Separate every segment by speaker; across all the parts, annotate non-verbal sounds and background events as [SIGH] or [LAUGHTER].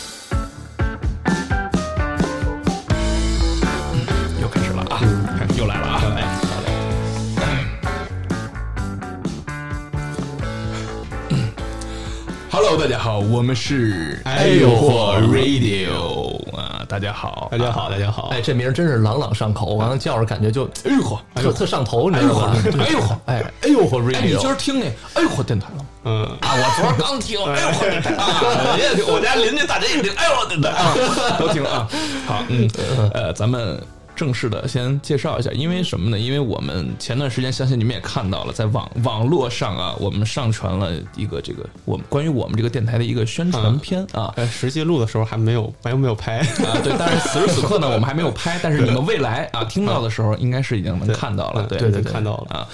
Speaker 1: 啊哎
Speaker 2: 嗯
Speaker 1: 大家好，我们是
Speaker 2: 哎呦嚯
Speaker 1: Radio 啊，大家好，啊
Speaker 2: 大家好，大家好。
Speaker 3: 哎，这名儿真是朗朗上口，我刚叫着感觉就
Speaker 1: 哎呦嚯，
Speaker 3: 特特上头，你知道吗？
Speaker 1: 哎呦嚯，
Speaker 3: 哎，
Speaker 1: 哎呦嚯 Radio，
Speaker 3: 你今儿听那
Speaker 1: 哎呦嚯电台了吗？
Speaker 2: 嗯，
Speaker 3: 啊，我昨儿刚听，哎呦，我
Speaker 1: 啊，人家我家邻居大姐也听，哎呦我的啊， [LAUGHS] 都听啊。好，嗯，呃，咱们正式的先介绍一下，因为什么呢？因为我们前段时间，相信你们也看到了，在网网络上啊，我们上传了一个这个我们关于我们这个电台的一个宣传片啊。
Speaker 2: 呃，实际录的时候还没有，还没有拍。 [LAUGHS]
Speaker 1: 啊，对，但是此时此刻呢，我们还没有拍，但是你们未来啊听到的时候，应该是已经能看到了，对
Speaker 2: 对
Speaker 1: 对
Speaker 2: 对看到了
Speaker 1: 啊，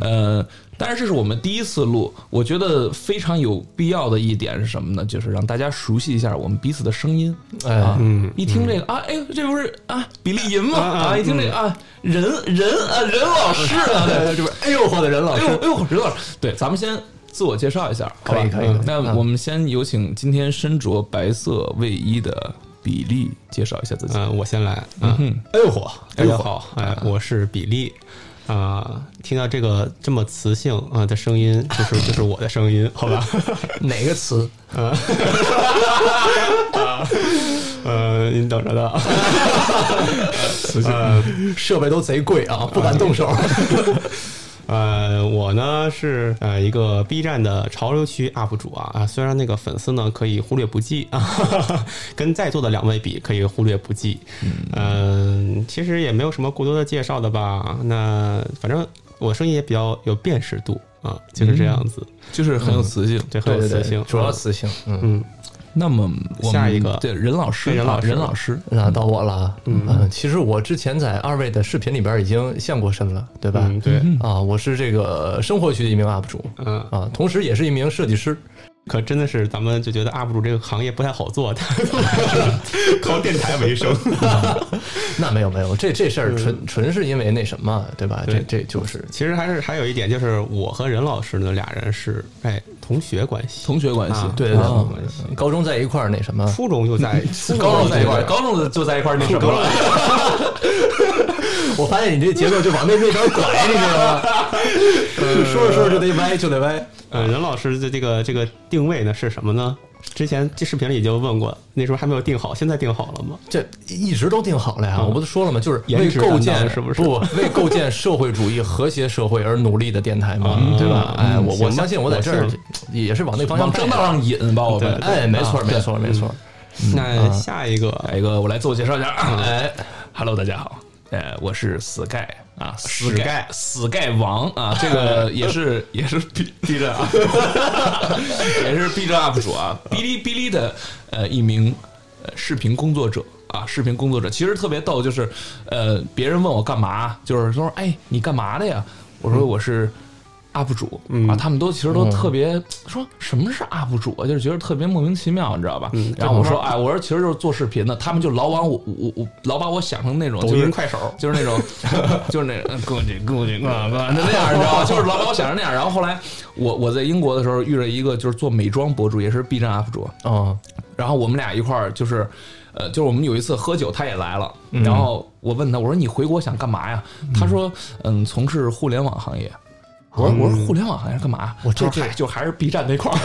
Speaker 1: 呃，但是这是我们第一次录，我觉得非常有必要的一点是什么呢？就是让大家熟悉一下我们彼此的声音，
Speaker 3: 哎
Speaker 1: 啊，一听这个啊，哎，这不是啊比利银吗？
Speaker 2: 啊
Speaker 1: 啊，一听这个啊人人啊人老师啊，对这不是
Speaker 3: 哎呦我的人老
Speaker 1: 哎呦
Speaker 3: 师，
Speaker 1: 哎呦任老师，对，咱们先。自我介绍一下，好吧
Speaker 3: 可以可以可以
Speaker 1: 那
Speaker 3: 嗯
Speaker 1: 我们先有请今天身着白色卫衣的比利介绍一下自己。
Speaker 2: 嗯，我先来。嗯，哎呦嚯，大家好，哎，我是比利。啊，听到这个这么磁性啊的声音，就是就是我的声音，好 [LAUGHS] 吧？
Speaker 3: 哪个词？
Speaker 2: 呃，您等着的。呃，
Speaker 3: 设备都贼贵啊，不敢动手。
Speaker 2: 呃，我呢是呃一个 B 站的潮流区 UP 主啊啊，虽然那个粉丝呢可以忽略不计 [LAUGHS] 啊，哈哈，跟在座的两位比可以忽略不计，嗯、其实也没有什么过多的介绍的吧，那反正我声音也比较有辨识度啊，就是这样子，
Speaker 1: 就是嗯很有磁性。
Speaker 2: 对，很
Speaker 3: 对
Speaker 2: 有
Speaker 3: 对
Speaker 2: 磁性
Speaker 3: 对，，主要
Speaker 2: 啊
Speaker 3: 磁性。嗯，
Speaker 2: 嗯，
Speaker 1: 那么我们
Speaker 2: 下一个
Speaker 1: 对任老师，
Speaker 2: 对任老师
Speaker 1: 啊任老师，
Speaker 3: 那到我了啊。嗯，其实我之前在二位的视频里边已经现过身了，对吧
Speaker 2: 嗯？对，
Speaker 3: 啊，我是这个生活区的一名 UP 主
Speaker 2: 嗯，
Speaker 3: 啊，同时也是一名设计师。
Speaker 2: 可真的是咱们就觉得 UP 主这个行业不太好做， [LAUGHS] 靠电台为生，
Speaker 3: 那没有没有，这这事儿纯纯是因为那什么，对吧？这
Speaker 2: 对
Speaker 3: 这就是
Speaker 2: [LAUGHS] 其实还是还有一点，就是我和任老师呢，俩人是哎同学关系，
Speaker 1: 同学关系
Speaker 2: 啊，
Speaker 3: 对对嗯
Speaker 1: 啊
Speaker 3: 对，呃高中在一块儿那什么，
Speaker 2: 初中就 [LAUGHS] 在
Speaker 1: 高中在一块儿，
Speaker 2: 高
Speaker 1: 高中的就在一块儿那什么
Speaker 2: 中
Speaker 1: 了，
Speaker 3: 我发现你这节奏就往那那边拐，你知道吗？呃就说着说着就得歪，就得歪。
Speaker 2: 呃，任老师的这个这个定位呢是什么呢？之前这视频里已经问过，那时候还没有定好，现在定好了吗？
Speaker 3: 这一直都定好了呀，
Speaker 2: 嗯
Speaker 3: 我不都说了吗？就是
Speaker 2: 颜
Speaker 3: 为
Speaker 2: 值
Speaker 3: 构
Speaker 2: 担当
Speaker 3: 建
Speaker 2: 是不是
Speaker 3: 为构建社会主义和谐社会而努力的电台嘛，
Speaker 2: 嗯
Speaker 3: 对吧？
Speaker 2: 嗯
Speaker 3: 哎，我
Speaker 2: 行吧
Speaker 3: 我相信我在这儿
Speaker 2: 我信
Speaker 3: 也是往那方向
Speaker 1: 往正道上引吧，我
Speaker 3: 带
Speaker 1: 们
Speaker 3: 的。哎，没错，
Speaker 1: 啊
Speaker 3: 没。错，没错。啊
Speaker 2: 那下一个，
Speaker 1: 对来一个，我来自我介绍一下啊，
Speaker 3: 哎，
Speaker 1: Hello，大家好，呃，我是 Sky 啊
Speaker 2: 史
Speaker 1: ，Sky Sky 王啊，
Speaker 2: [LAUGHS]
Speaker 1: 这个也是也是 B B 站啊， [LAUGHS] 也是 B 站 UP 主啊，哔哩哔哩的呃一名呃视频工作者啊，视频工作者其实特别逗，就是呃别人问我干嘛，就是说哎你干嘛的呀？我说我是。UP 主
Speaker 2: 嗯
Speaker 1: 啊，他们都其实都特别说什么是 UP 主啊，就是觉得特别莫名其妙，你知道吧？
Speaker 2: 嗯
Speaker 1: 然后我说，哎，我说其实就是做视频的，他们就老往我我我老把我想成那种
Speaker 2: 抖
Speaker 1: 就是
Speaker 2: 音快手
Speaker 1: 就是那种， [LAUGHS] 就是那种咕叽咕叽咕
Speaker 3: 嗯
Speaker 1: 叽咕叽那样，你知 [LAUGHS] 道吗？就是老把我想成那样。然后后来我我在英国的时候遇着一个就是做美妆博主，也是 B 站 UP 主，
Speaker 3: [LAUGHS] 哦，
Speaker 1: 然后我们俩一块儿就是，呃，就是我们有一次喝酒，他也来了，然后我问他，我说你回国想干嘛呀？他说，嗯，从事互联网行业。我说我说互联网行业干嘛呀？
Speaker 3: 我这
Speaker 1: 他说
Speaker 3: 这
Speaker 1: 嗨就还是 B 站那块儿。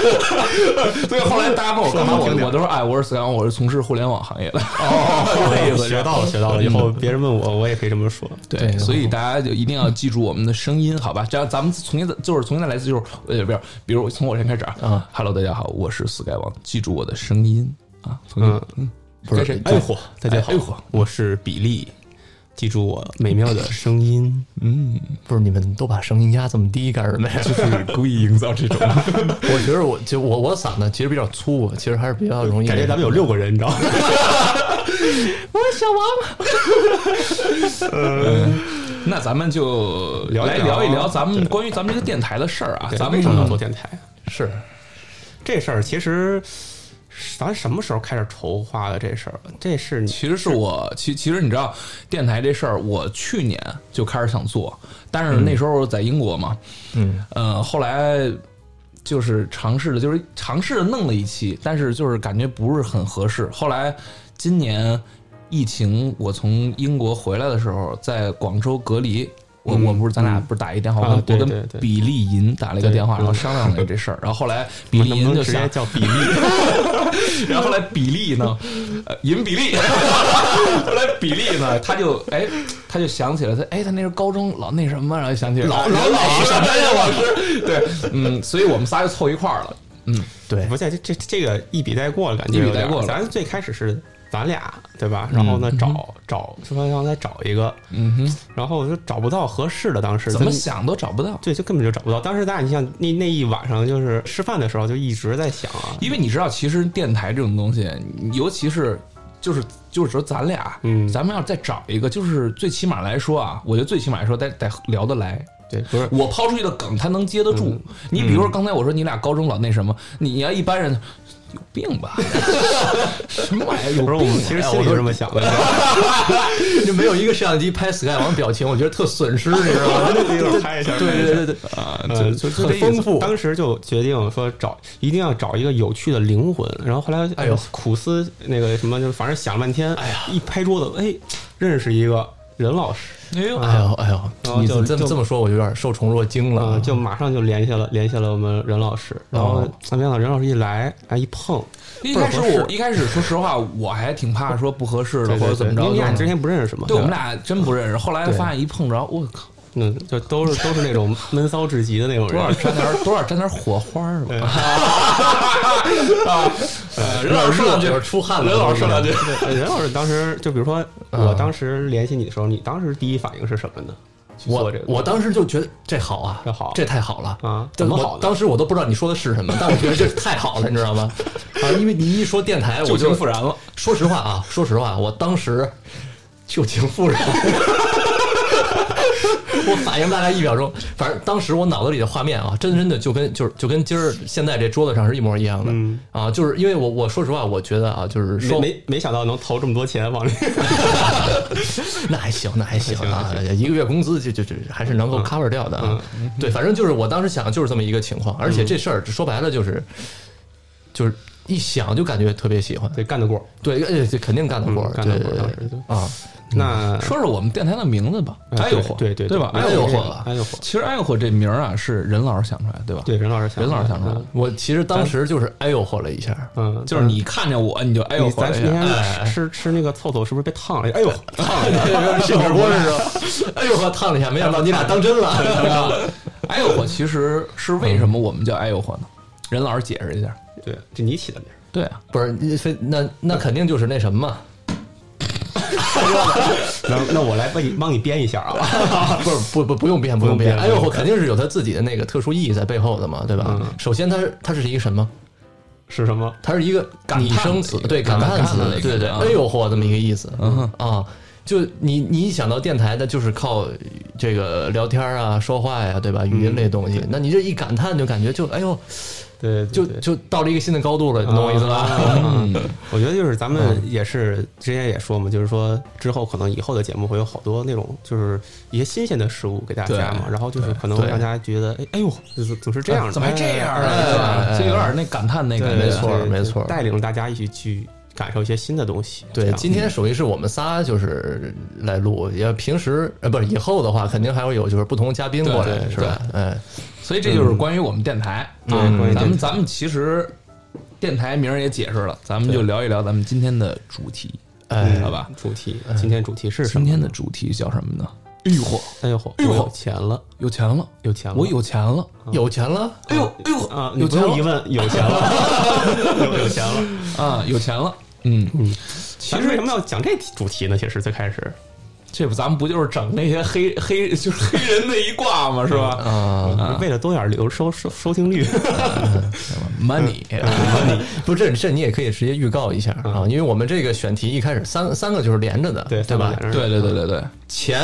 Speaker 1: [LAUGHS] 所以后来大家问我干嘛，我我都说哎，我是沈阳，我是从事互联网行业的。
Speaker 2: 哦，学到了，学到了。以后别人问我，我也可以这么说。
Speaker 1: 对，
Speaker 3: 对
Speaker 1: 所
Speaker 2: 嗯
Speaker 1: 以大家就一定要记住我们的声音，好吧？这样咱们重新再就是重新再来一次，就是呃，不是，比如从我先开始啊。
Speaker 3: 嗯
Speaker 1: h e l l o 大家好，我是 Sky 王，记住我的声音啊。从新嗯，
Speaker 3: 不是
Speaker 1: 该谁
Speaker 2: 哎呦嚯，大家好
Speaker 1: 哎呦嚯，
Speaker 2: 我是比利，记住我美妙的声音。
Speaker 3: 嗯不是你们都把声音压这么低干什么呀？
Speaker 1: 就是故意营造这种
Speaker 3: [LAUGHS] 我觉得我就我我嗓子其实比较粗，其实还是比较容易。
Speaker 2: 感觉咱们有六个人，你知道吗？
Speaker 1: 那咱们就
Speaker 2: 聊一
Speaker 1: 来
Speaker 2: 聊
Speaker 1: 聊一聊咱们关于咱们这个电台的事儿啊。咱们
Speaker 2: [LAUGHS] 为什么要
Speaker 3: 嗯
Speaker 2: 做电台？啊
Speaker 3: 是
Speaker 2: 这事儿其实，咱什么时候开始筹划的这事儿？这嗯是你
Speaker 1: 其实是我，其其实你知道，电台这事儿，我去年就开始想做，但
Speaker 2: 嗯
Speaker 1: 是那时候在英国嘛，
Speaker 3: 嗯，
Speaker 1: 呃，后来就是尝试着，就是尝试着弄了一期，但是就是感觉不是很合适。后来今年疫情，我从英国回来的时候，在广州隔离，我我不是咱俩不是打一电话，我
Speaker 2: 嗯啊
Speaker 1: 跟我
Speaker 2: 对对
Speaker 1: 跟
Speaker 2: 对
Speaker 1: 比利银打了一个
Speaker 2: 对
Speaker 1: 电话，然后
Speaker 2: 嗯
Speaker 1: 商量了这事儿，然后后来比利
Speaker 2: 能不
Speaker 1: 银
Speaker 2: 能
Speaker 1: 就
Speaker 2: 直
Speaker 1: 下
Speaker 2: 接叫
Speaker 1: [LAUGHS]
Speaker 2: 比利？
Speaker 1: 然后后来比利 [LAUGHS] 呢，呃，银比利，后 [LAUGHS] 来比利呢，他就哎，他就想起来他哎，他那时候高中老那什么，然后就想起来老老老什么呀，老师， [LAUGHS] 对，嗯，所以我们仨就凑一块儿了，嗯，
Speaker 3: 对
Speaker 2: 哎不，是这这这个一笔带过了，感觉
Speaker 1: 一笔
Speaker 2: 有点
Speaker 1: 带过了
Speaker 2: 咱最开始是咱俩对吧？然后呢，找找说让再找一个，
Speaker 1: 嗯哼，
Speaker 2: 然后我就找不到合适的，当时
Speaker 1: 怎么
Speaker 2: 就
Speaker 1: 想都找不到，
Speaker 2: 对，就根本就找不到。当时咱俩，你像那那一晚上，就是吃饭的时候，就一直在想啊，
Speaker 1: 因为你知道，其实电台这种东西，尤其是就是就是说咱俩，
Speaker 2: 嗯
Speaker 1: 咱们要再找一个，就是最起码来说啊，我觉得最起码来说得得聊得来，
Speaker 2: 对，不是
Speaker 1: [LAUGHS] 我抛出去的梗他能接得
Speaker 3: 嗯
Speaker 1: 住。你比如说刚才我说你俩高中老那什么，你要一般人有病
Speaker 3: [LAUGHS]
Speaker 1: 吧？什么玩意儿？有
Speaker 2: 不是我
Speaker 1: 病
Speaker 2: 们
Speaker 1: 啊？
Speaker 2: 其实心里
Speaker 1: 我
Speaker 2: 是
Speaker 1: 都
Speaker 2: 这么想的，是
Speaker 1: [LAUGHS]
Speaker 2: 吧
Speaker 3: 就没有一个摄像机拍 Sky 王表情，我觉得特损失，你知道吗？
Speaker 2: 一会儿拍一下，
Speaker 3: 对对对对，
Speaker 1: 啊，
Speaker 2: 呃，
Speaker 1: 就就
Speaker 2: 就
Speaker 3: 很
Speaker 2: 就这意思
Speaker 3: 丰富
Speaker 2: 当时就决定说找，一定要找一个有趣的灵魂。然后后来，呃
Speaker 3: 哎呦
Speaker 2: 苦思那个什么，就反正想了半天，哎呀，一拍桌子，哎，认识一个任老师，
Speaker 1: [LAUGHS] 哎呦，
Speaker 3: 哎呦哎呦，你
Speaker 2: 然后就
Speaker 3: 这么
Speaker 2: 就
Speaker 3: 这么说，我有点受宠若惊
Speaker 2: 嗯、
Speaker 3: 了，
Speaker 2: 就马上就联系了联系了我们任老师。然后
Speaker 3: 哦
Speaker 2: 没想到任老师一来，哎，一碰，
Speaker 1: 一开始
Speaker 2: 不是
Speaker 1: 我一开始说实话，我还挺怕说不合适的
Speaker 2: 对
Speaker 1: 或者
Speaker 2: 对
Speaker 1: 怎
Speaker 2: 对，
Speaker 1: 么着
Speaker 2: 因为你俩
Speaker 1: 的。
Speaker 2: 之前不认识嘛，
Speaker 1: 对我们
Speaker 2: 吧，
Speaker 1: 俩真不认识，后来发现一碰着，我靠，
Speaker 2: 嗯，就都是都是那种闷骚至极的那种
Speaker 1: 多少
Speaker 2: 人。
Speaker 1: 沾点
Speaker 3: [LAUGHS]
Speaker 1: 儿多少沾点儿火花儿吧。啊，呃任
Speaker 3: 有点
Speaker 1: 老师说两
Speaker 3: 热哎有
Speaker 1: 句
Speaker 3: 点，出汗了，
Speaker 1: 任老师说两句，
Speaker 2: 对任老师当时就比如说，我当时联系你的时候，你当时第一反应是什么呢？去做
Speaker 3: 我
Speaker 2: 这个，
Speaker 3: 我当时就觉得这好啊，
Speaker 2: 这好
Speaker 3: 这太好了
Speaker 2: 啊
Speaker 3: 这
Speaker 2: 怎么
Speaker 3: 我
Speaker 2: 好呢
Speaker 3: 当时我都不知道你说的是什么，但我觉得这太好了，你知道吗？啊，因为你一说电台，我
Speaker 1: 旧
Speaker 3: 就
Speaker 1: 情复燃了。
Speaker 3: 说实话啊，说实话，我当时旧情复燃， [LAUGHS] 我反应大概一秒钟，反正当时我脑子里的画面啊，真真的就跟就是就跟今儿现在这桌子上是一模一样的、
Speaker 2: 嗯
Speaker 3: 啊，就是因为我我说实话，我觉得啊，就是
Speaker 2: 没
Speaker 3: 说
Speaker 2: 没没想到能投这么多钱往里，
Speaker 3: 那还行，那还行啊
Speaker 2: 还，嗯
Speaker 3: 一个月工资就就就还是能够 cover 掉的啊。对，反正就是我当时想的就是这么一个情况，而
Speaker 2: 嗯
Speaker 3: 且这事儿说白了就是，就是一想就感觉特别喜欢，
Speaker 2: 对，干得过。
Speaker 3: 对，哎这肯定干得过
Speaker 2: 嗯，干得过
Speaker 3: 对对
Speaker 2: 当时
Speaker 3: 对
Speaker 2: 就
Speaker 3: 啊，
Speaker 2: 那
Speaker 1: 说说我们电台的名字吧，哎呦火，
Speaker 2: 对对
Speaker 1: 对吧？
Speaker 2: 哎
Speaker 1: 哎
Speaker 3: 呦
Speaker 1: 呦
Speaker 3: 火
Speaker 1: 火，
Speaker 2: 哎呦火，
Speaker 1: 其实“爱火”这名儿啊，是任老师想出来的，对吧？
Speaker 2: 对任老师想，
Speaker 1: 任老师想出来的，
Speaker 3: 我其实当时就是哎呦嚯了一下，
Speaker 2: 嗯，
Speaker 1: 就是你看见我，你就哎呦
Speaker 2: 你
Speaker 1: 火
Speaker 2: 咱
Speaker 1: 了一
Speaker 2: 那
Speaker 1: 下。
Speaker 2: 天吃吃那个臭豆是不是被烫了一下？哎呦，
Speaker 3: 吃火锅的时候，哎呦嚯烫了一下，没想到你俩当真了。
Speaker 1: 哎呦火其实是为什么我们叫哎呦火呢？任老师解释一下。
Speaker 2: 对，这你起的名儿。
Speaker 1: 对啊，
Speaker 3: 不是，你非那那肯定就是那什么，
Speaker 2: 那那我来帮你帮你编一下啊。 [LAUGHS]
Speaker 3: 不是不不不用编不用
Speaker 2: 不用
Speaker 3: 编，
Speaker 2: 编
Speaker 3: 哎呦
Speaker 2: 不
Speaker 3: 嚯
Speaker 2: 用
Speaker 3: 肯定是有他自己的那个特殊意义在背后的嘛，对吧？首先它是它是一个什么？
Speaker 2: 是什么？
Speaker 3: 它是一个
Speaker 1: 感
Speaker 3: 拟
Speaker 1: 叹
Speaker 3: 声
Speaker 1: 的
Speaker 3: 词
Speaker 1: 一，个
Speaker 3: 对，
Speaker 1: 感
Speaker 3: 感
Speaker 1: 叹
Speaker 3: 叹词
Speaker 1: 的一，个
Speaker 3: 对对，
Speaker 1: 啊
Speaker 3: 哎呦嚯，这么一个意思，
Speaker 1: 嗯
Speaker 3: 啊，就你你一想到电台的，就是靠这个聊天啊、说话呀，对吧？语音类东西，那你这一感叹，就感觉就哎呦，
Speaker 2: 对，
Speaker 3: 就
Speaker 2: 对对
Speaker 3: 就到了一个新的高度了，你懂我意思吧？
Speaker 2: 啊我觉得就是咱们也是之前也说嘛，就是说之后可能以后的节目会有好多那种就是一些新鲜的事物给大家嘛，
Speaker 1: 对
Speaker 2: 然后就是可能
Speaker 1: 对
Speaker 2: 会让大家觉得哎哎呦，怎怎么是这样的？
Speaker 1: 怎么还这样
Speaker 2: 哎哎哎哎
Speaker 1: 啊？这有点那感叹那感
Speaker 3: 对
Speaker 1: 觉
Speaker 3: 没。错
Speaker 2: 对
Speaker 3: 没
Speaker 2: 就
Speaker 3: 错
Speaker 2: 带啊领大家一起去感受一些新的东西。这
Speaker 3: 对，
Speaker 2: 样
Speaker 3: 今天属于是我们仨就是来录，也平时呃不是以后的话，肯定还会有就是不同嘉宾过
Speaker 1: 对
Speaker 3: 来，
Speaker 1: 对
Speaker 3: 是吧？哎，
Speaker 1: 所以这就是关于我们电台
Speaker 2: 嗯对
Speaker 1: 啊
Speaker 2: 关于电。台
Speaker 1: 咱们咱们其实电台名儿也解释了，咱们就聊一聊咱们今天的主题，
Speaker 3: 哎
Speaker 2: 嗯
Speaker 1: 好吧？
Speaker 2: 主题，今天主题是什
Speaker 1: 今
Speaker 2: 么？
Speaker 1: 天的主题叫什么呢？欲火，
Speaker 2: 哎呦火，
Speaker 1: 哎呦
Speaker 2: 我
Speaker 1: 火
Speaker 2: 有钱了，
Speaker 1: 有钱了，
Speaker 2: 有钱了，
Speaker 1: 我有钱了。
Speaker 3: 有钱了，
Speaker 1: 哎呦，哎呦，
Speaker 2: 啊，你
Speaker 1: 有
Speaker 2: 不
Speaker 1: 钱
Speaker 2: 用一
Speaker 1: 了
Speaker 2: 问，有钱 [LAUGHS] 了，有有钱了。
Speaker 1: 啊，有钱了。嗯，
Speaker 2: 其实为什么要讲这主题呢？其实最开始，
Speaker 1: 这不咱们不就是整那些黑黑就是黑人那一挂吗？是吧
Speaker 3: 啊， [LAUGHS]
Speaker 2: 嗯为了多点流收收收听 [LAUGHS] 率，
Speaker 1: ？Money，
Speaker 2: 嗯
Speaker 3: 不是，这你也可以直接预告一下啊，因为我们这个选题一开始三三个就是连着的，
Speaker 2: 对
Speaker 3: 对吧？
Speaker 2: 三个连着
Speaker 1: 对对对对对，
Speaker 3: 钱、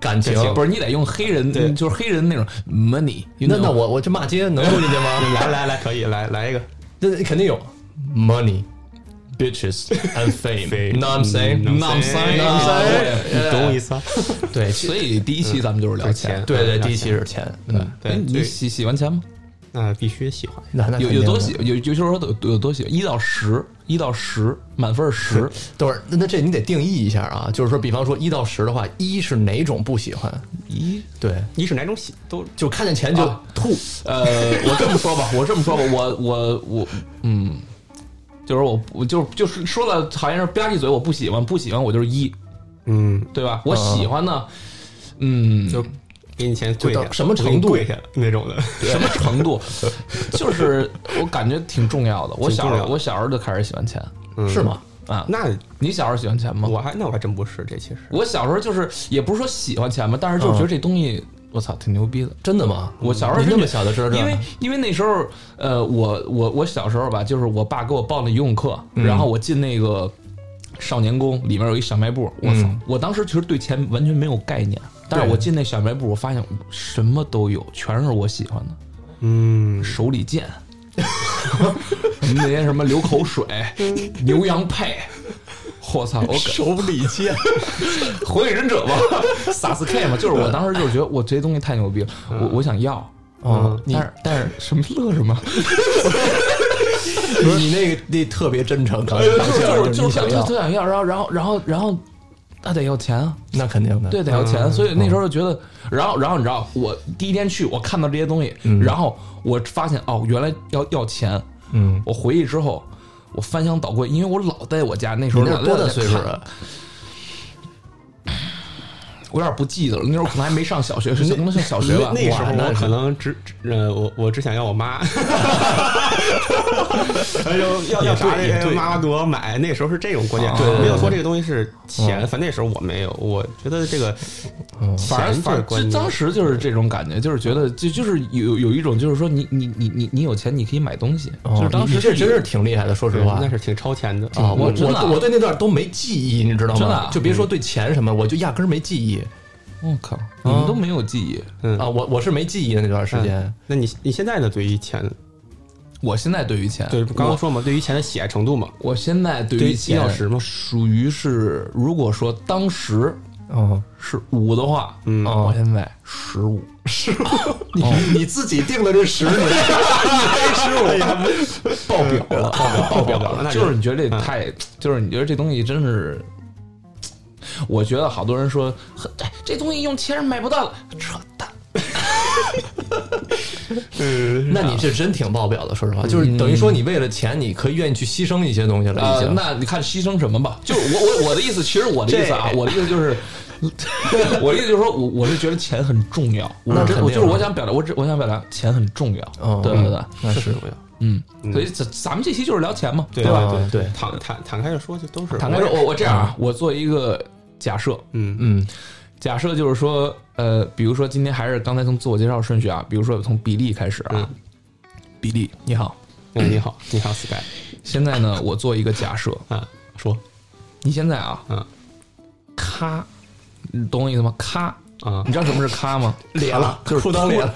Speaker 3: 感情，
Speaker 1: 不是你得用黑人，
Speaker 2: 对
Speaker 1: 就是黑人那种 money。
Speaker 3: 那那我我这骂街能录进去吗？
Speaker 2: [LAUGHS] 来来来，可以来来一个，
Speaker 3: 那肯定有 money。Bitches and fame，那 I'm saying，
Speaker 2: 嗯
Speaker 1: I'm saying，
Speaker 3: I'm saying，
Speaker 2: 你懂我意 [LAUGHS] 思啊？
Speaker 3: 对，
Speaker 1: 所以第一期咱们就是聊
Speaker 2: 嗯对钱
Speaker 3: 对对，
Speaker 2: 嗯
Speaker 3: 第一期是钱，嗯，
Speaker 1: 哎，
Speaker 2: 对，
Speaker 1: 你喜喜欢钱吗？
Speaker 2: 那必须喜欢。
Speaker 3: 那那
Speaker 1: 有
Speaker 3: 肯定
Speaker 1: 有多
Speaker 3: 的
Speaker 1: 喜，有有就是说有有多喜，一到十，一到十，满分十，
Speaker 3: 等会儿，那那这你得定义一下啊，就是说，比方说一到十的话，一是哪种不喜欢？
Speaker 1: 一
Speaker 3: 对，
Speaker 2: 一是哪种喜都
Speaker 3: 就看见钱就
Speaker 1: 啊
Speaker 3: 吐，
Speaker 1: 呃，我这么说吧，我这么说吧，我我我，嗯，就是我我就就是说了，好像是吧唧嘴，我不喜欢，不喜欢我就是一，
Speaker 2: 嗯，
Speaker 1: 对吧？我喜欢呢，嗯，
Speaker 2: 就给你钱跪
Speaker 3: 就
Speaker 2: 下，
Speaker 3: 到什么
Speaker 2: 我给你
Speaker 3: 程度
Speaker 2: 跪下那种的。
Speaker 1: 什么程度，就是我感觉挺重要的。我小
Speaker 2: 挺重
Speaker 1: 时
Speaker 2: 要
Speaker 1: 候
Speaker 2: 的
Speaker 1: 我小时候就开始喜欢钱
Speaker 2: 嗯
Speaker 3: 是？吗？
Speaker 1: 啊，
Speaker 2: 那
Speaker 1: 你小时候喜欢钱吗？
Speaker 2: 我还那我还真不是，这其实
Speaker 1: 我小时候就是也不是说喜欢钱吧，但
Speaker 2: 嗯
Speaker 1: 是就是觉得这东西，我操，挺牛逼的。
Speaker 3: 真的吗？
Speaker 1: 我小时候
Speaker 3: 你
Speaker 1: 真
Speaker 3: 那
Speaker 1: 的
Speaker 3: 么小就知道这
Speaker 1: 因
Speaker 3: 样
Speaker 1: 为
Speaker 3: 的，
Speaker 1: 因为那时候，呃，我我我小时候吧，就是我爸给我报那游泳课，然后我进那个少年宫，里面有一小卖部，我操！我当时其实对钱完全没有概念，但是
Speaker 2: 对
Speaker 1: 我进那小卖部，我发现什么都有，全是我喜欢的，
Speaker 2: 嗯，
Speaker 1: 手里剑， [LAUGHS] 那些什么流口水、牛羊配。我操！我手里剑，火影忍者吧，萨斯 K 嘛，就是我当时就是觉得我这些东西太牛逼了，我我想要，
Speaker 3: 哦，
Speaker 1: 但是但是什么乐什么？
Speaker 3: 你你那个那特别真诚，刚才
Speaker 1: 哎就是就是
Speaker 3: 你想要
Speaker 1: 特，想要，然后然后然后然后那得要钱啊，
Speaker 3: 那肯定的，
Speaker 1: 对，得要
Speaker 3: 嗯
Speaker 1: 钱，所以那时候就觉得，然后然后你知道，我第一天去，我看到这些东西，然后我发现哦，原来要要钱，
Speaker 3: 嗯，
Speaker 1: 我回去之后。我翻箱倒柜，因为我老在我家那时
Speaker 3: 你
Speaker 1: 候老
Speaker 3: 那是多
Speaker 1: 在我家
Speaker 3: 大岁数
Speaker 1: 看
Speaker 3: 啊？
Speaker 1: 我有点不记得了。那时候可能还没上小学，是能上小学吧
Speaker 2: 那？那时
Speaker 3: 哇
Speaker 2: 候
Speaker 3: 那
Speaker 2: 我
Speaker 3: 是
Speaker 2: 可能只只呃，我我只想要我妈， [LAUGHS] 哎呦，要要啥
Speaker 3: 也对
Speaker 2: 妈妈给我买。那时候是这种观念，
Speaker 1: 对
Speaker 2: 没有说这个东西是钱，反正那时候我没有，我觉得这个
Speaker 1: 反而
Speaker 2: 钱这
Speaker 1: 反
Speaker 2: 个
Speaker 1: 而
Speaker 2: 观
Speaker 1: 就
Speaker 2: 念
Speaker 1: 当时就是这种感觉，就是觉得就就是有有一种就是说你你你你你有钱你可以买东西，
Speaker 3: 哦
Speaker 1: 就是当
Speaker 3: 你
Speaker 1: 时
Speaker 3: 你这
Speaker 1: 是
Speaker 3: 真是挺厉害的，说实
Speaker 2: 对
Speaker 3: 话
Speaker 2: 那。是挺超前的
Speaker 3: 啊，我
Speaker 1: 真的啊
Speaker 3: 我我对那段都没记忆，你知道
Speaker 1: 真的
Speaker 3: 吗
Speaker 1: 啊？
Speaker 3: 就别说对钱什么，我就压根儿没记忆
Speaker 1: 我靠，你们都没有记忆。
Speaker 2: 嗯
Speaker 3: 啊，我我是没记忆的那段时间
Speaker 2: 嗯。那你你现在呢？对于钱，
Speaker 1: 我现在对于钱，
Speaker 2: 对刚刚
Speaker 1: 我
Speaker 2: 说嘛，对于钱的喜爱程度嘛，
Speaker 1: 我现在对
Speaker 2: 对
Speaker 1: 于
Speaker 2: 于
Speaker 1: 钱
Speaker 2: 一到十吗
Speaker 1: 属于是，如果说当时
Speaker 3: 嗯，
Speaker 1: 是五的话，啊
Speaker 2: 嗯
Speaker 3: 哦
Speaker 1: 我现在十五，哦
Speaker 3: 你你自己定了这十
Speaker 1: [LAUGHS]
Speaker 3: 年，
Speaker 1: 爆表了，哎爆表，
Speaker 2: 爆表了那就
Speaker 1: 就是嗯你觉得这太，就是你觉得这东西真是。我觉得好多人说，呵哎这东西用钱买不到了，扯淡。
Speaker 2: 嗯，
Speaker 3: 那你是真挺爆表的，说实话，
Speaker 1: 嗯
Speaker 3: 就是等于说你为了钱，你可以愿意去牺牲一些东西了，已
Speaker 1: 呃，
Speaker 3: 经。
Speaker 1: 那你看牺牲什么吧？就是我我我的意思，其实我的意思啊，我的意思 [LAUGHS] 就是，我的意思就是说，我我是觉得钱很重要，我
Speaker 3: 那
Speaker 1: 真
Speaker 3: 肯定
Speaker 1: 我就是
Speaker 3: 啊
Speaker 1: 我想表达，我只我想表达钱很重要，
Speaker 3: 嗯
Speaker 1: 对对对，
Speaker 3: 那
Speaker 2: 是
Speaker 3: 是
Speaker 2: 重要，
Speaker 1: 哦嗯，所以咱咱们这期就是聊钱嘛，
Speaker 2: [LAUGHS] 对
Speaker 1: 吧？
Speaker 3: 啊对
Speaker 2: 坦坦坦开的说，就都是
Speaker 1: 坦白说，我我这样啊，我做一个假设，
Speaker 2: 嗯
Speaker 3: 嗯
Speaker 1: 假设就是说，呃，比如说今天还是刚才从自我介绍顺序啊，比如说从比利开始啊
Speaker 2: 嗯，
Speaker 1: 比利你好，
Speaker 2: 嗯，你好，你好，Sky
Speaker 1: 现在呢，我做一个假设，
Speaker 2: 啊，说
Speaker 1: 你现在啊，
Speaker 2: 嗯
Speaker 1: 咔，你懂我意思吗？咔， [LAUGHS]
Speaker 2: 啊
Speaker 1: 你，知道什么是咔
Speaker 2: [LAUGHS]
Speaker 1: 吗？
Speaker 3: 裂了，
Speaker 1: 就是
Speaker 3: 裤裆裂了，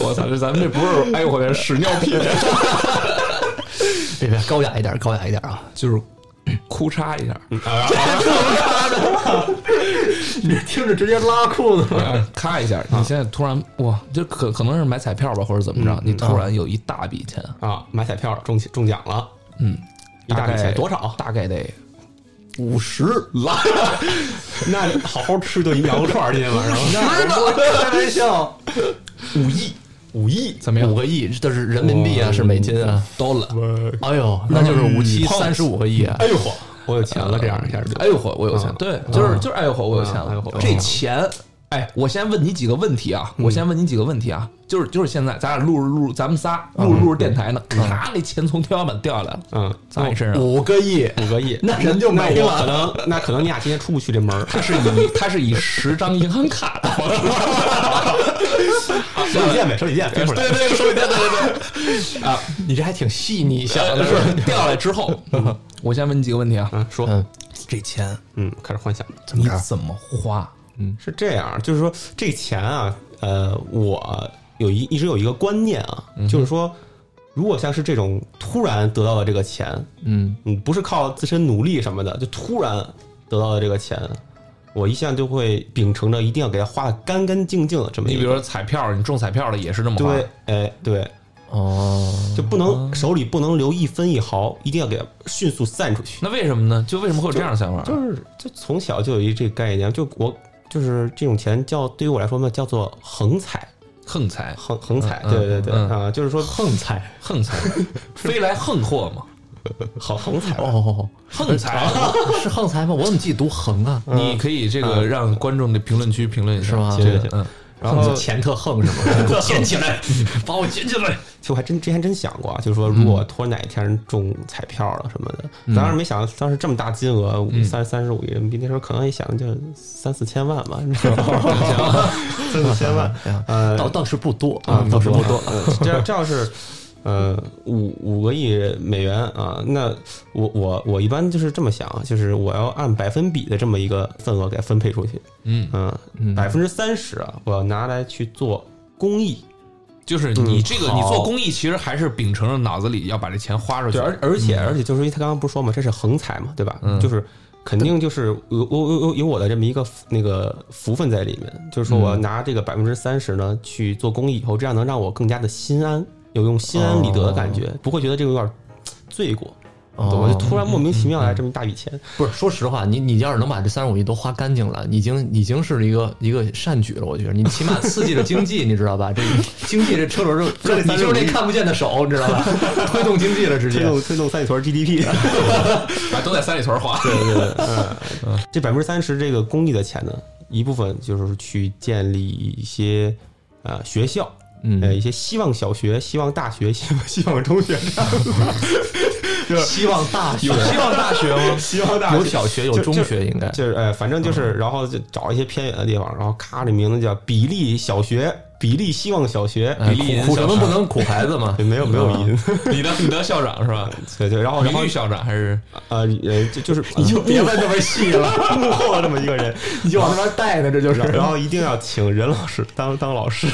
Speaker 1: 我操，这咱们这不是哎呦我天屎尿屁，
Speaker 3: [LAUGHS] 别别，高雅一点，高雅一点啊！
Speaker 1: 就是哭嚓一下，
Speaker 2: 嗯
Speaker 3: 你听着直接拉裤子了，
Speaker 1: 哎
Speaker 2: 嗯
Speaker 1: 咔一下，
Speaker 2: 啊
Speaker 1: 你现在突然哇，就可可能是买彩票吧，或者怎么
Speaker 2: 嗯
Speaker 1: 着，你突然有一大笔钱，
Speaker 2: 啊，买彩票中中奖了，
Speaker 1: 嗯，
Speaker 2: 一大笔
Speaker 1: 概
Speaker 2: 钱多少？ [LAUGHS]
Speaker 1: 大概得
Speaker 3: 五十拉，
Speaker 2: 那好好吃顿羊肉串儿，今天晚上
Speaker 1: [LAUGHS]
Speaker 3: 开玩笑，五亿，五亿
Speaker 1: 怎么样嗯
Speaker 3: 五个亿，这是人民币啊，是美金啊？
Speaker 1: 刀了。
Speaker 3: 哎呦，那就是五七三十五个亿啊！
Speaker 2: 哎呦嚯，我有钱了，这样一下就
Speaker 1: 哎呦嚯，我有钱
Speaker 2: 啊，
Speaker 1: 对，就是就是哎呦嚯，我有钱
Speaker 2: 啊哎呦
Speaker 1: 了
Speaker 2: 嚯。
Speaker 1: 这钱，哎，我先问你几个问题啊，我先问你几个问题啊，就是就是现在咱俩录着录着，咱们仨录着录着电台呢，咔，那钱从天花板掉下来了，
Speaker 2: 嗯，
Speaker 1: 砸你身上。
Speaker 3: 五个亿，
Speaker 2: 五个亿，
Speaker 3: 那人就
Speaker 2: 那
Speaker 3: 没
Speaker 2: 我
Speaker 3: 了
Speaker 2: 可能 [LAUGHS] 那可能你俩今天出不去这门儿，
Speaker 1: 它是以它是以十张银行卡的方
Speaker 2: 手里剑呗，手里剑飞出来，
Speaker 1: 对对，对对对对啊，
Speaker 3: 你这还挺细腻，想
Speaker 1: 呃
Speaker 3: 的是吧？
Speaker 1: [LAUGHS] 掉下来之后， [LAUGHS] 我先问你几个问题啊，
Speaker 2: 嗯，说，
Speaker 3: 嗯，
Speaker 1: 这钱
Speaker 2: 嗯，开始幻想，
Speaker 1: 你怎么花？
Speaker 2: 是这样，就是说这钱啊，呃，我有一一直有一个观念啊，就是说，如果像是这种突然得到的这个钱，
Speaker 3: 嗯，
Speaker 2: 你不是靠自身努力什么的，就突然得到的这个钱，我一向就会秉承着一定要给它花的干干净净的这么一
Speaker 1: 你
Speaker 2: 个。
Speaker 1: 比如说彩票，你中彩票了也是这么花，
Speaker 2: 对，哎，对，
Speaker 3: 哦，
Speaker 2: 就不能手里不能留一分一毫，一定要给它迅速散出去。
Speaker 1: 那为什么呢？就为什么会有这样的想法？
Speaker 2: 就是就从小就有一这个概念，就我就是这种钱叫对于我来说嘛，叫做横财，
Speaker 1: 横财，
Speaker 2: 横横财，
Speaker 1: 嗯
Speaker 2: 对对对
Speaker 1: 嗯
Speaker 2: 啊，就是说
Speaker 3: 横财
Speaker 1: 横财，飞来横祸嘛，
Speaker 2: 横横财吧，
Speaker 3: 哦，
Speaker 1: 横财。啊
Speaker 3: 是横财吗？我怎么记得读横啊？
Speaker 1: 你可以这个让观众的评论区评论一下
Speaker 3: 是吗
Speaker 1: 对
Speaker 2: 行行
Speaker 1: 嗯，
Speaker 2: 然后
Speaker 3: 钱特横是吗？
Speaker 1: [LAUGHS] 给我捡起来，把我捡起来。
Speaker 2: 其实我还真之前真想过啊，就是说如果突然哪一天中彩票了什么的，当时没想到当时这么大金额，五三三十五亿人民币，那时候可能也想就三四千万吧，三四千万，呃，
Speaker 3: [LAUGHS] 倒倒是不多
Speaker 2: 啊，
Speaker 3: 倒是不多。
Speaker 2: 多。呃这要这要是呃五五个亿美元啊，那我我我一般就是这么想啊，就是我要按百分比的这么一个份额给它分配出去，
Speaker 1: 嗯，
Speaker 2: 嗯，百分之三十啊，我要拿来去做公益。
Speaker 1: 就是你这个，
Speaker 2: 嗯
Speaker 1: 你做
Speaker 2: 好
Speaker 1: 公益其实还是秉承着脑子里要把这钱花出去
Speaker 2: 对，。而而且而且就是因为他刚刚不是说嘛，这是横财嘛，对吧？
Speaker 1: 嗯
Speaker 2: 就是肯定就是有有有有有我的这么一个福那个福分在里面，就是说我拿这个百分之三十呢去做公益以后，这样能让我更加的心安，有用心安理得的感觉，不会觉得这个有点罪过。
Speaker 3: 哦
Speaker 2: 懂吗？就突然莫名其妙来这么一大笔钱，
Speaker 3: 不是，说实话，你你要是能把这三十五亿都花干净了，已经已经是一个一个善举了。我觉得你起码刺激了经济，你知道吧？这经济这车轮就
Speaker 2: [LAUGHS] 这
Speaker 3: 你就是那看不见的手，你知道吧？ [LAUGHS] 推动经济了，直
Speaker 2: 推
Speaker 3: 接。
Speaker 2: 动推动三里屯 GDP。
Speaker 1: 啊，都在三里屯花。
Speaker 2: 对对对，嗯，这百分之三十这个公益的钱呢，一部分就是去建立一些呃学校，呃
Speaker 3: 嗯
Speaker 2: 一，些希望小学、希望大学、 [LAUGHS] 希望希望中学这样子， [LAUGHS]
Speaker 3: 希望大学
Speaker 1: [LAUGHS] 有希望大学吗？
Speaker 2: 希望大
Speaker 3: 有
Speaker 2: 学。
Speaker 3: 小学有
Speaker 2: 就
Speaker 3: 中
Speaker 2: 就
Speaker 3: 学，应该
Speaker 2: 就是呃，反正就是，然后就找一些偏远的地方，然后咔，这名字叫比利小学、比利希望小学，
Speaker 3: 哎
Speaker 1: 比例
Speaker 3: 苦苦什
Speaker 1: 小
Speaker 3: 么
Speaker 1: 学
Speaker 3: 不能苦孩子嘛？
Speaker 2: 没有没有
Speaker 3: 啊
Speaker 2: 音，
Speaker 1: 你的你的校长是吧？
Speaker 2: [LAUGHS] 对对，然哦后然
Speaker 1: 名
Speaker 2: 后
Speaker 1: 誉校长还是
Speaker 2: 呃呃，就 [LAUGHS] 就是
Speaker 3: 你就 [LAUGHS] 别问那么细了，
Speaker 2: 幕后的这么一个人， [LAUGHS]
Speaker 3: 你就往那边带呢，这就是。
Speaker 2: 然后一定要请任老师当当老师，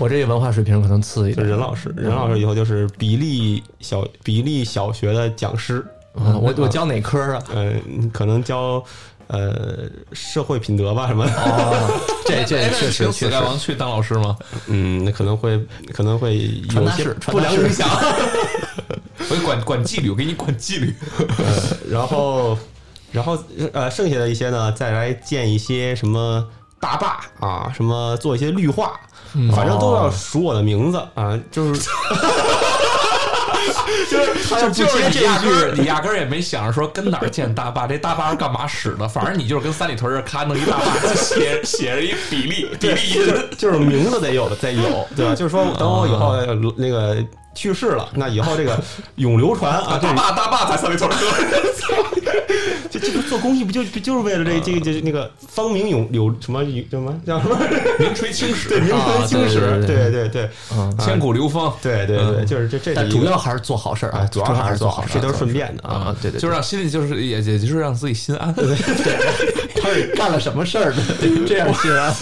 Speaker 3: 我这个文化水平可能次一
Speaker 2: 就
Speaker 3: 点
Speaker 2: 任。老师，任老师
Speaker 3: 嗯
Speaker 2: 以后就是比利小比利小学的讲师，
Speaker 3: 啊我我教哪科啊？
Speaker 2: 呃，可能教呃社会品德吧什么的，
Speaker 3: 哦，这这
Speaker 1: 哎那
Speaker 3: 确实
Speaker 1: 请
Speaker 3: 确
Speaker 1: 死
Speaker 3: 实
Speaker 1: 盖。王去当老师吗？
Speaker 2: [LAUGHS] 嗯，那可能会可能会
Speaker 3: 传
Speaker 2: 有
Speaker 3: 达
Speaker 2: 些
Speaker 3: 室，传
Speaker 2: 不
Speaker 3: 达
Speaker 2: 良
Speaker 3: 室
Speaker 2: 影响，
Speaker 1: [LAUGHS] 我给管管纪律，我给你管纪律。
Speaker 2: 呃然后然后呃剩下的一些呢，再来建一些什么。大坝啊，什么做一些绿化，
Speaker 3: 嗯
Speaker 2: 反正都要数我的名字啊，就是
Speaker 3: 哦
Speaker 1: 就是
Speaker 2: 就不接这一
Speaker 1: 你压根儿
Speaker 2: 句
Speaker 1: 你压根儿也没想着说跟哪儿建大坝，这大坝是干嘛使的？反正你就是跟三里屯儿咔弄一大 [LAUGHS] 坝，写写着一比例
Speaker 3: [LAUGHS]
Speaker 1: 比例
Speaker 2: 就
Speaker 1: 银。
Speaker 2: 是就是名字得有，得有，对吧？就是说，等我以
Speaker 3: 哦
Speaker 2: 后呃那个去世了，那以后这个永流传啊，
Speaker 3: [LAUGHS]
Speaker 1: 大坝大坝在三里屯儿，
Speaker 2: 这这这个做公益不就不就是为了这这个这那个芳名永流什么永叫什么叫什么
Speaker 1: 名垂青 [LAUGHS] 史，
Speaker 2: 对名存青
Speaker 3: 啊
Speaker 2: 史，
Speaker 3: 对
Speaker 2: 对对对
Speaker 3: 嗯，
Speaker 1: 千古流芳。
Speaker 2: 对对对，就是这这
Speaker 3: 但
Speaker 2: 是一
Speaker 3: 主
Speaker 2: 个
Speaker 3: 要还是做好事儿
Speaker 2: 啊，主要还是
Speaker 3: 做
Speaker 2: 做
Speaker 3: 好
Speaker 2: 好
Speaker 3: 事
Speaker 2: 事，
Speaker 3: 儿，
Speaker 2: 这都是顺便的啊。
Speaker 3: 啊，对对，
Speaker 1: 就是让心里就是也也就是让自己心安。
Speaker 3: 他是干了什么事儿呢？ [LAUGHS] 这样心安。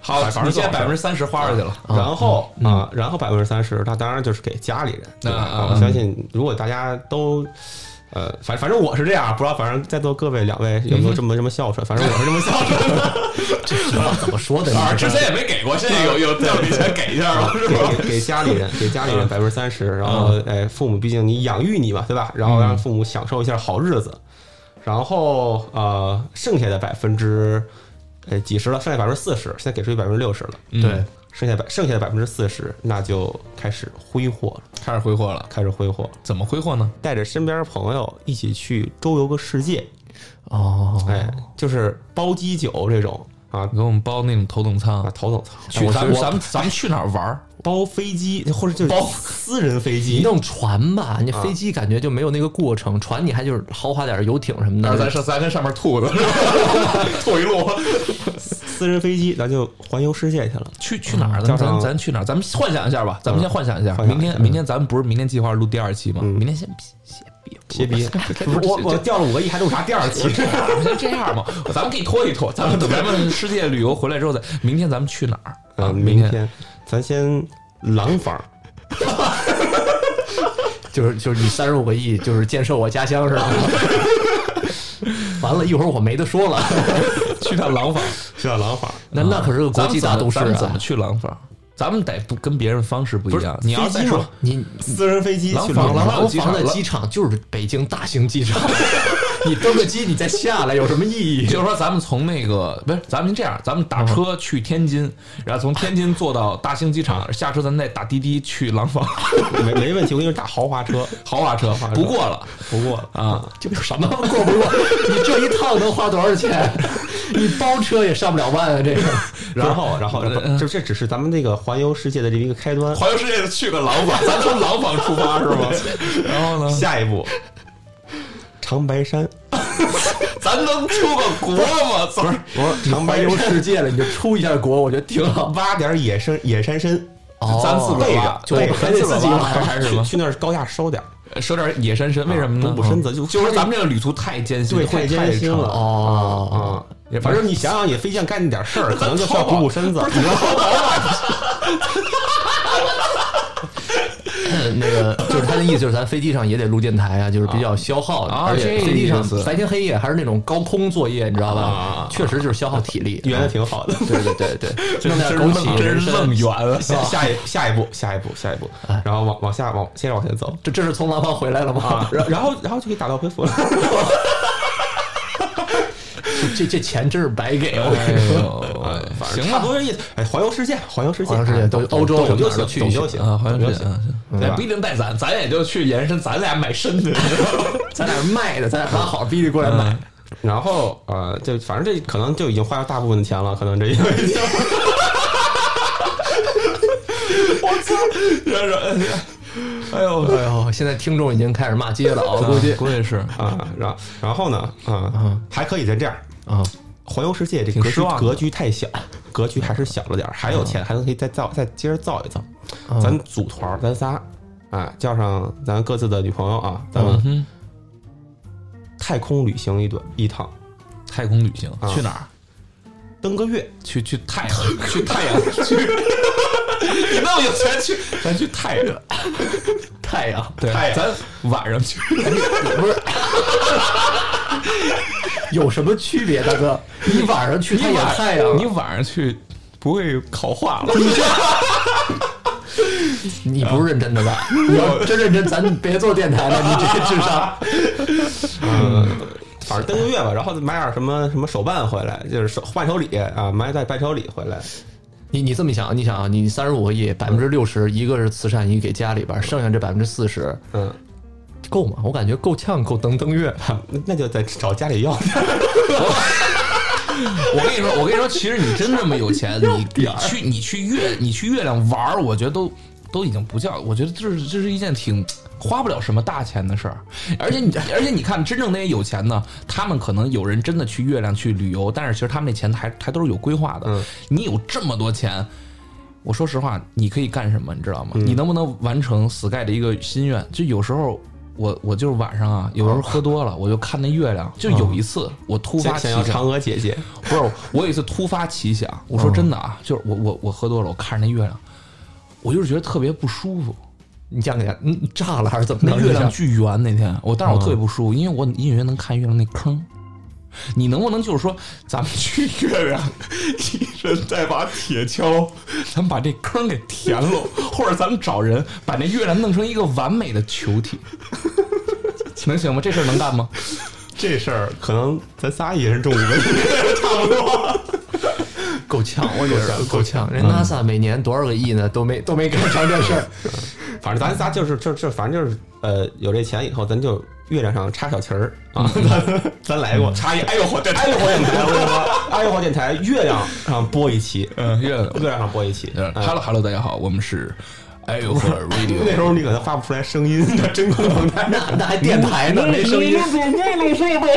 Speaker 1: 好，
Speaker 2: 反
Speaker 1: 你
Speaker 2: 正
Speaker 1: 现
Speaker 2: 做
Speaker 1: 在
Speaker 2: 好事
Speaker 1: 百分之三十花出去了，
Speaker 2: 然后啊，然后百分之三十，那当然就是给家里人。对吧
Speaker 1: 啊啊
Speaker 2: 啊，我相信如果大家都。呃，反反正我是这样，不知道反正在座各位两位有没有这么这么孝顺？反正我是这么孝顺的，
Speaker 3: 这话怎
Speaker 1: [LAUGHS]
Speaker 3: 么说的？
Speaker 1: 啊，
Speaker 3: 你
Speaker 1: 之前也没给过，现在有有要给钱给一下吧，是吧？嗯
Speaker 2: 给给家里人，给家里人百分之三十，然后哎，父母毕竟你养育你嘛，对吧？然后
Speaker 1: 嗯
Speaker 2: 让父母享受一下好日子，然后呃，剩下的百分之呃几十了，剩下百分之四十，现在给出去百分之六十了，
Speaker 1: 嗯
Speaker 3: 对，
Speaker 2: 剩下百剩下的百分之四十，那就开始挥霍了，
Speaker 1: 开始挥霍了，
Speaker 2: 开始挥霍了。
Speaker 1: 怎么挥霍呢？
Speaker 2: 带着身边朋友一起去周游个世界，
Speaker 3: 哦，
Speaker 2: 哎，就是包机酒这种啊
Speaker 1: 给我们包那种头等舱
Speaker 2: 啊，，头等舱
Speaker 1: 去
Speaker 3: 我
Speaker 1: 咱们
Speaker 3: 我
Speaker 1: 咱们咱们去哪儿玩儿？
Speaker 2: 包飞机，或者就是
Speaker 1: 包
Speaker 2: 私人飞
Speaker 3: 你
Speaker 2: 机，
Speaker 3: 弄船吧，你飞机感觉就没有那个过程，船你还就是豪华点儿游艇什么的，
Speaker 1: 上咱跟上面吐的， [LAUGHS] 吐一路。
Speaker 2: 私人飞机咱就环游世界去了。
Speaker 1: 去去哪儿？咱
Speaker 2: 叫
Speaker 1: 咱
Speaker 2: 上
Speaker 1: 咱去哪儿？咱们幻想一下吧，咱们先嗯幻想一下。嗯
Speaker 2: 幻想一下
Speaker 1: 明天明天咱们不是明天计划录第二期吗？明天先先别
Speaker 2: 别别，我我掉了五个亿，还
Speaker 1: 啊
Speaker 2: 录啥第二期？
Speaker 1: 我们先这样吧，咱们可以拖一拖，咱们等咱们世界旅游回来之后再，明天咱们去哪儿？啊，
Speaker 2: 嗯，
Speaker 1: 明
Speaker 2: 明天咱先廊坊，
Speaker 3: [LAUGHS] 就是就是你三十五个亿，就是建设我家乡是吧？完了一会儿我没得说了， [LAUGHS]
Speaker 1: 去趟廊坊，
Speaker 2: 是啊，廊坊。
Speaker 3: 那那可是个国际大都市
Speaker 1: 嗯咱们怎
Speaker 3: 啊
Speaker 1: 么！去廊坊？咱们得不跟别人方式不一样。你要
Speaker 2: 啊飞
Speaker 1: 再
Speaker 2: 机
Speaker 1: 说
Speaker 2: 嘛，
Speaker 3: 你
Speaker 2: 私人飞机
Speaker 1: 廊
Speaker 2: 去
Speaker 1: 坊
Speaker 2: 廊
Speaker 1: 廊坊
Speaker 3: 廊
Speaker 2: 坊，
Speaker 1: 有机场
Speaker 3: 坊的
Speaker 1: 了
Speaker 3: 机场就是北京大型机场， [LAUGHS] 你登个机你再下来有什么意 [LAUGHS] 义？
Speaker 1: 就是说咱们从那个不是，咱们这样，咱们打车去天津，然后从天津坐到大兴机场，下车咱再打滴滴去廊坊， [LAUGHS]
Speaker 2: 没没问题，我给你打豪华车，
Speaker 1: 豪华车不过了
Speaker 2: 不过了
Speaker 1: 啊。
Speaker 3: 这有什么过不过？你这一趟能花多少 [LAUGHS] 钱？你包车也上不了万啊！这个
Speaker 2: 然后，然后，不就这只是咱们这个环游世界的这么一个开端。
Speaker 1: 环游世界去个廊坊，咱从廊坊出发是吗？然后呢，
Speaker 2: [LAUGHS] 下一步，长白山，
Speaker 1: 咱能出个国吗？不是，
Speaker 2: 我说
Speaker 3: [LAUGHS]
Speaker 2: 长
Speaker 3: 环
Speaker 2: 白
Speaker 3: 游
Speaker 2: 山
Speaker 3: 世界了，你就出一下国，我觉得挺好。
Speaker 2: 挖点野生野山参，
Speaker 1: 咱自个
Speaker 2: 背
Speaker 1: 儿挖
Speaker 2: 着，
Speaker 3: 哦就
Speaker 2: 背着
Speaker 3: 还得自己
Speaker 1: 挖还是什
Speaker 2: 去
Speaker 1: 么
Speaker 2: 去那儿高价收点儿，
Speaker 1: 说点野山参，为什么呢？
Speaker 2: 补补身子就
Speaker 1: 就是咱们这个旅途太艰辛，
Speaker 2: 对，
Speaker 1: 会
Speaker 2: 太艰辛
Speaker 1: 长
Speaker 2: 了。
Speaker 3: 哦，
Speaker 2: 啊，反正你想想，你飞机上干那点事儿，
Speaker 3: [LAUGHS]
Speaker 2: 可能就需要补补身子。
Speaker 3: 那个就是他的意思，就是咱飞机上也得录电台啊，就是比较消耗的，
Speaker 1: 啊
Speaker 3: 而且
Speaker 1: 这
Speaker 3: 飞机上
Speaker 1: 意思
Speaker 3: 白天黑夜还是那种高空作业，你知道吧
Speaker 2: 啊？
Speaker 3: 确实就是消耗体力。
Speaker 2: [LAUGHS]
Speaker 3: 啊
Speaker 2: 圆的挺好的。
Speaker 3: [LAUGHS] 对对对 [LAUGHS] 对，弄
Speaker 1: 真
Speaker 3: 点
Speaker 1: 是
Speaker 3: 枸
Speaker 1: 愣，
Speaker 3: 杞，
Speaker 1: 真是愣圆了。
Speaker 2: 下下一下一步，下一步，下一步，
Speaker 3: 哎
Speaker 2: 然后往往下往接着往前
Speaker 3: [LAUGHS]
Speaker 2: 走
Speaker 3: 这这是从廊坊回来了吗
Speaker 2: 啊，？然然后然后就可以打道回府了。
Speaker 3: [LAUGHS] 这这钱真是白给，我跟你说。
Speaker 2: [LAUGHS]
Speaker 1: 哎呦
Speaker 2: 反正
Speaker 1: 行
Speaker 2: 差
Speaker 1: 吧
Speaker 2: 不，多这意思。哎，环游世界，环游世界，
Speaker 3: 哦
Speaker 2: 哎
Speaker 3: 环游世界都
Speaker 2: 懂
Speaker 3: 欧洲
Speaker 2: 懂就
Speaker 3: 哪儿都
Speaker 2: 行，
Speaker 3: 去一
Speaker 2: 懂就
Speaker 3: 去
Speaker 2: 行
Speaker 1: 啊，好像
Speaker 2: 懂
Speaker 1: 是
Speaker 2: 就行。
Speaker 1: 嗯
Speaker 2: 对吧
Speaker 1: 不一定带咱，咱也就去延伸，咱俩买身的，
Speaker 3: [LAUGHS] 咱俩是卖的，咱俩把好逼的过来买。
Speaker 2: 然后呃，就反正这可能就已经花了大部分的钱了，可能 [LAUGHS] 这因为
Speaker 1: 哎呦，
Speaker 3: 哎呦，现在听众已经开始骂街了啊！我估计
Speaker 1: 估计是
Speaker 2: 啊，然后然后呢，啊，还可以再这样。
Speaker 3: 啊，
Speaker 2: 环游世界这
Speaker 1: 挺
Speaker 2: 格
Speaker 1: 失
Speaker 2: 局
Speaker 1: 望的啊
Speaker 2: 格局太小， [LAUGHS] 格局还是小了点儿。还有钱，还能可以再造，再接着造一造。咱组团儿，咱仨，哎，叫上咱各自的女朋友啊，咱们
Speaker 1: 嗯，
Speaker 2: 太空旅行一顿一趟，
Speaker 1: 太空旅行
Speaker 2: 啊
Speaker 1: 去哪儿？
Speaker 2: 登个月，
Speaker 1: 去去太阳，去太阳，去。 [LAUGHS] 你那么有钱去，咱去太阳，
Speaker 3: 太阳
Speaker 1: 对，
Speaker 2: 太阳
Speaker 1: 咱晚上去。
Speaker 3: 不是 [LAUGHS] 有什么区别，大哥？你晚上去它也太阳，
Speaker 1: 你晚上去不会烤化了？
Speaker 3: 你不是认真的吧？你要真认真，咱别做电台了，你这个智商。
Speaker 2: 嗯，反正登个月
Speaker 1: [LAUGHS]
Speaker 2: 吧，然后再买点什么什么手办回来，就是手伴手礼啊，买点伴手礼回来。
Speaker 3: 你你这么想，你想啊，你三十五个亿，百分之六十一个是慈善，一个给家里边儿，剩下这百分之四十
Speaker 2: 嗯，
Speaker 3: 够吗？我感觉够呛，够登登月。
Speaker 2: 那就再找家里要。
Speaker 1: 我跟你说，我跟你说，其实你真这么有
Speaker 2: [LAUGHS]
Speaker 1: 钱，你你去你去月你去月亮玩儿，我觉得都都已经不叫，我觉得这是这是一件挺花不了什么大钱的事儿。而且你而且你看，真正那些有钱的，他们可能有人真的去月亮去旅游，但是其实他们那钱还还都是有规划的。
Speaker 2: 嗯
Speaker 1: 你有这么多钱。我说实话，你可以干什么？你知道吗？
Speaker 2: 嗯
Speaker 1: 你能不能完成 Sky 的一个心愿？就有时候我我就是晚上啊，有时候喝多了，我就看那月亮。就有一次我突发
Speaker 2: 哦嗯想
Speaker 1: 奇
Speaker 2: 想要
Speaker 1: 想，
Speaker 2: 嫦娥姐姐，
Speaker 1: 不是，我有一次突发奇想，我说真的啊，就是我我我喝多了，我看着那月亮，我就是觉得特别不舒服。
Speaker 3: 你讲给他，嗯，炸了还是怎么着？
Speaker 1: 那月亮
Speaker 3: 你想
Speaker 1: 巨圆那天，嗯我但是我特别不舒服，因为我隐隐约能看月亮那坑。你能不能就是说，咱们去月亮，一人再把铁锹，咱们把这坑给填了，或者咱们找人把那月亮弄成一个完美的球体，能行吗？这事儿能干吗？
Speaker 2: 这事儿可能咱仨一人中五个亿，差不 [LAUGHS] 多。
Speaker 3: 够呛，我觉得够呛。人 NASA 每年多少个亿呢？都没都 [LAUGHS] 没干成这事儿。
Speaker 2: [LAUGHS] 反正咱仨就是这这，反正就是呃，有这钱以后，咱就月亮上插小旗儿啊，咱咱来过插一哎呦火电台，哎呦火电台，我跟你说，哎呦火电台，月亮上播一期，
Speaker 1: 嗯，月亮。
Speaker 2: 月亮上播一期。
Speaker 1: 嗯，Hello Hello，大家好，我们是 i o h Radio。 [LAUGHS]
Speaker 2: 那时候你可能发不出来声音，那真可能太
Speaker 3: 那那还电台呢，没声音。
Speaker 1: [LAUGHS]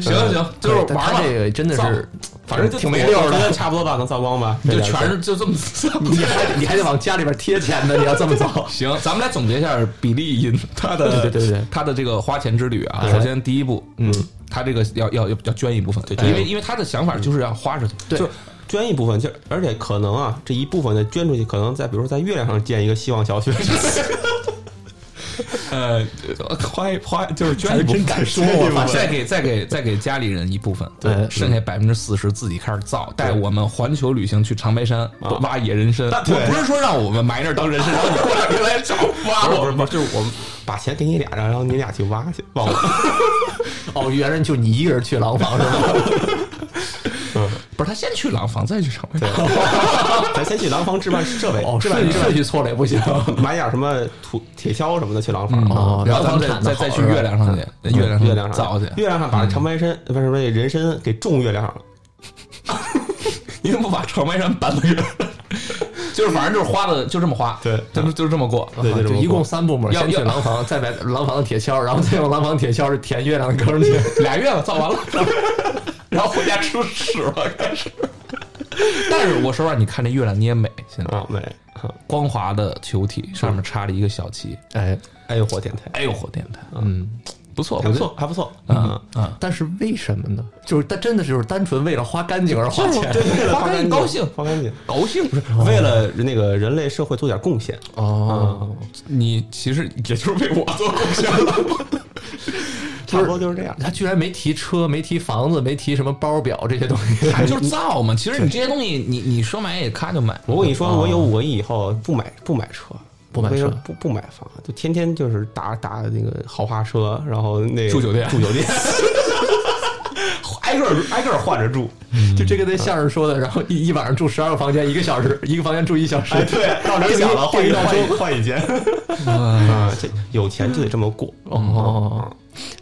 Speaker 1: 行行，就是
Speaker 3: 但
Speaker 1: 玩
Speaker 3: 他
Speaker 1: 吧，
Speaker 3: 这个真的
Speaker 1: 造
Speaker 3: 是，
Speaker 2: 反正就
Speaker 3: 挺没溜儿
Speaker 2: 跟
Speaker 3: 的
Speaker 2: 咱。差不多吧，能造光吧？
Speaker 1: 就全是就这么造。。
Speaker 3: 你还得你还得往家里边贴钱呢，你要这么造
Speaker 1: [LAUGHS] 行，咱们来总结一下比利银 [LAUGHS] 他的
Speaker 3: 对对对对
Speaker 1: 他的这个花钱之旅啊。首先第一步，嗯，他这个要要要要捐一部分，因为因为他的想法就是要花出去，
Speaker 3: 对
Speaker 2: 就是捐一部分，就而且可能啊，这一部分的捐出去，可能在比如说在月亮上建一个希望小学，
Speaker 1: 呃，花花就是捐一部分，
Speaker 3: 真敢说我发现
Speaker 1: 再给再给再给家里人一部分，
Speaker 3: 对
Speaker 1: 剩下百分之四十自己开始造，带我们环球旅行去长白山挖野人参，
Speaker 2: 但对
Speaker 1: 我不是说让我们埋那儿当人参，然后你过两天来找挖
Speaker 2: [LAUGHS] 不
Speaker 1: 我
Speaker 2: 是
Speaker 1: 们，
Speaker 2: 不是，就是我们把钱给你俩，然后你俩去挖去，往
Speaker 3: [LAUGHS] 哦，原来就你一个人去廊坊是吧？
Speaker 1: 不是他先去廊坊，再去长白山，
Speaker 2: 咱先去廊坊置办设备，
Speaker 3: [LAUGHS] 哦，
Speaker 2: 置办
Speaker 3: 顺序顺序错了也不行。
Speaker 2: 买点什么土铁锹什么的去廊坊。啊
Speaker 3: 哦
Speaker 1: 然后啊咱
Speaker 3: 廊坊
Speaker 1: 们再
Speaker 3: 产的
Speaker 1: 再
Speaker 3: 好
Speaker 1: 再去
Speaker 3: 是吧
Speaker 1: 月亮上去，月亮
Speaker 2: 嗯月亮上嗯
Speaker 1: 造去，
Speaker 2: 月亮上把长白山不是不是人参给种月亮上了，
Speaker 1: 你怎么把长白山搬到月亮？ [LAUGHS] 就是反正就是花的就这么花，
Speaker 2: 对
Speaker 1: 就是就是这么过，
Speaker 2: 对对
Speaker 3: 就
Speaker 2: 对
Speaker 3: 一共三部门，
Speaker 1: 要
Speaker 3: 先去
Speaker 1: 要
Speaker 3: 廊 [LAUGHS] 坊，再买廊坊的铁锹，然后再用廊坊铁锹填月亮的坑去。
Speaker 1: 俩月了，造完了， [LAUGHS] 然后回家吃屎了，开始。但是我说实话，你看这月亮捏美，现在
Speaker 2: 啊，没，啊
Speaker 1: 光滑的球体
Speaker 2: 嗯
Speaker 1: 上面插了一个小旗，
Speaker 3: [LAUGHS] 哎，
Speaker 2: 哎呦火电台，
Speaker 1: 哎呦火电台，嗯，不错，
Speaker 2: 还不
Speaker 1: 我觉得，
Speaker 2: 错还不错，
Speaker 1: 嗯
Speaker 2: 嗯，
Speaker 1: 啊，
Speaker 3: 但是为什么呢？就是他真的就是单纯为了花干净而花
Speaker 1: 就是
Speaker 3: 钱。
Speaker 1: 对
Speaker 2: 为
Speaker 1: [LAUGHS]
Speaker 2: 了
Speaker 1: 花
Speaker 2: 花
Speaker 1: 干
Speaker 2: 干
Speaker 1: 净
Speaker 2: 净
Speaker 1: 高兴
Speaker 2: 花干净，
Speaker 1: 高兴不是
Speaker 2: 为了那个人类社会做点贡献，
Speaker 3: 哦，
Speaker 1: 你，其实也就是为我做贡献了。
Speaker 2: 差不多就是这样。
Speaker 3: 他居然没提车，没提房子，没提什么包表这些东西。
Speaker 1: 还就是造嘛，其实你这些东西，你你说买也咔就买，
Speaker 2: 我跟你说，我有五个亿以后不买不买车，
Speaker 3: 不买
Speaker 2: 为什么
Speaker 3: 车
Speaker 2: 不不买房，就天天就是打打那个豪华车，然后那个
Speaker 1: 住酒店
Speaker 2: 住酒店，挨个儿挨个儿换着住。
Speaker 3: 就这个那相声说的，然后一一晚上住十二个房间，一个小 [LAUGHS] 时，一个房间住一小时，
Speaker 2: 哎对，到
Speaker 3: 哎这儿
Speaker 2: 想
Speaker 3: 想
Speaker 2: 了
Speaker 3: 了
Speaker 2: 换
Speaker 3: 换
Speaker 2: 一
Speaker 3: 一
Speaker 2: 换
Speaker 3: 换
Speaker 2: 一
Speaker 3: 一
Speaker 2: 换一间。 [LAUGHS] 啊，这有钱就得这么过。
Speaker 3: 哦，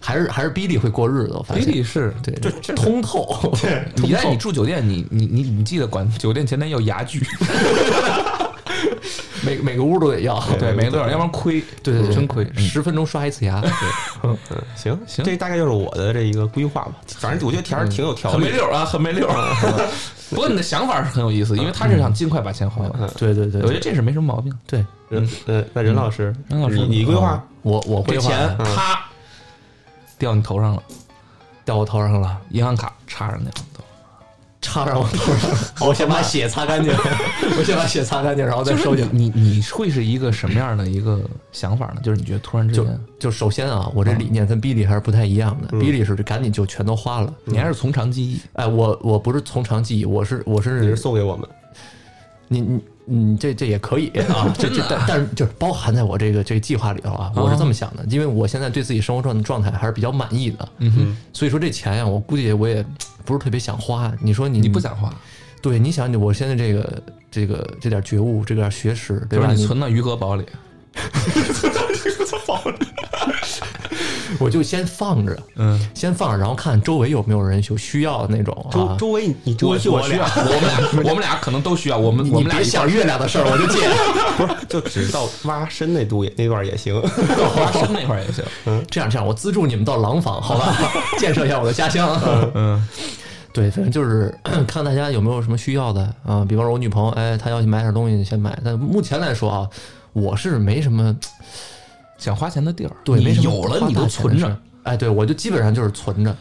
Speaker 3: 还是还是比利会过日子，我发现
Speaker 1: 比利是
Speaker 3: 对，通透，对
Speaker 1: [LAUGHS] 你在你住酒店，你你你你记得管酒店前台要牙具，
Speaker 3: 每每个屋都得要，
Speaker 1: [LAUGHS] 对，没多少，要不然亏，
Speaker 3: 对对对，
Speaker 1: 真亏，嗯
Speaker 3: 十分钟刷一次牙，
Speaker 2: 嗯，行
Speaker 1: 行
Speaker 2: 这大概就是我的这一个规划吧。反正我觉得还是挺有条
Speaker 1: 很
Speaker 2: 理
Speaker 1: 没。溜儿啊，很没溜儿。 [LAUGHS] 嗯不过你的想法是很有意思，因为他是想尽快把钱花完。
Speaker 3: 对对对
Speaker 1: 我觉得
Speaker 3: 对
Speaker 1: 这是没什么毛病。
Speaker 3: 对，
Speaker 2: 嗯嗯，那任老师，
Speaker 1: 任老师
Speaker 2: 你你规划
Speaker 3: 我我会
Speaker 1: 这钱
Speaker 2: 嗯
Speaker 1: 啪掉你头上了，
Speaker 3: 掉我头上了，
Speaker 1: 银行卡插上去了都。
Speaker 3: 插上我头上了， [LAUGHS] 我先把血擦 [LAUGHS] 干净，我先把血擦干净，然后再收
Speaker 1: 就是
Speaker 3: 起来。
Speaker 1: 你你你会是一个什么样的一个想法呢？就是嗯你觉得突然之
Speaker 3: 就
Speaker 1: 间，
Speaker 3: 就首先啊，我这理念跟比利还是不太一样的，比利是赶紧就全都花了。
Speaker 1: 你还是从长计议，
Speaker 3: 哎，我我不是从长计议，我是我
Speaker 2: 你是
Speaker 3: 是
Speaker 2: 送给我们，
Speaker 3: 你你你这这也
Speaker 1: [LAUGHS]
Speaker 3: 可以啊，这这但但是就是包含在我这个这个计划里头啊，我是这么想的，因为我现在对自己生活状状态还是比较满意的，嗯哼，所以说这钱呀、我估计我也不是特别想花。你说你
Speaker 1: 你
Speaker 3: 你
Speaker 1: 不想花，
Speaker 3: 对，你想你我现在这个这个这点觉悟，这点学识，
Speaker 1: 比
Speaker 3: 对
Speaker 1: 如
Speaker 3: 吧？
Speaker 1: 你存到余额宝里，
Speaker 3: 你我就先放着，
Speaker 1: [LAUGHS] 嗯，
Speaker 3: 先放着，然后看周围有没有人有需要那种
Speaker 2: 周
Speaker 3: 啊。
Speaker 2: 周围你你周围就
Speaker 1: 我需要，我们俩我们俩可能都需要，我们
Speaker 3: 你
Speaker 1: 我
Speaker 3: 你
Speaker 1: 们俩
Speaker 3: 别想月亮的事儿，我就戒了。
Speaker 2: [LAUGHS] 不是就只到挖深那度也那段也行。
Speaker 1: 花生那块儿也行，
Speaker 3: 这样这样，我资助你们到廊坊，好
Speaker 1: [LAUGHS]
Speaker 3: 吧，建设一下我的家乡。
Speaker 1: 嗯，
Speaker 3: 对，反正就是嗯看大家有没有什么需要的啊，比方说我女朋友，哎，她要去买点东西，你先买。但目前来说啊，我是没什么，
Speaker 1: [LAUGHS] 想花钱的地儿，
Speaker 3: 对，没
Speaker 1: 你
Speaker 3: 什么
Speaker 1: 有了
Speaker 3: 花
Speaker 1: 你都
Speaker 3: 大钱的
Speaker 1: 存
Speaker 3: 事儿
Speaker 1: 着，。
Speaker 3: 哎，对，我就基本上就是存着，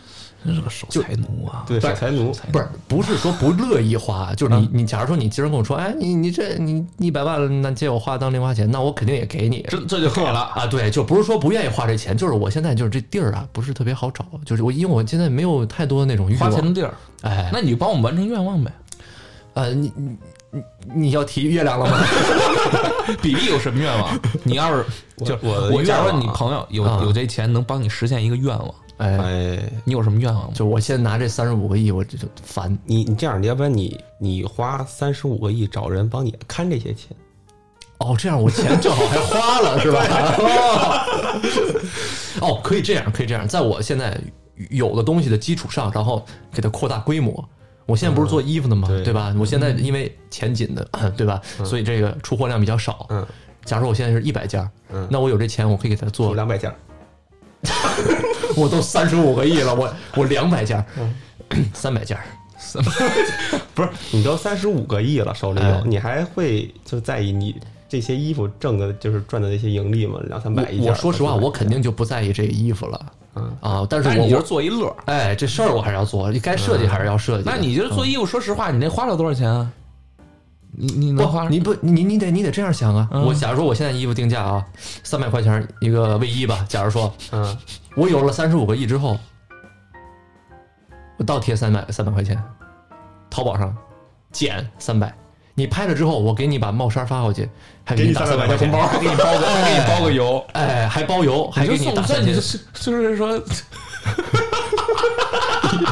Speaker 1: 真是个守财奴啊！
Speaker 2: 对，小财奴，
Speaker 3: 不是不是说不乐意花，就是
Speaker 1: 嗯
Speaker 3: 你你假如说你今儿跟我说，哎，你你这你一百万了，那借我花当零花钱，那我肯定也给你，
Speaker 1: 这这就可以了。
Speaker 3: [LAUGHS] 啊，对，就不是说不愿意花这钱，就是我现在就是这地儿啊，不是特别好找，就是我因为我现在没有太多那种欲
Speaker 1: 花钱
Speaker 3: 望，
Speaker 1: 的地儿，
Speaker 3: 哎，
Speaker 1: 那你帮我们完成愿望呗？
Speaker 3: 呃，你你你你要提月亮了吗？
Speaker 1: 比利有什么愿望？你要是就
Speaker 2: 我的
Speaker 1: 我假如
Speaker 2: 愿望
Speaker 1: 你朋友有
Speaker 3: 啊
Speaker 1: 有这钱能帮你实现一个愿望，
Speaker 3: [LAUGHS] 哎，
Speaker 2: 哎，
Speaker 1: 你有什么愿望吗？
Speaker 3: 就我现在拿这三十五个亿，我就就烦，
Speaker 2: 你你这样，要不然你你花三十五个亿找人帮你看这些钱，
Speaker 3: 哦，这样我钱正好还花了，是吧？哦，哦，可以这样，可以这样，在我现在有的东西的基础上，然后给它扩大规模。我现在不是做衣服的嘛，
Speaker 2: 嗯对
Speaker 3: 对嗯吧？我现在因为钱紧的，对吧？所以这个出货量比较少。
Speaker 2: 嗯，
Speaker 3: 假如说我现在是一百件儿，
Speaker 2: 嗯
Speaker 3: 那我有这钱，我可以给它
Speaker 2: 有
Speaker 3: 做。
Speaker 2: 两百件儿，
Speaker 3: 我都三十五个亿了，我我两百件儿， [CLEARS THROAT] 三百件儿，
Speaker 2: 不是你都三十五个亿了，手里有
Speaker 3: 哎，
Speaker 2: 你还会就在意你这些衣服挣的，就是赚的那些盈利吗？两三百一件
Speaker 3: 我
Speaker 2: 儿
Speaker 3: 说实话，我肯定就不在意这个衣服了。啊，但是
Speaker 1: 但是
Speaker 3: 我
Speaker 1: 你就是
Speaker 3: 我
Speaker 1: 做一乐儿。
Speaker 3: 哎，这事儿我还是要做，该设计还是要设计的。嗯
Speaker 1: 那你就是做衣服，说实话，你那花了多少钱啊？你你能花
Speaker 3: 不，你不， [LAUGHS] 你你得你得这样想啊！我假如说我现在衣服定价啊，三百块钱一个卫衣吧，假如说，
Speaker 2: 嗯，
Speaker 3: 我有了三十五个亿之后，我倒贴三百三百块钱，淘宝上减三百。你拍了之后，我给你把帽衫发过去，还
Speaker 2: 给
Speaker 3: 你
Speaker 2: 你
Speaker 3: 打
Speaker 2: 三
Speaker 3: 百
Speaker 2: 百块
Speaker 3: 钱
Speaker 2: 钱红，包，
Speaker 1: 给你包个给你包个邮，
Speaker 3: 哎，还包邮，还
Speaker 1: 你
Speaker 3: 给
Speaker 1: 就
Speaker 3: 你
Speaker 1: 送
Speaker 3: 打
Speaker 1: 这
Speaker 3: 三
Speaker 1: 你
Speaker 3: 千
Speaker 1: 就，是就是说神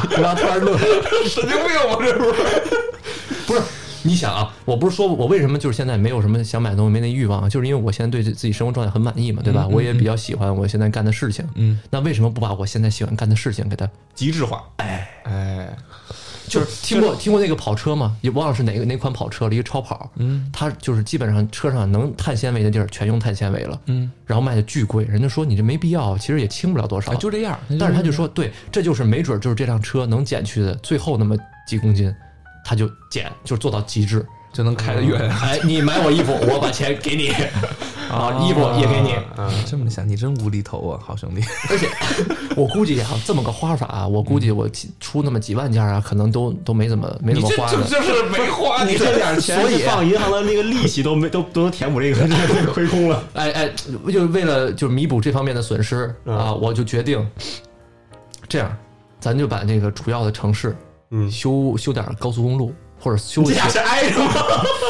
Speaker 3: 不要突然乐。
Speaker 1: 经病吗？这不是
Speaker 3: 不是，你想啊，我不是说我为什么就是现在没有什么想买东西没那欲望啊，就是因为我现在对自己生活状态很满意嘛，对吧？我也比较喜欢我现在干的事情，
Speaker 1: 嗯，
Speaker 3: 那为什么不把我现在喜欢干的事情给它？
Speaker 2: 极致化，哎哎，
Speaker 3: 就是听过听过那个跑车吗？也忘了是哪个哪款跑车了，一个超跑，嗯，它就是基本上车上能碳纤维的地儿全用碳纤维了，嗯，然后卖的巨贵，人家说你这没必要，其实也轻不了多少，
Speaker 1: 啊就这样，
Speaker 3: 但是啊他就说，对，这就是没准儿就是这辆车能减去的最后那么几公斤，他就减，就是做到极致。
Speaker 1: 就能开得远。
Speaker 3: [LAUGHS]
Speaker 1: 啊
Speaker 3: 哎，你买我衣 [LAUGHS] 服，我把钱给你，啊，衣服也给你。
Speaker 2: 嗯，
Speaker 1: 这么想，你真无厘头啊，好兄弟！
Speaker 3: 而且我估计啊，这么个花法、啊，我估计我几出那么几万件啊，可能都都没怎么没怎么花的。
Speaker 1: 就是没花，你
Speaker 2: 这点钱
Speaker 3: 所以
Speaker 2: 放银行的那个利息都没都 [LAUGHS] 都能填补这个这个亏
Speaker 3: [LAUGHS]
Speaker 2: 空了，
Speaker 3: 哎哎，就是为了就是弥补这方面的损失
Speaker 2: 嗯
Speaker 3: 啊，我就决定这样，咱就把那个主要的城市，
Speaker 2: 嗯
Speaker 3: 修修点儿高速公路，或者修一些。
Speaker 2: 挨着吗？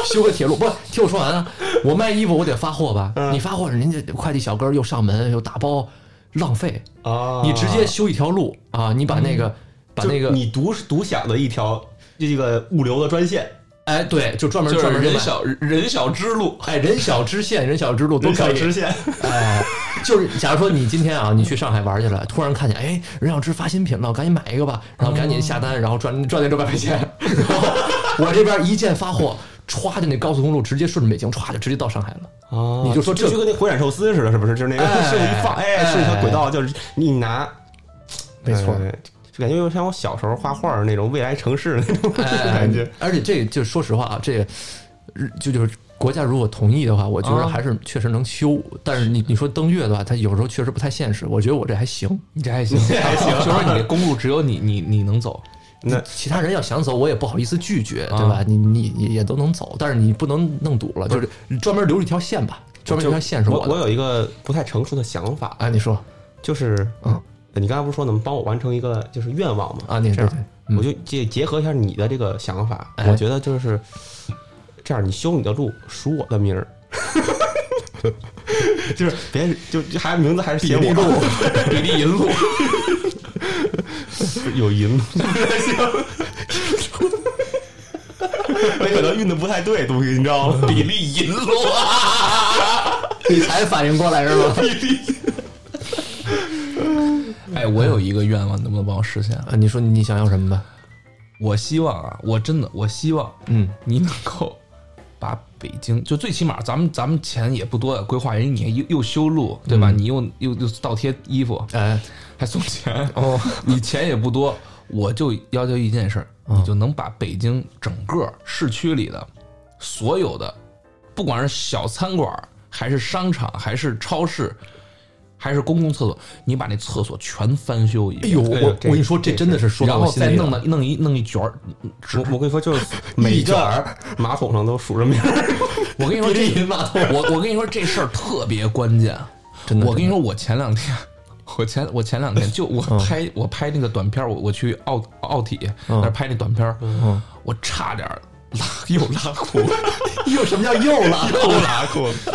Speaker 3: 修个铁路，不是听我说完啊！我卖衣服，我得发货吧？
Speaker 2: 嗯
Speaker 3: 你发货，人家快递小哥又上门又打包，浪费。
Speaker 2: [LAUGHS] 啊，嗯
Speaker 3: 你直接修一条路啊！你把那个，把那
Speaker 2: 就
Speaker 3: 个，
Speaker 2: 你独独享的一条这个物流的专线，
Speaker 3: 哎，对，就专门
Speaker 1: 就是
Speaker 3: 专门
Speaker 1: 人小
Speaker 3: 小，
Speaker 1: 人小之路，
Speaker 3: 哎，人小支线，人小之路都
Speaker 2: 独
Speaker 3: 可
Speaker 2: 享
Speaker 3: 以
Speaker 2: 支。线，
Speaker 3: 哎，就是假如说你今天啊，你去上海玩去了，突然看见哎，人小支发新品了，我赶紧买一个吧，然后赶紧下单，然后赚赚那六百块
Speaker 2: [LAUGHS]
Speaker 3: 钱，然后我这边一键发货，歘就那高速公路直接顺着北京，歘就直接到上海了。
Speaker 2: 哦
Speaker 3: 你就说这
Speaker 2: 就跟那回转寿司似的，是不是？就是那个
Speaker 3: 哎
Speaker 2: [LAUGHS] 是一放，哎，
Speaker 3: 哎
Speaker 2: 是一条轨道，就是你拿，
Speaker 3: 没错
Speaker 2: 哎，就感觉有像我小时候画画那种未来城市
Speaker 3: [LAUGHS]
Speaker 2: 那种
Speaker 3: 哎
Speaker 2: [LAUGHS] 感觉。
Speaker 3: 而且这就说实话啊，这个就就是国家如果同意的话，我觉得
Speaker 1: 啊
Speaker 3: 还是确实能修。但是你你说登月的话，它有时候确实不太现实。我觉得我这还行，
Speaker 1: 你这还行，这还行。 [LAUGHS] 就说你这公路只有你你你能走，
Speaker 2: 那
Speaker 3: 其他人要想走，我也不好意思拒绝，
Speaker 1: 啊
Speaker 3: 对吧？你你你也都能走，但是你不能弄堵了，就是专门留一条线吧，专门留一条线是
Speaker 2: 我
Speaker 3: 的。
Speaker 2: 我有一个不太成熟的想法，
Speaker 3: 啊，你说
Speaker 2: 就是呃
Speaker 3: 嗯，
Speaker 2: 你刚才不是说能帮我完成一个就是愿望吗？
Speaker 3: 啊，你
Speaker 2: 这
Speaker 3: 说
Speaker 2: 样，我就结结合一下你的这个想法，
Speaker 3: 哎
Speaker 2: 我觉得就是这样，你修你的路，署我的名儿， [LAUGHS] 就是别就就还名字还是写我 [LAUGHS] 路，
Speaker 1: 比利银路，
Speaker 2: 有银 [LAUGHS] 路，那可能运的不太对，东西你知道吗？
Speaker 1: 比利银路，啊
Speaker 3: 你才反应过来是吧？
Speaker 1: 哎，我有一个愿望，能不能帮我实现啊？
Speaker 3: [LAUGHS] 啊，你说你想要什么吧？
Speaker 1: 我希望啊，我真的，我希望
Speaker 3: 嗯，
Speaker 1: 你能够把北京，就最起码咱们咱们钱也不多，规划人你又又修路，对吧？你又又又倒贴衣服，
Speaker 3: 哎，
Speaker 1: 还送钱，
Speaker 3: 哦，
Speaker 1: 你钱也不多，我就要求一件事儿，
Speaker 3: 嗯
Speaker 1: 你就能把北京整个市区里的所有的，不管是小餐馆儿，还是商场，还是超市，还是公共厕所，你把那厕所全翻修一
Speaker 3: 哎
Speaker 1: 遍。
Speaker 3: 呦，我我跟你说，这真的是说到
Speaker 1: 然
Speaker 3: 我
Speaker 1: 后
Speaker 3: 心里
Speaker 1: 再
Speaker 3: 了
Speaker 1: 弄的弄一弄一卷儿，嗯
Speaker 2: 我我跟你说，就是每个马桶上都署着名儿，
Speaker 1: 我跟你说
Speaker 3: 比利
Speaker 1: 这
Speaker 3: 银码头
Speaker 1: 我我跟你说这事儿特别关键，啊
Speaker 3: [LAUGHS] 真的嗯
Speaker 1: 我跟你说，我前两天，我前我前两天就我拍、我拍那个短片儿，我我去奥奥体
Speaker 3: 嗯
Speaker 1: 那儿拍那短片儿，我差点儿拉又拉
Speaker 3: [LAUGHS]
Speaker 1: 裤子，
Speaker 3: 又什么叫又了？
Speaker 2: 都拉裤子。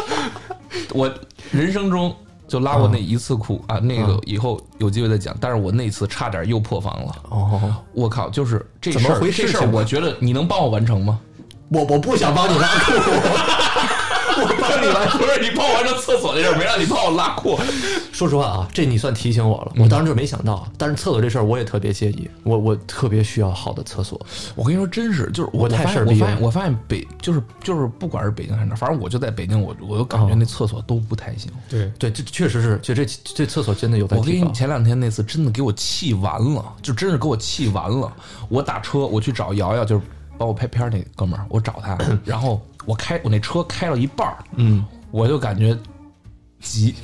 Speaker 1: 我人生中。就拉
Speaker 3: 嗯
Speaker 1: 过那一次裤啊，那个以后有机会再讲。但是我那次差点又破防了，
Speaker 3: 哦。
Speaker 1: 我靠！就是这
Speaker 3: 怎么
Speaker 1: 事儿，
Speaker 3: 回事
Speaker 1: 这事儿
Speaker 3: 情
Speaker 1: 我觉得你能帮我完成吗？ [LAUGHS]
Speaker 3: 我我不想帮你拉裤， [LAUGHS] 我帮你拉。 [LAUGHS]
Speaker 1: 不是你帮我完成厕所这事儿，没让你帮我拉裤。
Speaker 3: 说实话啊，这你算提醒我了，我当时就没想到。啊但是厕所这事儿我也特别介意，我我特别需要好的厕所。
Speaker 1: 我跟你说，真是就是我
Speaker 3: 我太
Speaker 1: 发现
Speaker 3: 事儿
Speaker 1: 我
Speaker 3: 逼
Speaker 1: 发
Speaker 3: 了
Speaker 1: 现我发现北就是就是不管是北京还是哪儿，反正我就在北京，我我就感
Speaker 3: 哦
Speaker 1: 觉那厕所都不太行。
Speaker 2: 对，
Speaker 3: 对，这确实是，就这这厕所真的有待
Speaker 1: 我跟
Speaker 3: 提
Speaker 1: 你
Speaker 3: 高。
Speaker 1: 前两天那次真的给我气完了，就真是给我气完了。我打车我去找瑶瑶，就是帮我拍片儿那哥们儿，我找他，然后我开我那车开了一半儿，嗯，我就感觉急。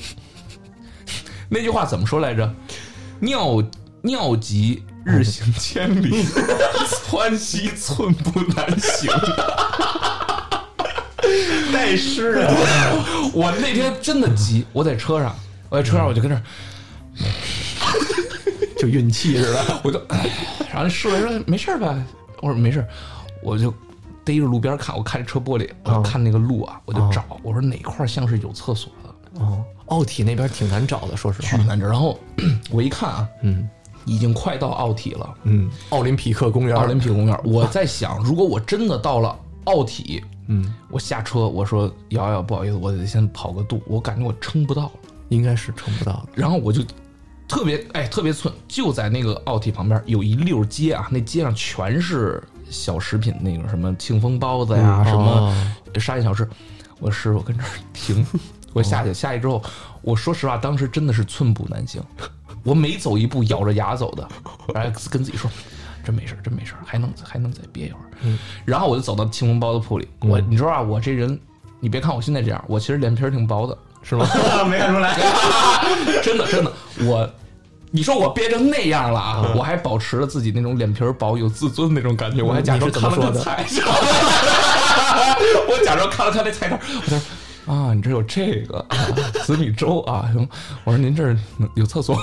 Speaker 1: [LAUGHS] 那句话怎么说来着？尿尿急日行千里，窜稀寸步难行。
Speaker 2: 带诗啊！
Speaker 1: [LAUGHS] 我那天真的急，我在车上，我在车上我就跟这儿，
Speaker 3: 就运气似的。
Speaker 1: 我就， [LAUGHS] 哎然后侍卫说没事儿吧，我说没事儿，我就逮着路边看，我看这车玻璃，我就看那个路啊，我就找，我说哪块儿像是有厕所的，
Speaker 3: [LAUGHS] 哦，奥体那边挺难找的，说实
Speaker 1: 巨
Speaker 3: 话。
Speaker 1: 难找。然后我一看啊，嗯，已经快到奥体了，
Speaker 3: 嗯，奥林匹克公园，
Speaker 1: 奥林匹克公园。我在想，如果我真的到了奥体，嗯，我下车我说瑶瑶，不好意思，我得先跑个肚，我感觉我撑不到了。
Speaker 3: 应该是撑不到的。
Speaker 1: 然后我就特别哎特别寸，就在那个奥体旁边有一溜街啊，那街上全是小食品，那个什么庆丰包子呀，
Speaker 2: 嗯
Speaker 1: 什
Speaker 3: 哦
Speaker 1: 么沙县小吃。我师傅跟这儿
Speaker 2: [LAUGHS]
Speaker 1: 停，我下去下去之后，我说实话，当时真的是寸步难行，我每走一步咬着牙走的，然后跟自己说。真没事儿，真没事儿，还能还能再憋一会儿。
Speaker 2: 嗯
Speaker 1: 然后我就走到庆丰包子铺里，我你知道啊，我这人，你别看我现在这样，我其实脸皮儿挺薄的，
Speaker 2: 是吗？没看出来。
Speaker 1: [LAUGHS] 真的真的，我你说我憋成那样了啊，我还保持了自己那种脸皮儿薄、有自尊那种感觉，我还假装看了看菜单，我假装看了看那菜单，我就说。啊，你这有这个、啊、紫米粥啊？行，我说您这儿有厕所吗？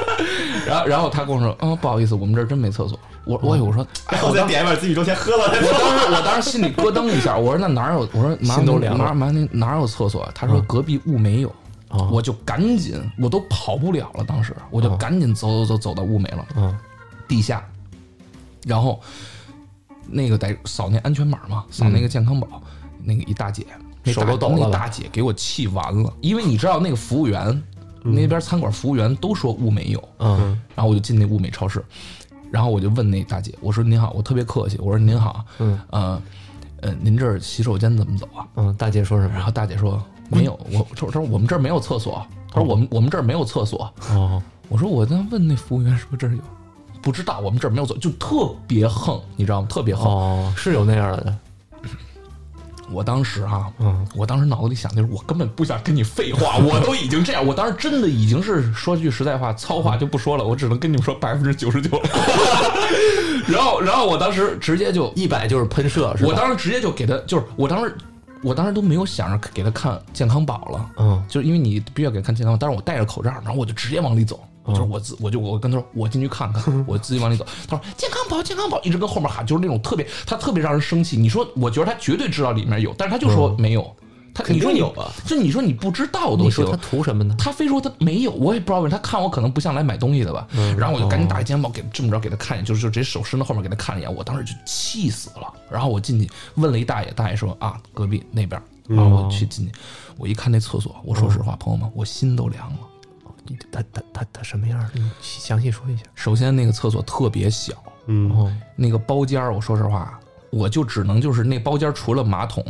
Speaker 1: [LAUGHS] 然后，然后他跟我说，嗯，不好意思，我们这儿真没厕所。我，我，我说，哎，
Speaker 2: 我再点一碗自己粥，先喝了再
Speaker 1: 我
Speaker 2: 说。
Speaker 1: 当时我当时心里咯噔一下，我说那哪有？我说哪
Speaker 3: 心
Speaker 1: 有
Speaker 3: 都凉了嗯
Speaker 1: 哪哪哪哪有厕所？他说隔壁雾没有。
Speaker 3: 哦
Speaker 1: 我就赶紧，我都跑不了了。当时我就赶紧走走走走到雾眉了，
Speaker 3: 嗯
Speaker 1: 地下，然后那个得扫那安全码嘛，扫那个健康宝，那个一大姐那
Speaker 3: 手
Speaker 1: 大
Speaker 3: 都抖了吧
Speaker 1: 那大姐给我气完了，因为你知道那个服务员，那边餐馆服务员都说雾眉有，
Speaker 3: 嗯
Speaker 1: 然后我就进那物美超市，然后我就问那大姐，我说您好，我特别客气，我说您好，嗯，呃，呃，您这儿洗手间怎么走啊？
Speaker 3: 嗯，大姐说什
Speaker 1: 然
Speaker 3: 么？
Speaker 1: 后大姐说没有，我她说她说我们这儿没有厕所，她说我们我们这儿没有厕所，
Speaker 3: 哦，
Speaker 1: 我说我刚问那服务员说这儿有，不知道我们这儿没有厕，就特别横，你知道吗？特别横。
Speaker 3: 哦，是有那样的。
Speaker 1: 我当时啊，
Speaker 3: 嗯，
Speaker 1: 我当时脑子里想就是我根本不想跟你废话，我都已经这样，我当时真的已经是说句实在话，糙话就不说了，我只能跟你们说百分之九十九。 [LAUGHS] 然后，然后我当时直接就，
Speaker 3: 一百就是喷射，是吧？
Speaker 1: 我当时直接就给他，就是我当时，我当时都没有想着给他看健康宝了，
Speaker 3: 嗯
Speaker 1: 就是因为你必须要给他看健康宝，但是我戴着口罩，然后我就直接往里走。
Speaker 3: 嗯
Speaker 1: 就是我自我就我跟他说我进去看
Speaker 3: [LAUGHS]
Speaker 1: 看，我自己往里走。他说健康宝健康宝，一直跟后面喊，就是那种特别他特别让人生气。你说我觉得他绝对知道里面有，但是他就
Speaker 3: 嗯
Speaker 1: 说没有。他
Speaker 2: 肯定
Speaker 1: 你说你
Speaker 2: 有啊，
Speaker 1: 就你说你不知道都
Speaker 3: 你
Speaker 1: 行
Speaker 3: 说。他图什么呢？
Speaker 1: 他非说他没有，我也不知道为什么。他看我可能不像来买东西的吧，
Speaker 2: 嗯
Speaker 1: 然后我就赶紧打开肩膀给这么着给他看一眼，就是就直接手伸到后面给他看一眼。我当时就气死了。然后我进去问了一大爷，大爷说啊隔壁那边，
Speaker 2: 嗯
Speaker 1: 然后我去进去，我一看那厕所，我说实话，朋友们，我心都凉了。
Speaker 3: 你他他他他什么样的？你详细说一下。
Speaker 1: 首先那个厕所特别小，
Speaker 2: 嗯，
Speaker 3: 哦，
Speaker 1: 那个包间儿，我说实话，我就只能就是那包间儿除了马桶，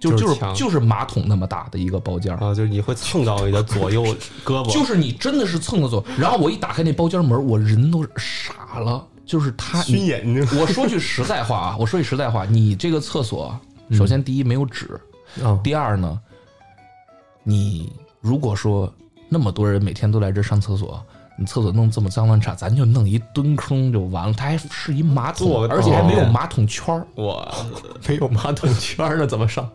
Speaker 1: 就
Speaker 2: 就是
Speaker 1: 就是
Speaker 2: 墙
Speaker 1: 就是马桶那么大的一个包间儿。
Speaker 2: 啊，就是你会蹭到你的左右胳膊，
Speaker 1: 就是你真的是蹭了走，然后我一打开那包间门，我人都傻了，就是他
Speaker 2: 熏眼睛。
Speaker 1: 我说句实在话啊，我说句实在话，你这个厕所，首先第一没有纸，
Speaker 3: 嗯，
Speaker 1: 第二呢，你如果说那么多人每天都来这上厕所，你厕所弄这么脏乱差，咱就弄一蹲坑就完了。它还是一马桶
Speaker 2: 坐，
Speaker 1: 而且还没有
Speaker 2: 哦
Speaker 1: 马桶圈儿。
Speaker 2: 哇，
Speaker 3: 没有马桶圈呢，怎么上？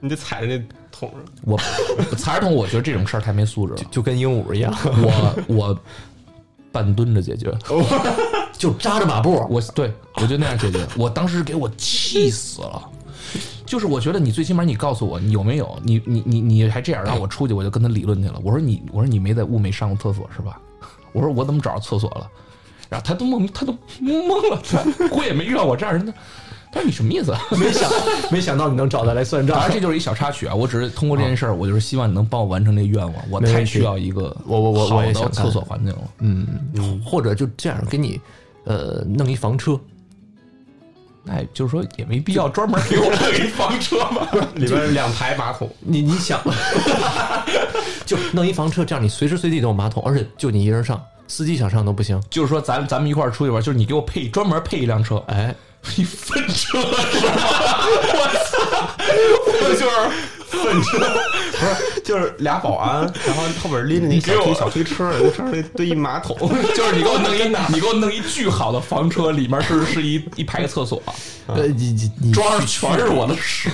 Speaker 2: 你得踩着那桶上。
Speaker 1: 我 [LAUGHS] 踩儿童，我觉得这种事儿太没素质
Speaker 3: [LAUGHS]
Speaker 1: 了。
Speaker 3: 就跟鹦鹉一样，
Speaker 1: 我我半蹲着解决，
Speaker 3: 就扎着马步。
Speaker 1: 我对我就那样解决。我当时给我气死了。就是我觉得你最起码你告诉我你有没有你你你你还这样让我出去我就跟他理论去了。我说你我说你没在物美上过厕所是吧？我说我怎么找着厕所了？然后他都懵他都懵了，他估计也没遇到我这样人。他他说你什么意思啊？
Speaker 3: 没 [LAUGHS] 想没想到你能找他来算
Speaker 1: 当然
Speaker 3: 账。
Speaker 1: 这就是一小插曲啊，我只是通过这件事儿，我就是希望你能帮我完成这个愿望。我
Speaker 3: 没问
Speaker 1: 太
Speaker 3: 题
Speaker 1: 需要一个
Speaker 3: 我我我
Speaker 1: 好
Speaker 3: 我也
Speaker 1: 的
Speaker 3: 想看
Speaker 1: 厕所环境了。
Speaker 3: 嗯，或者就这样给你，呃，弄一房车，
Speaker 1: 那也就是说也没必要专门给
Speaker 3: [LAUGHS]
Speaker 1: 我弄一房车吧？
Speaker 2: 里边两排马 [LAUGHS] 桶，
Speaker 3: 你你 [LAUGHS] 想，就弄一房车，这样你随时随地都有马桶，而且就你一人上，司机想上都不行。
Speaker 1: 就是说咱咱们一块儿出去玩，就是你给我配专门配一辆车， [LAUGHS]
Speaker 3: 哎，
Speaker 1: 一分车是吗？我操，我就是
Speaker 2: 粪车， [LAUGHS] 不是，就是俩保安，然后后边拎着那小推小推车，那车里堆一马桶，
Speaker 1: [LAUGHS] 就是你给我弄一，你给我弄一巨好的房车，里面是是一一排厕所，
Speaker 3: 呃，你你你，
Speaker 1: 装上全是我的屎，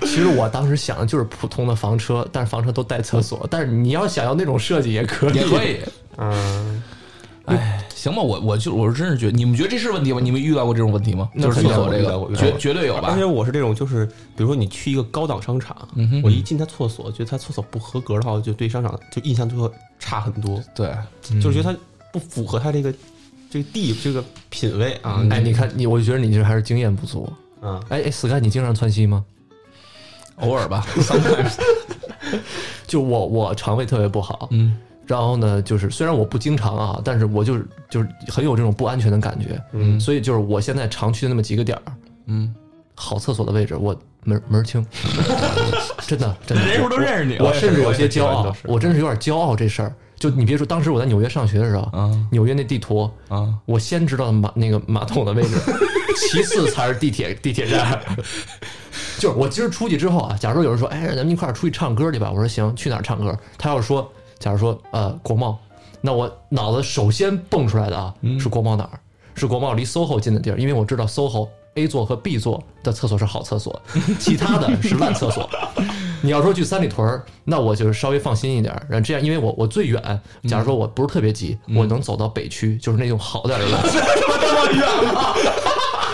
Speaker 3: 其实我当时想的就是普通的房车，但是房车都带厕 [LAUGHS] 所，但是你要想要那种设计也可以，
Speaker 1: 也可以。
Speaker 2: 嗯，
Speaker 1: 哎，行吧，我我就我是真是觉得，你们觉得这是问题吗？你们遇到过这种问题吗？
Speaker 2: 那
Speaker 1: 就是
Speaker 2: 肯定
Speaker 1: 厕所这
Speaker 2: 遇到过遇
Speaker 1: 个，
Speaker 2: 到过
Speaker 1: 绝绝对有吧
Speaker 2: 而且？我是这种，就是比如说你去一个高档商场，
Speaker 3: 嗯
Speaker 2: 我一进他厕所，觉得他厕所不合格的话，我就对商场就印象就会差很多，
Speaker 1: 对，
Speaker 3: 嗯
Speaker 2: 就是觉得他不符合他这个这个地这个品位啊，
Speaker 3: 哎，你看你，我觉得你这还是经验不足。
Speaker 2: 啊，
Speaker 3: 哎哎，Sky，你经常窜稀吗？
Speaker 1: 偶尔吧，sometimes，
Speaker 3: 就我我肠胃特别不好，
Speaker 1: 嗯，
Speaker 3: 然后呢，就是虽然我不经常啊，但是我就是就是很有这种不安全的感觉，
Speaker 2: 嗯
Speaker 3: 所以就是我现在常去的那么几个点儿，
Speaker 1: 嗯，
Speaker 3: 好厕所的位置我门门儿清， [LAUGHS] 真的真的，
Speaker 1: [LAUGHS] 人数都认识你啊了
Speaker 3: 我甚至有些骄
Speaker 2: 我也
Speaker 3: 傲
Speaker 2: 是，
Speaker 3: 我真是有点骄傲这事儿。就你别说，当时我在纽约上学的时候，
Speaker 2: 嗯
Speaker 1: 啊
Speaker 3: 纽约那地图，
Speaker 1: 啊，
Speaker 3: 我先知道马那个马桶的位置，其次才是地铁地铁站。就是我今儿出去之后啊，假如有人说，哎，咱们一块儿出去唱歌去吧，我说行，去哪儿唱歌？他要说，假如说呃国贸，那我脑子首先蹦出来的啊是国贸哪儿？是国贸离 SOHO 近的地儿，因为我知道 SOHO A 座和 B 座的厕所是好厕所，其他的是烂厕所。你要说去三里屯儿，那我就是稍微放心一点儿。然后这样，因为我我最远，假如说我不是特别急，
Speaker 2: 嗯
Speaker 3: 我能走到北区，就是那种好点儿的
Speaker 2: [LAUGHS]
Speaker 3: 路。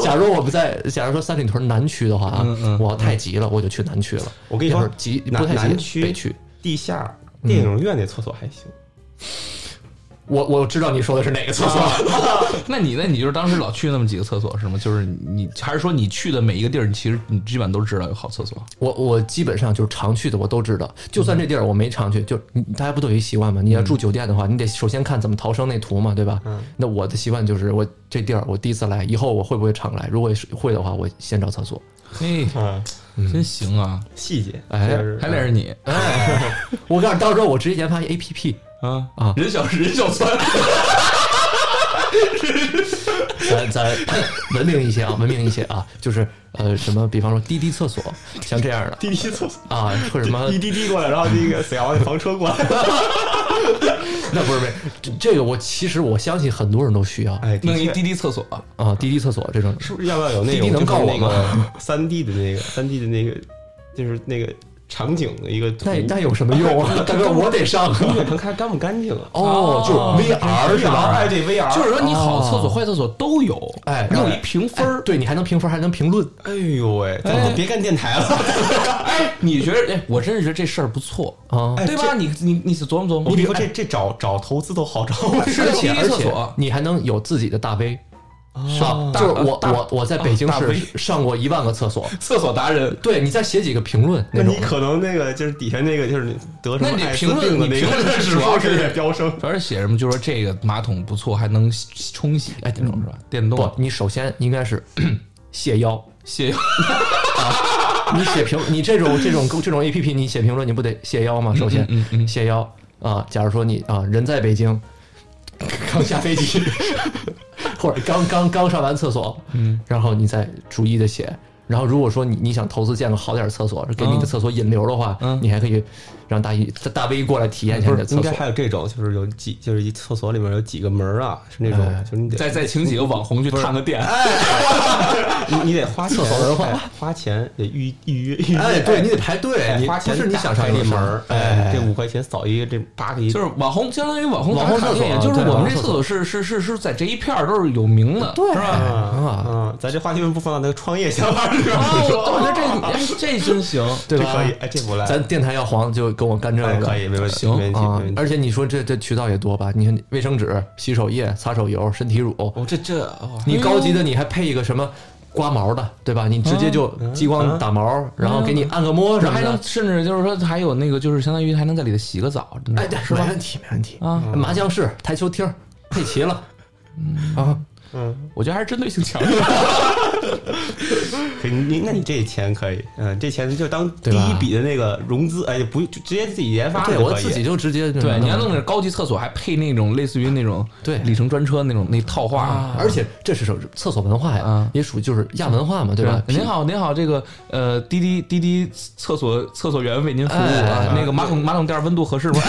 Speaker 3: 假如我们在，假如说三里屯南区的话啊，我要太急了，我就去南区了。
Speaker 2: 嗯我跟你说
Speaker 3: 要是急
Speaker 2: 南
Speaker 3: 不太急
Speaker 2: 南区
Speaker 3: 北区。嗯
Speaker 2: 地下电影院那厕所还行，
Speaker 3: 我我知道你说的是哪个厕所，
Speaker 2: 啊
Speaker 1: 那你那你就是当时老去那么几个厕所是吗？就是你还是说你去的每一个地儿，你其实你基本上都知道有好厕所？
Speaker 3: 我我基本上就是常去的，我都知道。就
Speaker 2: 嗯
Speaker 3: 算这地儿我没常去，就你大家不都有一习惯吗？你要住酒店的话，你得首先看怎么逃生那图嘛，对吧？
Speaker 2: 嗯
Speaker 3: 那我的习惯就是，我这地儿我第一次来，以后我会不会常来？如果是会的话，我先找厕所。
Speaker 1: 嘿，
Speaker 2: 嗯，
Speaker 1: 真行啊！
Speaker 2: 细节，
Speaker 3: 哎
Speaker 2: 就是啊
Speaker 1: 还得是你
Speaker 2: 哎
Speaker 3: [LAUGHS] 我告诉你，到时候我直接研发一 A P P，
Speaker 1: 啊
Speaker 3: 啊
Speaker 1: 人小人小酸，
Speaker 3: 咱
Speaker 2: [LAUGHS]
Speaker 3: 咱文明一些啊，文明一些啊，就是呃什么，比方说滴滴厕所，像这样的
Speaker 2: 滴滴厕所。
Speaker 3: 啊，或者什么
Speaker 2: 一滴滴过来，然后那个沈 [LAUGHS] 阳那房车过来，
Speaker 3: 那不是不是，这这个我其实我相信很多人都需要
Speaker 2: 哎，
Speaker 1: 弄一
Speaker 2: 的确
Speaker 1: 滴滴厕所啊，
Speaker 3: 啊，滴滴厕所这种
Speaker 2: 是不是要不要有那
Speaker 3: 滴
Speaker 2: 种
Speaker 3: 滴能告我吗
Speaker 2: [LAUGHS] 三 D 的那个三 D 的那个，就是那个场景的一个图，
Speaker 3: 那那有什么
Speaker 1: [LAUGHS]
Speaker 3: 用啊？大哥，我得上啊。
Speaker 2: 你也能看干不干净啊？
Speaker 3: 哦，就是 VR 是吧
Speaker 2: 哎，？对 VR，
Speaker 1: 就是说你好厕所、
Speaker 3: 哦
Speaker 1: 坏厕所都有，
Speaker 3: 哎
Speaker 1: 弄一
Speaker 3: 对
Speaker 1: 评分儿。
Speaker 3: 对你还能评分，还能评论，
Speaker 2: 哎呦喂，咱们别干电台了，
Speaker 3: [LAUGHS]
Speaker 1: 哎，你觉得？哎，我真是觉得这事儿不错
Speaker 3: 啊
Speaker 1: 对吧？你你你哎琢磨琢磨，
Speaker 2: 你说这这找找投资都好找，
Speaker 1: 是
Speaker 3: 而
Speaker 1: 滴
Speaker 3: 且
Speaker 1: 滴
Speaker 3: 而
Speaker 1: 厕
Speaker 3: 且
Speaker 1: 所，哦
Speaker 3: 你还能有自己的大 V，是吧？
Speaker 1: 大
Speaker 3: 就是我
Speaker 1: 大
Speaker 3: 我我在北京
Speaker 1: 大 V
Speaker 3: 市上过一万个厕所，
Speaker 1: 厕所达人。
Speaker 3: 对你再写几个评论
Speaker 2: [LAUGHS] 那
Speaker 3: 那种
Speaker 2: 你，可能那个就是底下那个就是得什
Speaker 1: 那你
Speaker 2: 么艾滋
Speaker 1: 评论
Speaker 2: 病的那
Speaker 1: 你评论
Speaker 2: 个
Speaker 1: 是
Speaker 2: 指
Speaker 1: 主要
Speaker 2: 数
Speaker 1: 是
Speaker 2: [LAUGHS] 是也飙升，
Speaker 1: 主要是写什么？就说这个马桶不错，还能洗冲洗，哎，那种是吧？电动
Speaker 3: 不，你首先应该是 [CLEARS THROAT] 卸腰，
Speaker 1: 卸
Speaker 3: 你写评，你这种这种这种 A P P，你写评论你不得卸腰吗？首先
Speaker 1: 嗯嗯嗯
Speaker 3: 卸腰啊，假如说你啊人在北京，刚下飞机， [LAUGHS] 或者刚刚刚上完厕所，嗯，然后你再逐一的写。然后如果说你你想投资建个好点儿厕所，给你
Speaker 2: 嗯
Speaker 3: 的厕所引流的话，你还可以让大一大 V 过来体验一下
Speaker 2: 不
Speaker 3: 你的
Speaker 2: 是
Speaker 3: 厕
Speaker 2: 应
Speaker 3: 所
Speaker 2: 该。还有这种，就是有几就是一厕所里面有几个门儿啊，是那种
Speaker 3: 哎
Speaker 2: 就是你得
Speaker 1: 再再请几个网红去探个店，哎
Speaker 2: 你你得花钱，
Speaker 3: 厕所文化
Speaker 2: 哎花钱得预预约预约，
Speaker 3: 哎，对你得排队，你
Speaker 2: 花钱
Speaker 3: 不是你想上
Speaker 2: 开这
Speaker 3: 就上
Speaker 2: 门儿，哎，这五块钱扫一个，这八个一，
Speaker 1: 就是网红，相当于网红
Speaker 3: 网红
Speaker 1: 打卡
Speaker 3: 厕所
Speaker 1: 店就是
Speaker 3: 对
Speaker 1: 我
Speaker 3: 网
Speaker 1: 们
Speaker 3: 红
Speaker 1: 这
Speaker 3: 厕
Speaker 1: 厕所是是是是在这一片儿都是有名的，对，是
Speaker 3: [LAUGHS]
Speaker 1: 吧？
Speaker 2: 啊
Speaker 3: 啊
Speaker 2: 嗯，咱这话题为什么不放到那个创业想法里边
Speaker 1: 啊，
Speaker 2: 儿？
Speaker 1: 我我觉得这哎这真行，
Speaker 3: [LAUGHS] 对
Speaker 2: 这
Speaker 3: 吧？
Speaker 2: 可以，哎，这不赖，
Speaker 3: 咱电台要黄就跟我干这
Speaker 2: 哎
Speaker 3: 个，
Speaker 2: 可以，没问题，
Speaker 1: 行
Speaker 2: 没问题，没
Speaker 3: 啊
Speaker 2: 问！题。
Speaker 3: 而且你说这这渠道也多吧？你看卫生纸、洗手液、擦手油、身体乳，
Speaker 2: 我这这哦
Speaker 3: 你高级的你还配一个什么刮毛的，对吧？你直
Speaker 2: 啊
Speaker 3: 接就激光打毛，然后给你按个摩什么
Speaker 1: 还
Speaker 3: 的
Speaker 1: 能，甚至就是说还有那个就是相当于还能在里头洗个澡，
Speaker 3: 哎，对，
Speaker 1: 是
Speaker 3: 没
Speaker 1: 吧？
Speaker 3: 问题，没问题嗯
Speaker 1: 啊！
Speaker 3: 麻将室、台
Speaker 2: [LAUGHS]
Speaker 3: 球厅配齐了，啊，
Speaker 1: 我觉得还是针对性强一点。
Speaker 2: 可以，你那你这钱可以，嗯，这钱就当第
Speaker 3: 对吧
Speaker 2: 一笔的那个融资，哎，不就直接自己研发
Speaker 3: 对
Speaker 2: 就
Speaker 3: 我
Speaker 2: 可以
Speaker 3: 自己就直接
Speaker 1: 对，你要弄点高级厕所，还配那种类似于那种
Speaker 3: 对啊
Speaker 1: 里程专车那种那套话。
Speaker 3: 而且这是首厕所文化呀，
Speaker 1: 啊
Speaker 3: 也属于就是亚文化嘛，对吧？
Speaker 1: 您好，您好，这个呃，滴滴滴滴厕所厕所员为您服务
Speaker 3: 哎哎
Speaker 1: 啊
Speaker 3: 哎，
Speaker 1: 那个马桶马桶垫温度合适
Speaker 3: [LAUGHS]
Speaker 1: 吗？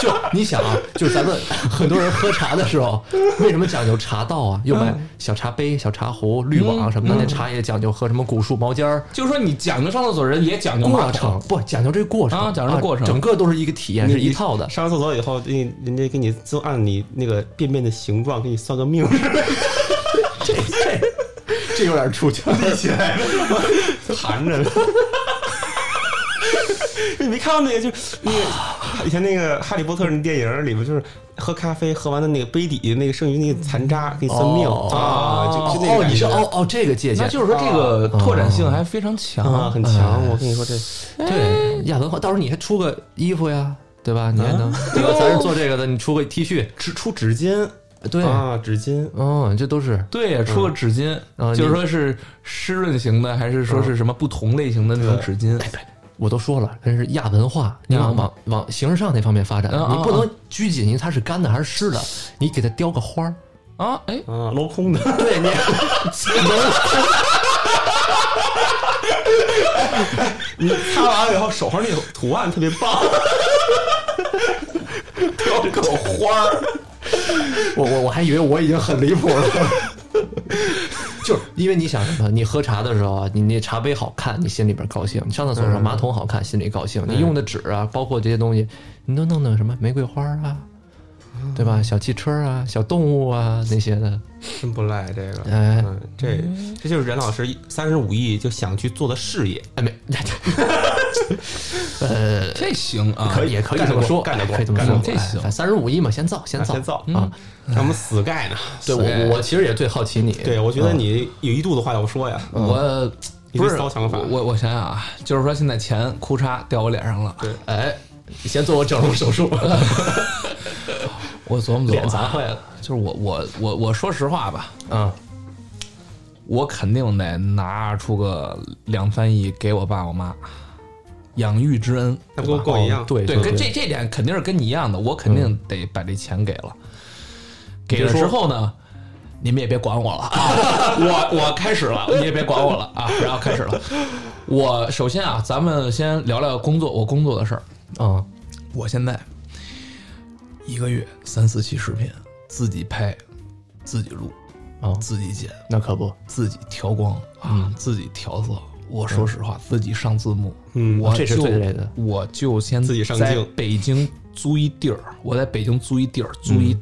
Speaker 3: 就你想啊，就是咱们很多人喝茶的时候，为什么讲究茶道啊？又买小茶杯、小茶壶、滤网什么的，那茶也讲究喝什么古树毛尖儿。
Speaker 1: 就是说你讲究上厕所人也讲究马
Speaker 3: 过
Speaker 1: 桶
Speaker 3: 程不讲究这个过程
Speaker 1: 啊讲究过程
Speaker 3: 整个都是一个体验，
Speaker 2: 你
Speaker 3: 是一套的
Speaker 2: 你。上完厕所以后，你人家给你就按你那个便便的形状给你算个命，
Speaker 3: 这这这有点出圈儿，
Speaker 2: 立起来 [LAUGHS] 盘着呢。你没看过那个，就是那个以前那个《哈利波特》那电影里边，就是喝咖啡喝完的那个杯底那个剩余那个残渣给你算命
Speaker 3: 哦
Speaker 2: 啊，就就那个
Speaker 3: 哦，
Speaker 2: 感
Speaker 3: 你是
Speaker 2: 觉
Speaker 3: 哦哦这个界
Speaker 1: 那
Speaker 3: 限，
Speaker 1: 就是说这
Speaker 3: 啊
Speaker 1: 个拓展性还非常
Speaker 3: 嗯
Speaker 2: 啊，
Speaker 1: 强。
Speaker 2: 很强。我跟你说这，啊
Speaker 3: 对亚文化。到时候你还出个衣服呀，对吧？你还能对吧？咱是做这个的，你出个 T 恤，
Speaker 2: 只出纸巾
Speaker 3: 对，
Speaker 2: 啊，纸巾
Speaker 3: 嗯，这都是
Speaker 1: 对呀，出个纸巾，
Speaker 3: 啊
Speaker 1: 就是说是湿润型的，还是说是什么不同类型的那种纸巾？
Speaker 3: 我都说了，这是亚文化，你往
Speaker 1: 嗯
Speaker 3: 往往形式上那方面发展，
Speaker 1: 嗯嗯
Speaker 3: 你不能拘谨于它是干的还是湿的，你给它雕个花儿，
Speaker 1: 啊，哎，
Speaker 2: 啊，镂空的。
Speaker 3: [LAUGHS] 对你
Speaker 2: [LAUGHS] 你擦完了以后，手上那个图案特别棒，雕个花儿。
Speaker 3: 我我我还以为我已经很离谱了， [LAUGHS] 就是因为你想什么？你喝茶的时候啊，你那茶杯好看，你心里边高兴；你上厕所的时候马桶好看，心里高兴；你用的纸啊，包括这些东西，你都弄弄什么玫瑰花啊，对吧？小汽车啊，小动物啊那些的，
Speaker 2: 真不赖这个，
Speaker 3: 哎
Speaker 2: 嗯，这这就是任老师三十五亿就想去做的事业，
Speaker 3: 哎没，呃，
Speaker 1: 这行啊，
Speaker 3: 可以，也可以
Speaker 2: 干得
Speaker 3: 这么
Speaker 2: 过
Speaker 3: 说，
Speaker 2: 干得过
Speaker 3: 可以这么
Speaker 1: 干得
Speaker 3: 说，
Speaker 1: 过这行
Speaker 3: 三十五亿嘛，先造，先造，
Speaker 2: 先造
Speaker 3: 啊！
Speaker 2: 让我们死盖呢。
Speaker 3: 对
Speaker 1: 对
Speaker 3: 我，我其实也最好奇你，
Speaker 2: 对，我觉得你有一肚子话要说呀。
Speaker 3: 嗯
Speaker 1: 我
Speaker 2: 你
Speaker 1: 不
Speaker 2: 这
Speaker 1: 是
Speaker 2: 骚想法
Speaker 1: 我我我想想啊，就是说现在钱裤衩掉我脸上了，
Speaker 3: 哎，你先做我整容手术，
Speaker 1: [LAUGHS] 我琢磨琢
Speaker 3: 脸
Speaker 1: 磨
Speaker 3: 砸
Speaker 1: 啊，
Speaker 3: 坏了，
Speaker 1: 就是我我我我说实话吧，
Speaker 3: 啊，
Speaker 1: 我肯定得拿出个两三亿给我爸我妈，养育之恩，
Speaker 2: 那不跟我跟我一样，
Speaker 3: 哦对
Speaker 1: 对，嗯跟这这点肯定是跟你一样的，我肯定得把这钱给了。给了之后呢，你们也别管我了啊！我我开始了， [LAUGHS] 你也别管我了啊！然后开始了，我首先啊，咱们先聊聊工作，我工作的事儿。
Speaker 3: 啊，
Speaker 1: 我现在一个月三四期视频，自己拍，自己录，
Speaker 3: 哦
Speaker 1: 自己剪，
Speaker 3: 那可不，
Speaker 1: 自己调光
Speaker 3: 嗯
Speaker 1: 啊，自己调色。我说实话，自己上字幕，
Speaker 2: 嗯
Speaker 1: 我
Speaker 3: 啊这是
Speaker 1: 就
Speaker 3: 最累的
Speaker 1: 我就先
Speaker 2: 自己上
Speaker 1: 在
Speaker 2: 镜
Speaker 1: 北京租一地儿，我在北京租一地儿，租
Speaker 3: 嗯
Speaker 1: 一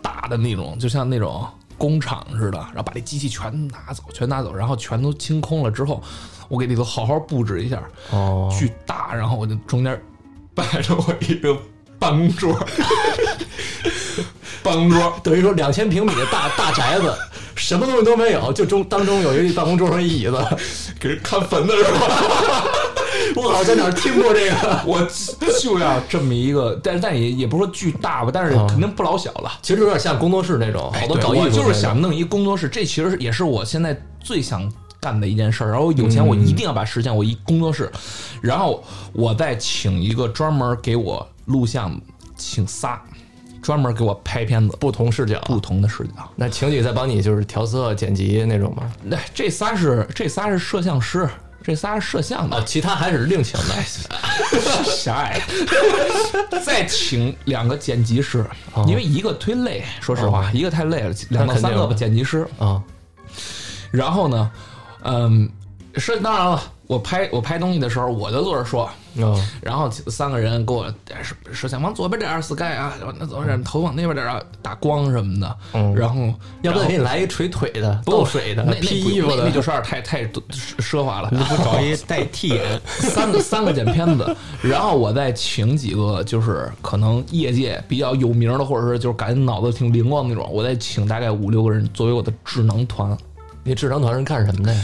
Speaker 1: 大的那种，就像那种工厂似的，然后把这机器全拿走，全拿走，然后全都清空了之后，我给里头好好布置一下，
Speaker 3: 哦，
Speaker 1: 巨大，然后我就中间摆着我一个办公桌，
Speaker 3: [LAUGHS]
Speaker 1: 办公桌
Speaker 3: 等于说两千平米的大大宅子，什么东西都没有，就中当中有一个办公桌和一椅子，
Speaker 1: 给人看坟的时候，
Speaker 3: [LAUGHS] 我好像在哪儿听过这个，
Speaker 1: [LAUGHS] 我就要这么一个，但是但也也不是说巨大吧，但
Speaker 3: 啊
Speaker 1: 是肯定不老小了。
Speaker 3: 其实有点像工作室那种，好多
Speaker 1: 哎对
Speaker 3: 搞艺
Speaker 1: 我
Speaker 3: 术
Speaker 1: 就是
Speaker 3: 那种
Speaker 1: 想弄一工作室，这其实也是我现在最想干的一件事儿。然后有钱
Speaker 3: 嗯
Speaker 1: 我一定要把实现我一工作室，然后我再请一个专门给我录像，请仨专门给我拍片子，
Speaker 3: 不同视角，
Speaker 1: 不同的视角。
Speaker 3: 那情侣在帮你就是调色、剪辑那种吗？
Speaker 1: 那这仨是这仨是摄像师，这仨是摄像 [LAUGHS]
Speaker 3: 哦，
Speaker 1: 的，
Speaker 3: 其他还是另 [LAUGHS] 请的，
Speaker 1: 狭隘。 [LAUGHS] 再请两个剪辑师，因为一个忒累，说实话，一个太累了，两到三
Speaker 3: 哦那
Speaker 1: 个
Speaker 3: 肯
Speaker 1: 吧
Speaker 3: 定
Speaker 1: 剪辑师。
Speaker 3: 啊，
Speaker 1: 然后呢，嗯，是当然了，我拍我拍东西的时候，我就坐着说，
Speaker 3: 哦，
Speaker 1: 然后三个人给我哎摄摄像往左边点儿，sky 啊，往那左边点儿，头往那边点儿啊，打光什么的。
Speaker 3: 嗯
Speaker 1: 然后
Speaker 3: 要
Speaker 1: 然
Speaker 3: 不然
Speaker 1: 后
Speaker 3: 给你来一捶腿的、
Speaker 1: 不
Speaker 3: 斗水的
Speaker 1: 那、那
Speaker 3: 披
Speaker 1: 不
Speaker 3: 衣服
Speaker 1: 那
Speaker 3: 的，
Speaker 1: 那就是有点太太奢华了。
Speaker 2: 你不找一代替人？
Speaker 1: 三个三个剪片子， [LAUGHS] 然后我再请几个就是可能业界比较有名的，或者是就是感觉脑子挺灵光的那种，我再请大概五六个人作为我的智囊团。
Speaker 3: 你智商团是干什么的呀？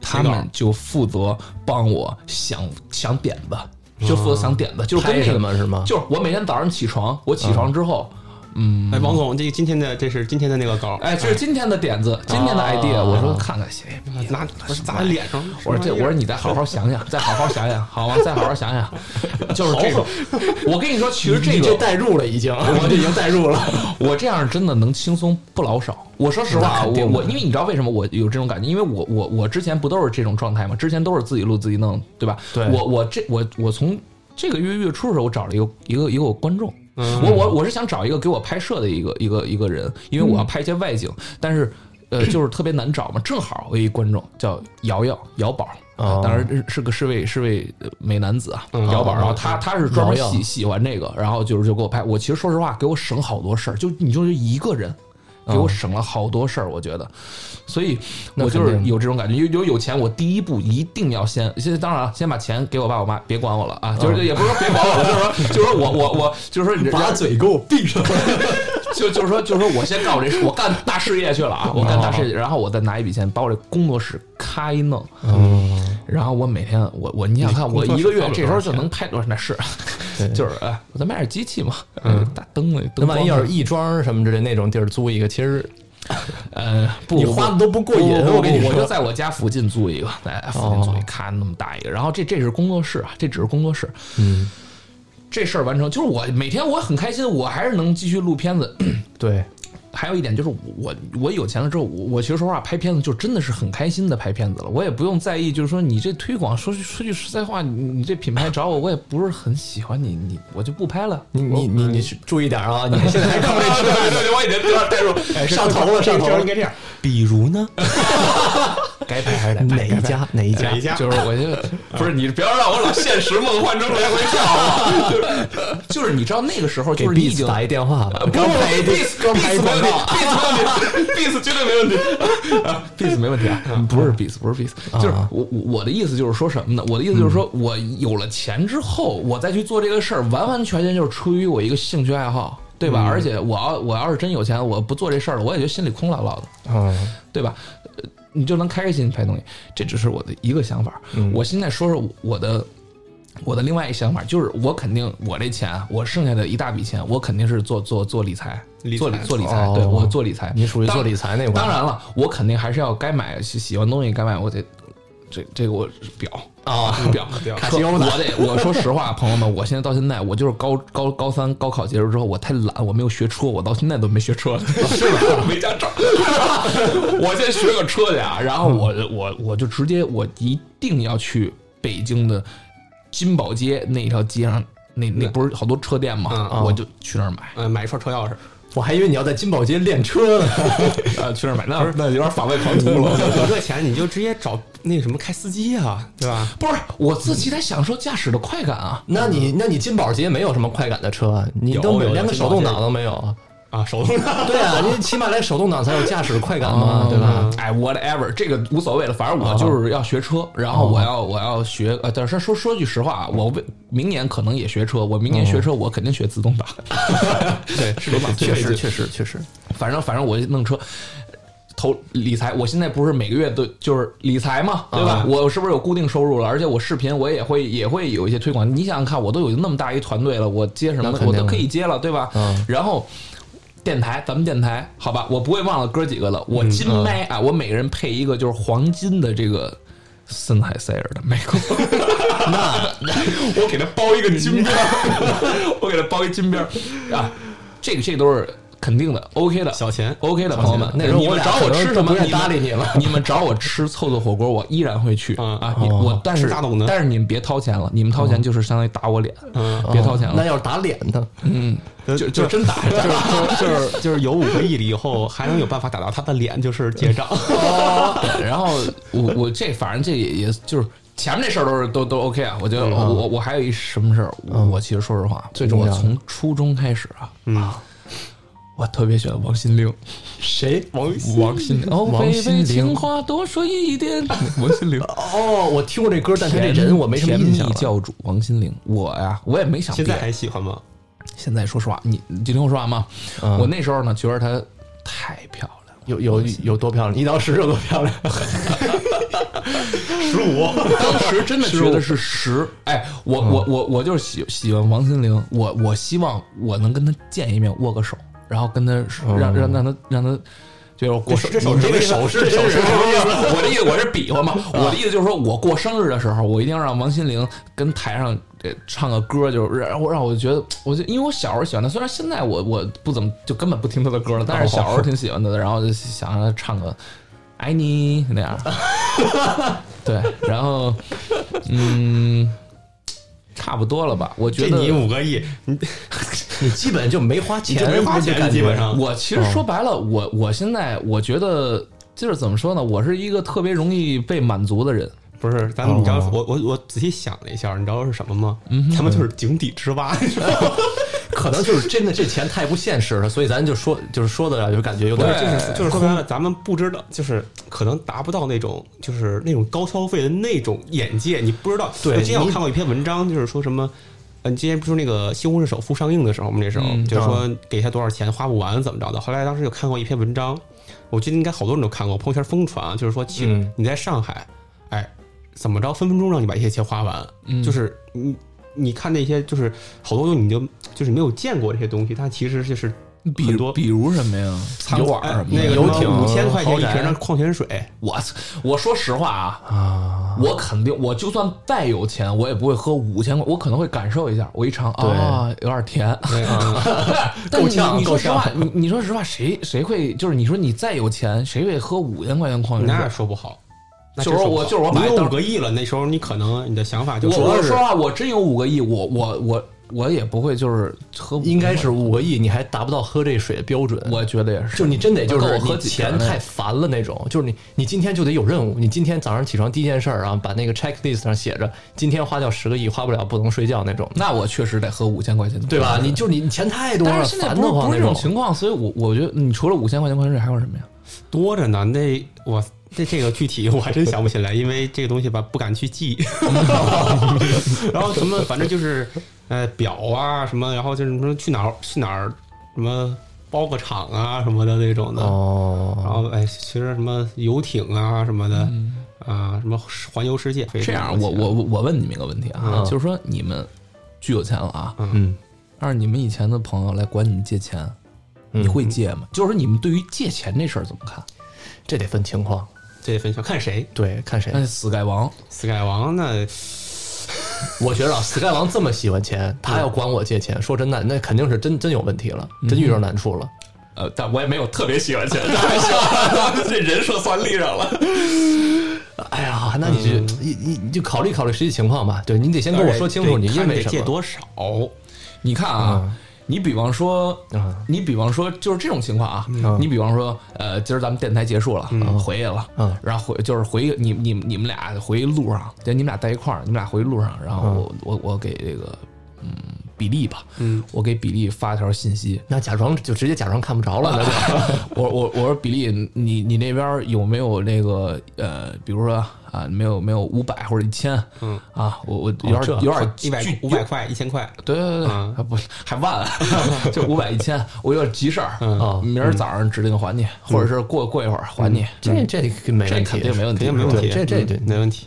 Speaker 1: 他们就负责帮我想想点哦子，就负责想点子，就是跟
Speaker 3: 拍
Speaker 1: 那
Speaker 3: 什
Speaker 1: 个
Speaker 3: 么是吗？
Speaker 1: 就是我每天早上起床，我起床之后，嗯，
Speaker 2: [LAUGHS] 哎，王总，这今天的这是今天的那个稿，
Speaker 1: 哎，这是今天的点子，今天的 idea。我说看看谁，
Speaker 2: 哎
Speaker 3: 哎
Speaker 2: 拿砸脸上。
Speaker 1: 我说这，我说你再好好想想，再好好想想，好吗？再好好想想， [LAUGHS] 就是这种。我跟你说，其实这
Speaker 3: 你这
Speaker 1: 个
Speaker 3: 代入了已经， [LAUGHS] 我这已经代入了。
Speaker 1: [LAUGHS] 我这样真的能轻松不老少。我说实话啊，
Speaker 3: 那肯
Speaker 1: 我
Speaker 3: 定的
Speaker 1: 我因为你知道为什么我有这种感觉？因为我我我之前不都是这种状态吗？之前都是自己录自己弄，对吧？
Speaker 3: 对
Speaker 1: 我我这我我从这个月月初的时候，我找了一个一个一个我观众，
Speaker 3: 嗯
Speaker 1: 我我我是想找一个给我拍摄的一个一个一个人，因为我要
Speaker 3: 嗯
Speaker 1: 拍一些外景，但是呃就是特别难找嘛。正好我有一观众叫瑶瑶瑶宝。啊
Speaker 3: 哦，
Speaker 1: 当然是个是位是位呃美男子啊，
Speaker 2: 嗯
Speaker 1: 瑶宝，
Speaker 2: 哦
Speaker 1: 然后他他是专门
Speaker 3: 瑶瑶
Speaker 1: 喜喜欢这个，然后就是就给我拍。我其实说实话，给我省好多事儿，就你就是一个人，给我省了好多事儿，我觉得。所以我就
Speaker 3: 嗯那
Speaker 1: 是
Speaker 3: 肯定
Speaker 1: 有这种感觉，有有有钱，我第一步一定要先，现在当然了，啊先把钱给我爸我妈，别管我了啊，
Speaker 3: 嗯
Speaker 1: 就是也不是说别管我了，就是说就是说我我我就是说你
Speaker 3: 把嘴给我闭上！
Speaker 1: [LAUGHS] 就就是说，就是说我先干我这事，我干大事业去了啊，我干大事业，然后我再拿一笔钱把我这工作室开弄，
Speaker 3: 嗯，
Speaker 1: 然后我每天我我你想看我一个月这时候就能拍多少？那是，
Speaker 3: 对
Speaker 1: 就是哎，我再买点机器嘛，嗯，大灯那
Speaker 3: 那
Speaker 1: 灯
Speaker 3: 万
Speaker 1: 光
Speaker 3: 一要是亦庄什么之类那种地儿租一个，其实
Speaker 1: 呃不，
Speaker 3: 你
Speaker 1: 不
Speaker 3: 花的都不过
Speaker 1: 不
Speaker 3: 瘾。
Speaker 1: 不不
Speaker 3: 我跟你
Speaker 1: 我就
Speaker 3: 说，哦
Speaker 1: 在我家附近租一个，在附近租一个，咔那么大一个。然后这这是工作室啊，这只是工作室。
Speaker 3: 嗯，
Speaker 1: 这事儿完成，就是我每天我很开心，我还是能继续录片子。
Speaker 3: 对，
Speaker 1: 还有一点就是我我有钱了之后，我我其实说实话拍片子就真的是很开心的拍片子了，我也不用在意，就是说你这推广，说句说句实在话，你你这品牌找我，我也不是很喜欢你，你我就不拍了。
Speaker 3: 你你你你是注意点啊！你现在还靠
Speaker 1: 对
Speaker 3: 这吃
Speaker 1: 对对，我已经有点带入，
Speaker 3: 饭，上头了，上头了。
Speaker 2: 哎这样。比如呢？
Speaker 1: 该拍还是得拍。
Speaker 3: 哪一家？哪一家？
Speaker 2: 哪一家？
Speaker 1: 就是 [LAUGHS] 我觉得不是你，不要让我老现实梦幻中来回跳啊！就是 [LAUGHS] 就是你知道那个时候，
Speaker 3: 给
Speaker 1: 就是你已
Speaker 3: Beats
Speaker 1: 经
Speaker 3: 打一电话吧。
Speaker 2: 呃
Speaker 1: 不
Speaker 3: 刚拍一
Speaker 1: ，Beats
Speaker 3: 刚拍一
Speaker 1: Beats 没
Speaker 3: 广
Speaker 1: 问题
Speaker 3: 告，
Speaker 1: ，Beats 没问题，Beats 绝对没问题啊，Beats 没问题啊，不是 Beats，不是 Beats，就是
Speaker 3: 啊
Speaker 1: 我我我的意思就是说什么呢？我的意思就是说我有了钱之后，我再去做这个事儿，完完全全就是出于我一个兴趣爱好，对吧？而且我要我要是真有钱，我不做这事儿了，我也就心里空落落的。
Speaker 3: 嗯，
Speaker 1: 对吧？呃你就能开开心心拍东西，这只是我的一个想法。
Speaker 3: 嗯
Speaker 1: 我现在说说我的我的另外一个想法，就是我肯定我这钱，啊我剩下的一大笔钱，我肯定是做做做理财，
Speaker 2: 理财
Speaker 1: 做理做理财，
Speaker 3: 哦
Speaker 1: 对我做理财。
Speaker 3: 你属于做理财那块儿
Speaker 1: 当然了，我肯定还是要该买喜喜欢东西该买，我得这这个我表
Speaker 3: 啊，
Speaker 1: 哦嗯表
Speaker 2: 表
Speaker 1: 卡西欧的。我得我说实话， [LAUGHS] 朋友们，我现在到现在，我就是高高高三高考结束之后，我太懒，我没有学车，我到现在都没学车，哦是 [LAUGHS] 吧？没驾照。我先学个车去啊，然后我我我就直接我一定要去北京的金宝街那条街上，那那不是好多车店
Speaker 2: 嗯
Speaker 1: 嘛，
Speaker 3: 嗯
Speaker 1: 我就去那 [LAUGHS] 儿买。
Speaker 2: 呃，买一串车钥
Speaker 3: [LAUGHS]
Speaker 2: 匙。
Speaker 3: 我还以为你要在金宝街练车呢。
Speaker 1: 啊，去那儿买，那那有点反胃狂徒了。
Speaker 2: 有这钱你就直接找那个什么开司机啊，对吧？
Speaker 1: [LAUGHS] 不是，我自己在享受驾驶的快感啊。
Speaker 3: 那你那你金宝街没有什么快感的车啊，你都没
Speaker 2: 有有
Speaker 3: 连个
Speaker 2: 金
Speaker 3: 手
Speaker 2: 宝
Speaker 3: 动
Speaker 2: 街
Speaker 3: 挡都没有啊。
Speaker 2: 啊，手动挡。
Speaker 3: 对啊，你起码连手动挡才有驾驶快感
Speaker 2: 哦
Speaker 3: 嘛，对吧？
Speaker 2: 嗯
Speaker 1: 哎，whatever，这个无所谓了，反正我就是要学车，然后我要我要学，呃，但是说说句实话啊，我为明年可能也学车，我明年学车我肯定学自动挡，
Speaker 2: 对， [LAUGHS] 是吧？
Speaker 3: 确实，确实，确实，
Speaker 1: 反正反正我弄车。投理财，我现在不是每个月都就是理财嘛，
Speaker 3: 啊
Speaker 1: 对吧？我是不是有固定收入了？而且我视频我也会也会有一些推广。你想想看，我都有那么大一团队了，我接什么
Speaker 3: 那肯定
Speaker 1: 我都
Speaker 3: 的
Speaker 1: 可以接了，对吧？
Speaker 3: 嗯
Speaker 1: 然后电台，咱们电台，好吧，我不会忘了哥几个了。
Speaker 3: 嗯
Speaker 1: 我金麦啊，我每个人配一个就是黄金的这个森海塞尔的麦克风，那 [LAUGHS] 我给他包一个金边儿，
Speaker 3: [LAUGHS]
Speaker 1: 我给他包一金边儿啊，这个这个都是肯定的，OK 的，
Speaker 2: 小钱
Speaker 1: OK 的，朋友们，
Speaker 3: 那时候
Speaker 1: 你
Speaker 3: 我
Speaker 1: 们
Speaker 3: 俩
Speaker 1: 找我吃什
Speaker 3: 可能都
Speaker 1: 么，
Speaker 3: 不愿
Speaker 1: 你们
Speaker 3: 搭理你了。
Speaker 1: [LAUGHS] 你们找我吃凑凑火锅，我依然会去
Speaker 2: 嗯
Speaker 1: 啊。你我但是
Speaker 2: 吃大董呢
Speaker 1: 但是你们别掏钱了，你们掏钱就是相当于打我脸，
Speaker 2: 嗯，
Speaker 1: 别掏钱
Speaker 3: 那
Speaker 1: 了，
Speaker 3: 要是打脸呢？
Speaker 1: 就就真
Speaker 2: [LAUGHS]
Speaker 1: 打。
Speaker 2: 就是就是就是就是有五个亿了以后，还能有办法打到他的脸，就是结
Speaker 1: [LAUGHS]
Speaker 2: 账。
Speaker 1: [LAUGHS] 然后我我这反正这也也就是前面这事儿都是都都 OK 啊。我觉得我我我还有一什么事儿，我我其实说实话，
Speaker 3: 最重要的
Speaker 1: 我从初中开始啊，
Speaker 2: 嗯，
Speaker 1: 我特别喜欢王心凌。
Speaker 3: 谁？
Speaker 2: 王
Speaker 1: 王心凌，哦，
Speaker 3: 王
Speaker 1: 北
Speaker 3: 心
Speaker 1: 北
Speaker 3: 凌
Speaker 1: 情话多说一点。 [LAUGHS] 王心凌，
Speaker 3: 哦，我听过这歌，但他这人我没什么
Speaker 1: 甜
Speaker 3: 印象
Speaker 1: 蜜
Speaker 3: 了。
Speaker 1: 教主王心凌，我呀，我也没想
Speaker 2: 现在
Speaker 1: 变
Speaker 2: 还喜欢吗？
Speaker 1: 现在说实话，你你听我说完吗？
Speaker 3: 嗯
Speaker 1: 我那时候呢，觉得她太漂亮
Speaker 3: 有有有多漂亮？一到十有多漂亮？
Speaker 2: [LAUGHS]
Speaker 3: [LAUGHS]
Speaker 2: 十五，
Speaker 1: 了， [LAUGHS] 当时真的觉得是十。哎，我我我我就是喜喜欢王心凌，我我希望我能跟她见一面，握个手。然后跟他说让让让他让他。就是我过生，
Speaker 2: 这手势
Speaker 1: 你这个
Speaker 2: 这
Speaker 1: 手势，手势啊什么意思？我的意思，我是比划嘛。我的意思就是说，我过生日的时候，我一定要让王心凌跟台上呃唱个歌，就是让我让我觉得，我就因为我小时候喜欢她，虽然现在我我不怎么就根本不听她的歌了，但是小时候挺喜欢她的，然后就想让她唱个《爱你》那样。 [LAUGHS] 对，然后嗯，差不多了吧？我觉
Speaker 2: 这
Speaker 1: 得
Speaker 2: 你五个亿，你
Speaker 3: 你基本就没花
Speaker 2: 你
Speaker 3: 钱，
Speaker 2: 就没花
Speaker 3: 就感觉
Speaker 2: 钱，基本上。
Speaker 1: 我其实说白了，我我现在我觉得就是怎么说呢？我是一个特别容易被满足的人。
Speaker 2: 不是，咱们你知道，我我我仔细想了一下，你知道是什么吗？他们就是井底之蛙，你知道吗？
Speaker 3: 可能就是真的这钱太不现实了，所以咱就说就是说的就感觉有
Speaker 2: 不
Speaker 3: 点
Speaker 2: 是，
Speaker 1: 对
Speaker 2: 就是就是说白了，咱们不知道，就是可能达不到那种，就是那种高消费的那种眼界，你不知道。
Speaker 3: 对
Speaker 2: 我之前我
Speaker 3: 你
Speaker 2: 看过一篇文章，就是说什么。嗯，之前不是那个《西红柿首富》上映的时候，我们那时候、
Speaker 1: 嗯
Speaker 2: 就是说给他多少钱花不完怎么着的。后来当时有看过一篇文章，我记得应该好多人都看过，朋友圈疯传，就是说，其实
Speaker 3: 嗯
Speaker 2: 你在上海，哎，怎么着分分钟让你把一些钱花完，
Speaker 1: 嗯
Speaker 2: 就是你你看那些就是好多东西你就就是没有见过这些东西，但其实就是
Speaker 1: 比
Speaker 2: 很多
Speaker 1: 比如什么呀？餐馆
Speaker 2: 哎
Speaker 1: 什么的。啊
Speaker 2: 那个
Speaker 3: 游艇
Speaker 2: 五千块钱
Speaker 3: 豪
Speaker 2: 一
Speaker 3: 宅
Speaker 2: 瓶的矿泉水，
Speaker 1: 我操我说实话啊，
Speaker 3: 啊，
Speaker 1: 我肯定，我就算再有钱，我也不会喝五千块，我可能会感受一下。我一尝
Speaker 3: 对
Speaker 1: 啊，有点 [LAUGHS] 甜。啊但
Speaker 3: 够
Speaker 1: 是
Speaker 3: 呛
Speaker 1: 你你说
Speaker 3: 够
Speaker 1: 实话，你你说实话，谁谁会就是你说你再有钱，谁会喝五千块钱矿泉水
Speaker 2: [LAUGHS] 那？说
Speaker 1: [LAUGHS]
Speaker 2: 不好。那
Speaker 1: 就是
Speaker 2: 真说不
Speaker 1: 我
Speaker 2: 好
Speaker 1: 就是我把
Speaker 2: 你有
Speaker 1: 当
Speaker 2: 五个亿了，那时候你可能你的想法就
Speaker 1: 我我
Speaker 2: 是
Speaker 1: 说实话，我真有五个亿，我我我我也不会就是喝。
Speaker 3: 应该是五个亿，你还达不到喝这水的标准。
Speaker 1: 我觉得也是，
Speaker 3: 就是你真得就
Speaker 1: 够
Speaker 3: 是
Speaker 1: 我喝
Speaker 3: 你
Speaker 1: 几
Speaker 3: 钱
Speaker 1: 瓶的
Speaker 3: 太烦了那种，就是你你今天就得有任务，你今天早上起床第一件事儿啊，把那个 checklist 上写着今天花掉十个亿，花不了不能睡觉那种，
Speaker 1: 那我确实得喝五千块钱，
Speaker 3: 对吧？你就你你钱太多
Speaker 1: 但
Speaker 3: 了，
Speaker 1: 是现在
Speaker 3: 烦
Speaker 1: 不
Speaker 3: 得
Speaker 1: 是
Speaker 3: 慌
Speaker 1: 不是
Speaker 3: 那
Speaker 1: 这种情况，所以我我觉得你除了五千块钱矿泉水还有什么呀？
Speaker 2: 多着呢。那我这这个具体 [LAUGHS] 我还真想不起来，因为这个东西吧不敢
Speaker 1: [LAUGHS]
Speaker 2: 去记。然后什么反正就是呃表啊什么，然后就是什么去哪儿去哪儿什么包个场啊什么的那种的。然
Speaker 3: 哦，
Speaker 2: 后哎，其实什么游艇啊什么的啊，什么环游世界。
Speaker 1: 嗯这样，我我我我问你们一个问题啊，
Speaker 3: 嗯
Speaker 1: 就是说你们巨有钱了啊，
Speaker 3: 嗯，
Speaker 1: 要是你们以前的朋友来管你们借钱，你会借吗？就是说你们对于借钱这事儿怎么看？
Speaker 3: 这得分情况，
Speaker 2: 这得分享看谁
Speaker 3: 对，看谁。
Speaker 1: 那死盖王，
Speaker 2: ，Sky 王那
Speaker 3: 我觉得啊，Sky 王这么喜欢钱，他要管我借钱，说真的，那肯定是真真有问题了，
Speaker 1: 嗯
Speaker 3: 真遇上难处了。
Speaker 1: 呃，但我也没有特别喜欢钱，但是 [LAUGHS] 这人设算立上了。
Speaker 3: 哎呀，那你就你你你就考虑考虑实际情况吧。对你得先跟我说清楚，
Speaker 2: 对
Speaker 3: 你因
Speaker 2: 看
Speaker 3: 为
Speaker 2: 得
Speaker 3: 什
Speaker 2: 借
Speaker 3: 么
Speaker 2: 多少？
Speaker 1: 你看啊，你比方说
Speaker 3: 嗯，
Speaker 1: 你比方说就是这种情况啊，你比方说，呃，今儿咱们电台结束了，啊回去了，
Speaker 3: 嗯
Speaker 1: 然后回就是回你你你们俩回路上，就你们俩在一块儿，你们俩回路上，然后我、我我给这个嗯比利吧，嗯，我给比利发条信息， [LAUGHS]
Speaker 3: 那假装就直接假装看不着了，那就
Speaker 1: 我我我说比利，你你那边有没有那个呃，比如说啊，没有没有五百或者一千，嗯啊，我我有点、
Speaker 3: 这
Speaker 1: 有点
Speaker 2: 一百
Speaker 1: 距
Speaker 2: 五百块、一千块，
Speaker 1: 对对对，
Speaker 2: 嗯
Speaker 1: 还不还万啊， [LAUGHS] 就五百一千，我有点急事儿，啊
Speaker 3: 哦
Speaker 1: 明儿早上指定还你，或者是过过一会儿还你。
Speaker 3: 这这个没
Speaker 1: 这
Speaker 3: 问题，
Speaker 1: 肯定没问
Speaker 2: 肯
Speaker 1: 题，
Speaker 2: 定没问题，
Speaker 3: 对这这
Speaker 2: 嗯
Speaker 3: 对
Speaker 2: 没问题。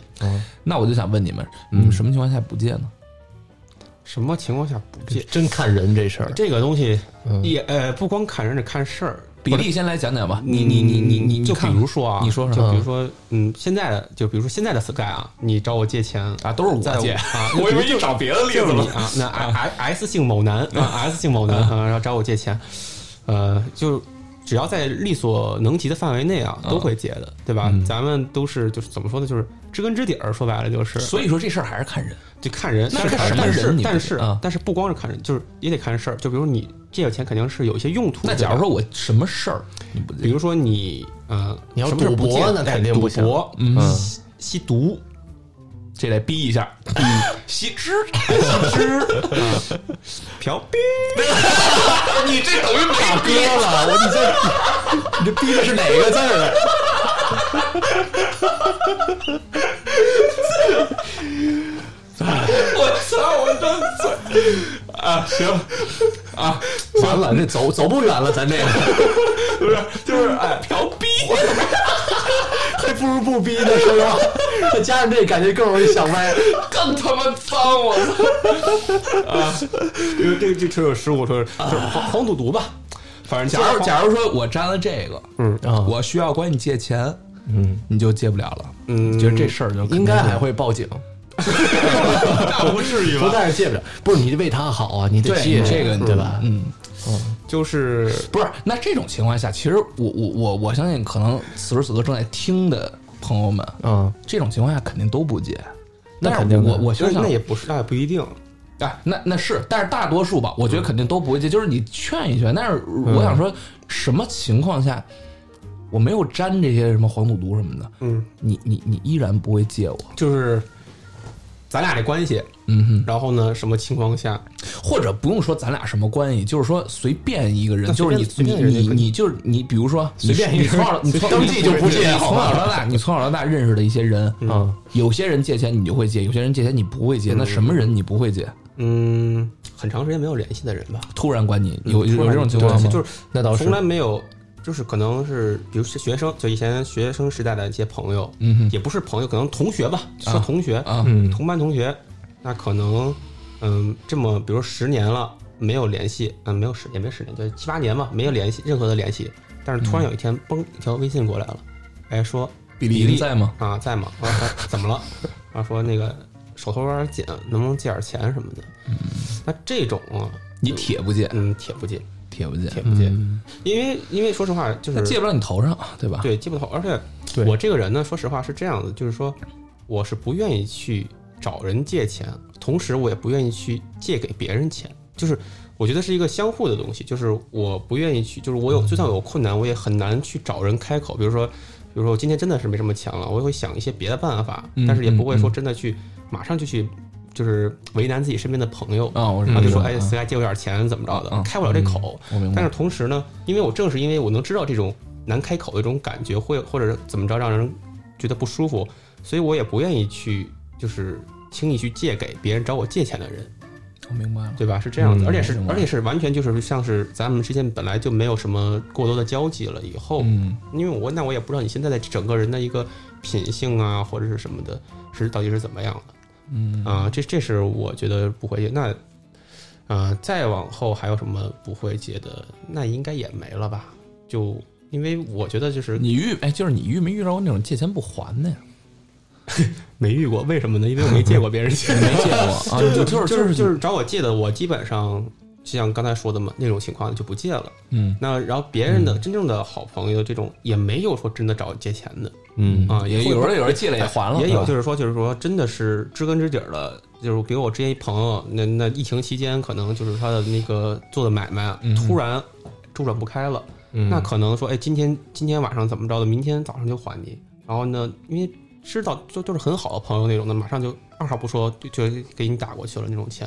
Speaker 1: 那我就想问你们，你们什么情况下不借呢？
Speaker 2: 什么情况下不借？
Speaker 3: 真看人这事儿。
Speaker 2: 这个东西
Speaker 3: 嗯
Speaker 2: 也呃，不光看人，得看事儿。
Speaker 1: 比利先来讲讲吧，你你你你你，
Speaker 2: 就比
Speaker 1: 看
Speaker 2: 如说啊，
Speaker 1: 你说
Speaker 2: 就
Speaker 1: 说
Speaker 2: 比如说，嗯，现在的就比如说现在的 Sky 啊，你找我借钱
Speaker 1: 啊，都是我
Speaker 2: 在
Speaker 1: 借
Speaker 2: 啊，
Speaker 1: 我以为你找别的例
Speaker 2: 就是你啊，那 S S 姓某男啊，S 姓某男啊，然后找我借钱，呃，就只要在力所能及的范围内啊，
Speaker 1: 嗯
Speaker 2: 都会借的，对
Speaker 3: 嗯
Speaker 2: 吧？咱们都是就是怎么说呢，就是知根知底儿，说白了就是
Speaker 1: 所以说这事儿还是看人，
Speaker 2: 就看人，
Speaker 1: 那
Speaker 2: 但是
Speaker 1: 看什么
Speaker 2: 但
Speaker 1: 人
Speaker 2: 是
Speaker 1: 你
Speaker 2: 但
Speaker 1: 不
Speaker 2: 是
Speaker 1: 啊
Speaker 2: 但是不光是看人，就是也得看事儿。就比如你借的钱肯定是有一些用途的。
Speaker 1: 那假如说我什么事儿你不
Speaker 2: 比
Speaker 1: 借，
Speaker 2: 如说你呃，
Speaker 3: 你要
Speaker 2: 什么事儿不
Speaker 3: 赌博
Speaker 2: 借
Speaker 3: 那
Speaker 2: 哎
Speaker 3: 肯定
Speaker 2: 赌
Speaker 3: 不行
Speaker 2: 博
Speaker 1: 嗯
Speaker 2: 吸吸毒，
Speaker 1: 这得逼一下，吸脂，
Speaker 2: 吃嫖逼， [LAUGHS]
Speaker 1: 你这等于没逼。
Speaker 3: 了，我你这你这逼的是哪个字儿啊？
Speaker 1: [LAUGHS] 我操！我真啊，行啊，
Speaker 3: 完了，这走走不远了，咱这个
Speaker 1: 不是，就是哎，嫖逼，
Speaker 3: 还不如不逼呢，是吧？再加上这感觉更容易想歪。
Speaker 1: 更他妈脏！我操！
Speaker 2: 这个这个这个失误，说是就是黄黄赌毒吧。反正
Speaker 1: 假如
Speaker 2: 如
Speaker 1: 假如说我沾了这个，
Speaker 2: 嗯
Speaker 3: 啊
Speaker 1: 我需要管你借钱，
Speaker 3: 嗯，
Speaker 1: 你就借不了了。
Speaker 2: 嗯
Speaker 1: 觉得这事儿就肯定
Speaker 3: [LAUGHS] 应该
Speaker 1: 是
Speaker 3: 还会报警，
Speaker 2: 那不至于
Speaker 3: 不
Speaker 2: 吧？
Speaker 3: 但是戒不了，不是你为他好啊，你得
Speaker 1: 对
Speaker 3: 戒
Speaker 1: 这个
Speaker 3: 对吧？
Speaker 1: 嗯，
Speaker 2: 就是
Speaker 1: 不是。那这种情况下，其实我我我我相信，可能此时此刻正在听的朋友们，
Speaker 3: 嗯，
Speaker 1: 这种情况下肯定都不借。
Speaker 3: 那
Speaker 1: 但
Speaker 3: 肯
Speaker 1: 是
Speaker 3: 定的
Speaker 1: 我我
Speaker 2: 就
Speaker 1: 想
Speaker 2: 是
Speaker 1: 想
Speaker 2: 那，也不是，那也不一定。
Speaker 1: 哎，那那是，但是大多数吧，
Speaker 2: 嗯
Speaker 1: 我觉得肯定都不会借，就是你劝一劝。但是我想说，什么情况下我没有沾这些什么黄赌毒什么的，
Speaker 2: 嗯，
Speaker 1: 你你你依然不会借我，
Speaker 2: 就是咱俩这关系，
Speaker 1: 嗯哼，
Speaker 2: 然后呢，什么情况下？
Speaker 1: 或者不用说咱俩什么关系，就是说随便一个人，
Speaker 2: 那随
Speaker 1: 就是
Speaker 2: 便
Speaker 1: 你
Speaker 2: 随便一
Speaker 1: 你
Speaker 2: 个人
Speaker 1: 你
Speaker 2: 就可以
Speaker 1: 你就是你，比如说
Speaker 2: 随便一
Speaker 1: 你你
Speaker 2: 个人
Speaker 1: 从小你从
Speaker 2: 登记就不借
Speaker 1: 你
Speaker 2: 好
Speaker 1: 从
Speaker 2: 吧
Speaker 1: 小到大你从小到大认识的一些人
Speaker 3: 嗯，
Speaker 1: 有些人借钱你就会借，有些人借钱你不会借，那什么人你不会借？
Speaker 2: 嗯，很长时间没有联系的人吧，
Speaker 1: 突然管你有
Speaker 2: 突
Speaker 1: 有
Speaker 2: 然
Speaker 1: 这种情况
Speaker 2: 对
Speaker 1: 吗？
Speaker 2: 就是
Speaker 3: 那倒是
Speaker 2: 从来没有，就是可能是比如是学生，就以前学生时代的一些朋友，
Speaker 1: 嗯哼
Speaker 2: 也不是朋友，可能同学吧，是
Speaker 1: 啊
Speaker 2: 同学，
Speaker 1: 啊，
Speaker 3: 嗯
Speaker 2: 同班同学，那可能嗯，这么比如十年了没有联系，嗯，没有十也没十年，就七八年吧，没有联系任何的联系，但是突然有一天，嘣，一条微信过来了，哎，说
Speaker 1: 嗯比利在吗？
Speaker 2: 啊，在吗？我说哎怎么了？ [LAUGHS] 啊，说那个手头有点紧，能不能借点钱什么的？
Speaker 1: 嗯
Speaker 2: 那这种啊，
Speaker 1: 你铁不借，
Speaker 2: 嗯，铁不借，
Speaker 1: 铁不借，
Speaker 2: 铁不借，
Speaker 1: 嗯
Speaker 2: 因为因为说实话就
Speaker 1: 那
Speaker 2: 是
Speaker 1: 借不到你头上，对吧？
Speaker 2: 对借不透，而且
Speaker 3: 对
Speaker 2: 我这个人呢，说实话是这样的，就是说我是不愿意去找人借钱，同时我也不愿意去借给别人钱，就是。我觉得是一个相互的东西，就是我不愿意去，就是我有
Speaker 1: 嗯
Speaker 2: 就算我有困难，我也很难去找人开口。比如说，比如说我今天真的是没什么钱了，我也会想一些别的办法，
Speaker 1: 嗯
Speaker 2: 但是也不会说
Speaker 1: 嗯嗯
Speaker 2: 真的去马上就去就是为难自己身边的朋友，
Speaker 1: 啊，我知
Speaker 2: 然
Speaker 1: 道
Speaker 2: 后就说
Speaker 1: 嗯
Speaker 2: 哎，谁来借我点钱怎么着
Speaker 1: 嗯
Speaker 2: 的，开不了这口。
Speaker 1: 我明白
Speaker 2: 但是。同时呢，因为我正是因为我能知道这种难开口的这种感觉，会或者怎么着让人觉得不舒服，所以我也不愿意去就是轻易去借给别人找我借钱的人，
Speaker 1: 我明白了。
Speaker 2: 对吧？是这样子，
Speaker 3: 嗯
Speaker 2: 而且是
Speaker 1: 明白
Speaker 2: 而且是完全就是像是咱们之间本来就没有什么过多的交集了，以后，
Speaker 1: 嗯，
Speaker 2: 因为我那我也不知道你现在的整个人的一个品性啊或者是什么的，是到底是怎么样的，
Speaker 1: 嗯
Speaker 2: 啊，这这是我觉得不会借那。呃，再往后还有什么不会借的？那应该也没了吧？就因为我觉得就是
Speaker 1: 你遇哎，就是你遇没遇到过那种借钱不还的呀？
Speaker 2: 没遇过，为什么呢？因为我没借过别人
Speaker 1: [LAUGHS]
Speaker 2: 钱，
Speaker 1: 没借过啊，就
Speaker 2: [LAUGHS] 就是就是
Speaker 1: 就，
Speaker 2: 就是是找我借的，我基本上就像刚才说的嘛，那种情况就不借了。
Speaker 1: 嗯，
Speaker 2: 那然后别人的真正的好朋友，这种也没有说真的找我借钱的
Speaker 3: 嗯
Speaker 2: 啊，
Speaker 1: 也
Speaker 2: 会
Speaker 1: 有人有人借了也还了，啊
Speaker 2: 也有
Speaker 1: 是吧
Speaker 2: 就是说就是说真的是知根知底儿的，就是比如我之前一朋友，那那疫情期间可能就是他的那个做的买卖啊
Speaker 1: 嗯
Speaker 2: 突然周转不开了，
Speaker 3: 嗯
Speaker 2: 那可能说哎今天今天晚上怎么着的，明天早上就还你，然后呢因为知道就都是很好的朋友那种的，马上就二话不说就就给你打过去了那种钱，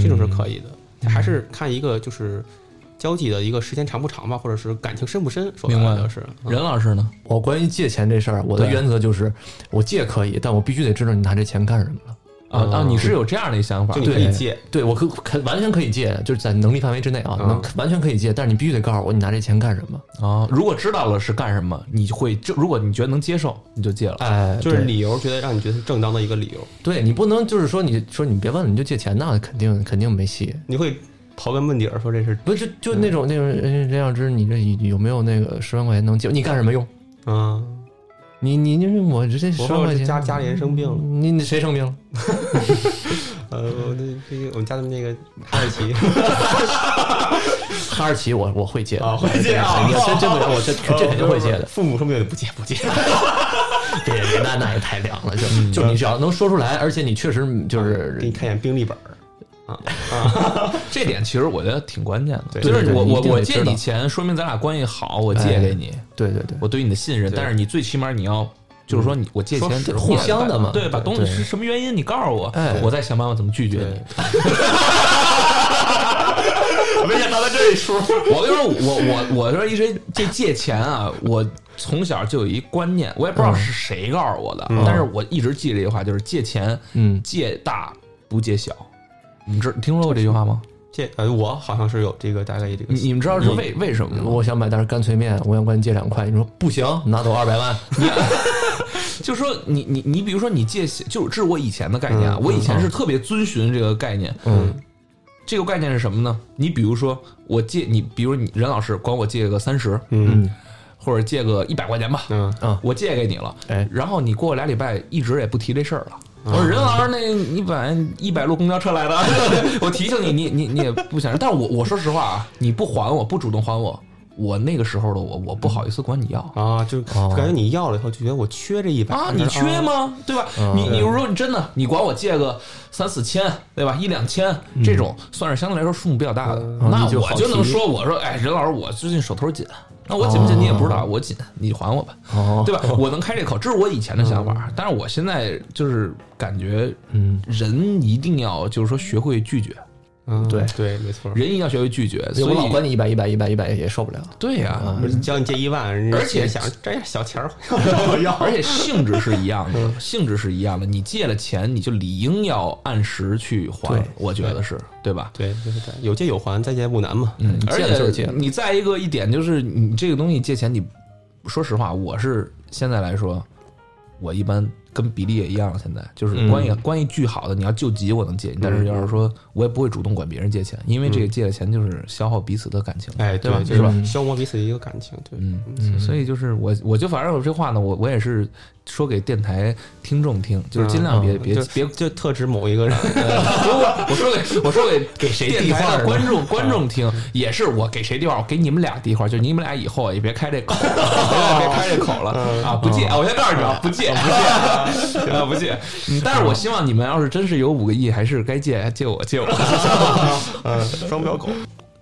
Speaker 2: 这种是可以的，还是看一个就是。交际的一个时间长不长吧，或者是感情深不深，说白
Speaker 1: 明白
Speaker 2: 了
Speaker 1: 了
Speaker 2: 就是。嗯
Speaker 1: 任老师呢？
Speaker 3: 我关于借钱这事儿，我的
Speaker 1: 对
Speaker 3: 原则就是，我借可以，但我必须得知道你拿这钱干什么了。
Speaker 1: 啊啊，
Speaker 2: 嗯
Speaker 1: 你是有这样的一想法
Speaker 2: 就？你可以借，
Speaker 3: 对我可可完全可以借，就是在能力范围之内啊，
Speaker 2: 嗯
Speaker 3: 能完全可以借，但是你必须得告诉我你拿这钱干什么。
Speaker 1: 啊，如果知道了是干什么，你会就如果你觉得能接受，你就借了。
Speaker 3: 哎，
Speaker 2: 就是
Speaker 3: 对
Speaker 2: 理由，觉得让你觉得是正当的一个理由。
Speaker 3: 对你不能就是说你说你别问了，你就借钱，那肯定肯定没戏。
Speaker 2: 你会刨根问底儿说这是
Speaker 3: 不是就就那种那种人家要知你这有没有那个十万块钱能借？你干什么用？
Speaker 2: 啊？
Speaker 3: 你你你我这
Speaker 2: 我
Speaker 3: 十万
Speaker 2: 说
Speaker 3: 块
Speaker 2: 是
Speaker 3: 钱
Speaker 2: 家家里人生病了，
Speaker 3: 你你谁生病了？
Speaker 2: 呃，我那这个我们家的那个哈
Speaker 1: [LAUGHS]
Speaker 2: 士奇
Speaker 3: 哈士奇我我会借的
Speaker 2: 啊会借啊
Speaker 3: 对对对真真不我这这肯定会借的。
Speaker 2: 父母说不定就不借不借，
Speaker 3: 别别，那那也太凉了，就就你只要能说出来，而且你确实嗯就是
Speaker 2: 给你看一眼病历本儿啊
Speaker 1: 这点其实我觉得挺关键的，
Speaker 2: 对
Speaker 1: 就
Speaker 3: 对
Speaker 1: 是
Speaker 3: 对
Speaker 1: 我
Speaker 3: 你一
Speaker 1: 我
Speaker 3: 定
Speaker 1: 我
Speaker 3: 得
Speaker 1: 借
Speaker 3: 知道
Speaker 1: 你钱，说明咱俩关系好，
Speaker 2: 哎
Speaker 1: 我借给你，
Speaker 3: 对对对，嗯
Speaker 1: 我对你的信任，
Speaker 2: 对
Speaker 1: 但是你最起码你要。就是说，你我借
Speaker 2: 说
Speaker 1: 钱
Speaker 2: 是
Speaker 1: 得
Speaker 3: 互相
Speaker 1: 换
Speaker 3: 的嘛
Speaker 1: 对，把东西
Speaker 3: 对
Speaker 1: 是什么原因，你告诉我
Speaker 3: 哎，
Speaker 1: 我再想办法怎么拒绝你
Speaker 2: 对。 [LAUGHS] 没想到在这一说，
Speaker 1: 我跟你说，我我我说一谁这借钱
Speaker 3: [LAUGHS]
Speaker 1: 啊，我从小就有一观念，我也不知道
Speaker 3: 嗯
Speaker 1: 是谁告诉我的，但是我一直记着一句话，就是借钱
Speaker 3: 嗯，
Speaker 1: 借大不借小。你们知听说过这句话
Speaker 3: 嗯
Speaker 1: 吗？
Speaker 2: 这呃，我好像是有这个大概这个
Speaker 1: 你你们知道是为为什么吗？
Speaker 3: 嗯我想买袋干脆面，我想管你借两块，你说不行，拿走二百万，
Speaker 1: 就说你你你，比如说你借，就是这是我以前的概念啊，
Speaker 2: 嗯
Speaker 1: 我以前是特别遵循这个概念，
Speaker 3: 嗯，
Speaker 1: 这个概念是什么呢？你比如说，我借你，比如你任老师管我借个三十，
Speaker 2: 嗯
Speaker 1: 或者借个一百块钱吧，啊
Speaker 2: 嗯
Speaker 3: 嗯
Speaker 1: 我借给你了，
Speaker 3: 哎
Speaker 1: 然后你过俩礼拜一直也不提这事儿了。
Speaker 2: 嗯
Speaker 1: 我说任老师，那你把一百路公交车
Speaker 2: [LAUGHS]
Speaker 1: 来的，我提醒你，你你你也不想，但是我我说实话啊，你不还我，不主动还我，我那个时候的我，我不好意思管你要。
Speaker 2: 啊，就感觉你要了以后就觉得我缺这一百
Speaker 1: 哦
Speaker 2: 嗯
Speaker 1: 啊，你缺？吗？对吧？
Speaker 3: 嗯
Speaker 1: 你
Speaker 2: 对
Speaker 1: 你如果你真的，你管我借个三四千，对吧？一两千这种，算是相对来说数目比较大的，那
Speaker 3: 嗯啊你就
Speaker 1: 我
Speaker 3: 好
Speaker 1: 就能
Speaker 3: 提
Speaker 1: 说，我说，哎，任老师，我最近手头紧，那我紧不紧你也不知道，我紧，你还我吧，
Speaker 3: 哦
Speaker 1: 对吧？我能开这口，这是我以前的想法，但是我现在就是感觉，
Speaker 3: 嗯，
Speaker 1: 人一定要就是说学会拒绝，
Speaker 2: 嗯，
Speaker 3: 对
Speaker 2: 对，没错。
Speaker 1: 人一定要学会拒绝，所
Speaker 3: 哎我老啊管
Speaker 1: 以
Speaker 3: 你一百一百一百一百也受不了。
Speaker 1: 对呀、
Speaker 2: 叫你借一万，人家
Speaker 1: 而且
Speaker 2: 想这样小钱儿，
Speaker 1: [LAUGHS] 而且性质是一样
Speaker 3: 嗯
Speaker 1: 的，性质是一样的。你借了钱，你就理应要按时去还
Speaker 3: 对，
Speaker 1: 我觉得是对吧？
Speaker 2: 对对对，有借有还，再借不难嘛。
Speaker 1: 嗯，而
Speaker 3: 借了就是借
Speaker 1: 且
Speaker 3: 了
Speaker 1: 你再一个一点就是，你这个东西借钱，你说实话，我是现在来说，我一般跟比利也一样，现在就是
Speaker 2: 嗯
Speaker 1: 关系关系巨好的，你要救急我能借你，但
Speaker 3: 嗯
Speaker 1: 是要是说我也不会主动管别人借钱，因为这个借了钱就是消耗彼此的感情，
Speaker 2: 哎，
Speaker 1: 对吧？嗯
Speaker 2: 就是
Speaker 1: 吧？
Speaker 2: 消磨彼此的一个感情，对，
Speaker 1: 嗯，所以就是我，我就反正我这话呢，我我也是说给电台听众听，嗯就是尽量别、别
Speaker 2: 就
Speaker 1: 别， [LAUGHS]
Speaker 2: 就特指某一个 [LAUGHS] 人，
Speaker 1: 我说给我说 [LAUGHS] 给
Speaker 3: 给谁
Speaker 1: 电
Speaker 3: 递话
Speaker 1: 台的
Speaker 3: 儿呢
Speaker 1: 观众观众听，也是我给谁递话，我给你们俩递话，就你们俩以后也别开这口， [LAUGHS] 别开这口了啊，不借，啊我先告诉你们啊，不借， [LAUGHS] 啊不借，嗯但是我希望你们要是真是有五个亿，还是该借借我借我。 [LAUGHS]
Speaker 2: 嗯，双标狗，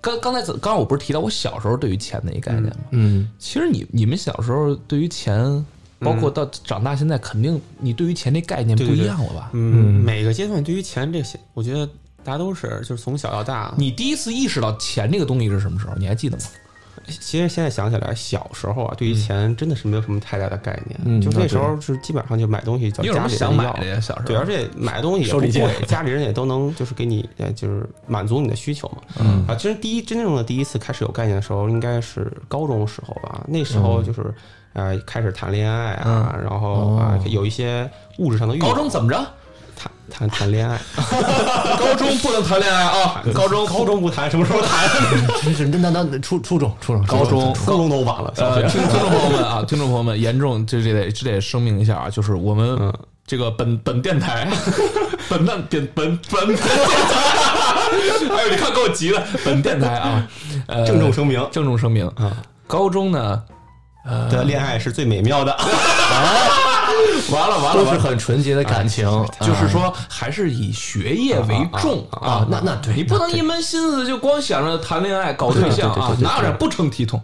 Speaker 1: 刚刚才怎刚刚我不是提到我小时候对于钱的一个概念吗？
Speaker 3: 嗯，
Speaker 1: 其实你你们小时候对于钱，包括到长大现在，肯定你对于钱这概念不
Speaker 2: 对对
Speaker 1: 一
Speaker 2: 对
Speaker 1: 样了吧？
Speaker 2: 嗯，每个阶段对于钱这些，我觉得大家都是，就是从小到大，
Speaker 1: 你第一次意识到钱这个东西是什么时候？你还记得吗？
Speaker 2: 其实现在想起来，小时候啊，对于钱真的是没有什么太大的概念，
Speaker 3: 嗯
Speaker 2: 就
Speaker 3: 那
Speaker 2: 那时候是基本上就买东西，找
Speaker 1: 你有什
Speaker 2: 家
Speaker 1: 么
Speaker 2: 里
Speaker 1: 想
Speaker 2: 人
Speaker 1: 买
Speaker 2: 要。
Speaker 1: 的呀？小时候
Speaker 2: 对，而且买东西也不
Speaker 3: 手里
Speaker 2: 贵
Speaker 3: 借，
Speaker 2: [LAUGHS] 家里人也都能就是给你，呃，就是满足你的需求嘛。
Speaker 3: 嗯
Speaker 2: 啊，其实第一真正的第一次开始有概念的时候，应该是高中的时候吧。那时
Speaker 1: 嗯
Speaker 2: 候就是，呃，开始谈恋爱啊，然后啊，有一些物质上的欲望。
Speaker 1: 哦高中怎么着？
Speaker 2: 谈谈谈恋爱，
Speaker 1: [LAUGHS] 高中不能谈恋爱啊！高中
Speaker 2: 高中不谈，什么时候谈？
Speaker 3: 真是那那那初初中初
Speaker 1: [LAUGHS]
Speaker 3: 中
Speaker 1: 高中
Speaker 3: 初中都晚了，
Speaker 1: 呃，听听众朋友们啊， [LAUGHS] 听众朋友们，严重这这得这得声明一下啊，就是我们
Speaker 2: 嗯
Speaker 1: 这个本本电台， [LAUGHS] 本本本本本电台， [LAUGHS] 哎呦，你看给我急的，本电台啊，呃，
Speaker 2: 郑重声明
Speaker 1: 郑重声明嗯
Speaker 2: 啊，
Speaker 1: 高中呢，呃
Speaker 2: 的恋爱是最美妙的。
Speaker 1: 完了完了
Speaker 3: 都是
Speaker 1: 完了，
Speaker 3: 很纯洁的感情，
Speaker 1: 就是说还是以学业为重啊
Speaker 3: 啊，那那对
Speaker 1: 你不能一门心思就光想着谈恋爱搞对象啊，哪有点不成体统？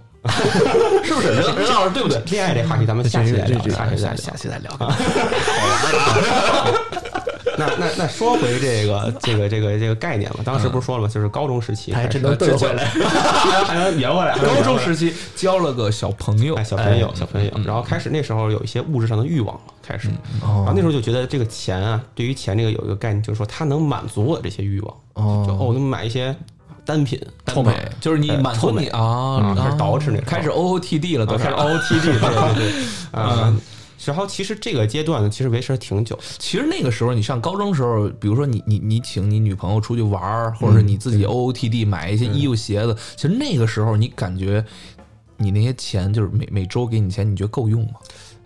Speaker 1: 是不是？任任老师对不对？
Speaker 2: [LAUGHS] 恋爱这话题咱们下期再聊，下期再聊。啊
Speaker 3: 下期再聊。
Speaker 2: [LAUGHS] 那那那说回这个这个这个这个概念吧，当时不是说了吗？就是高中时期
Speaker 3: 还
Speaker 2: 开始，
Speaker 3: 真能
Speaker 1: 哎这
Speaker 3: 对
Speaker 1: 这
Speaker 3: 回来，
Speaker 2: [LAUGHS] 还能圆回来。
Speaker 1: [LAUGHS] 高中时期交了个小朋友
Speaker 2: 哎，，小朋友小朋友，然后开始那时候有一些物质上的欲望了，开始，然后那时候就觉得这个钱啊，对于钱这个有一个概念，就是说它能满足我这些欲望，
Speaker 3: 哦
Speaker 2: 就哦，我能买一些单品，
Speaker 1: 臭美，就是你满足你啊
Speaker 2: 啊，开始捯饬那种
Speaker 1: 开始 OOTD 了，都
Speaker 2: 我
Speaker 1: 是
Speaker 2: 啊开始 OOTD，对对对，啊。然后其实这个阶段呢，其实维持了挺久，
Speaker 1: 其实那个时候，你上高中时候，比如说你你你请你女朋友出去玩儿，或者是你自
Speaker 2: 嗯
Speaker 1: 己 OOTD 买一些衣服鞋子，其实那个时候你感觉你那些钱就是每每周给你钱，你觉得够用吗？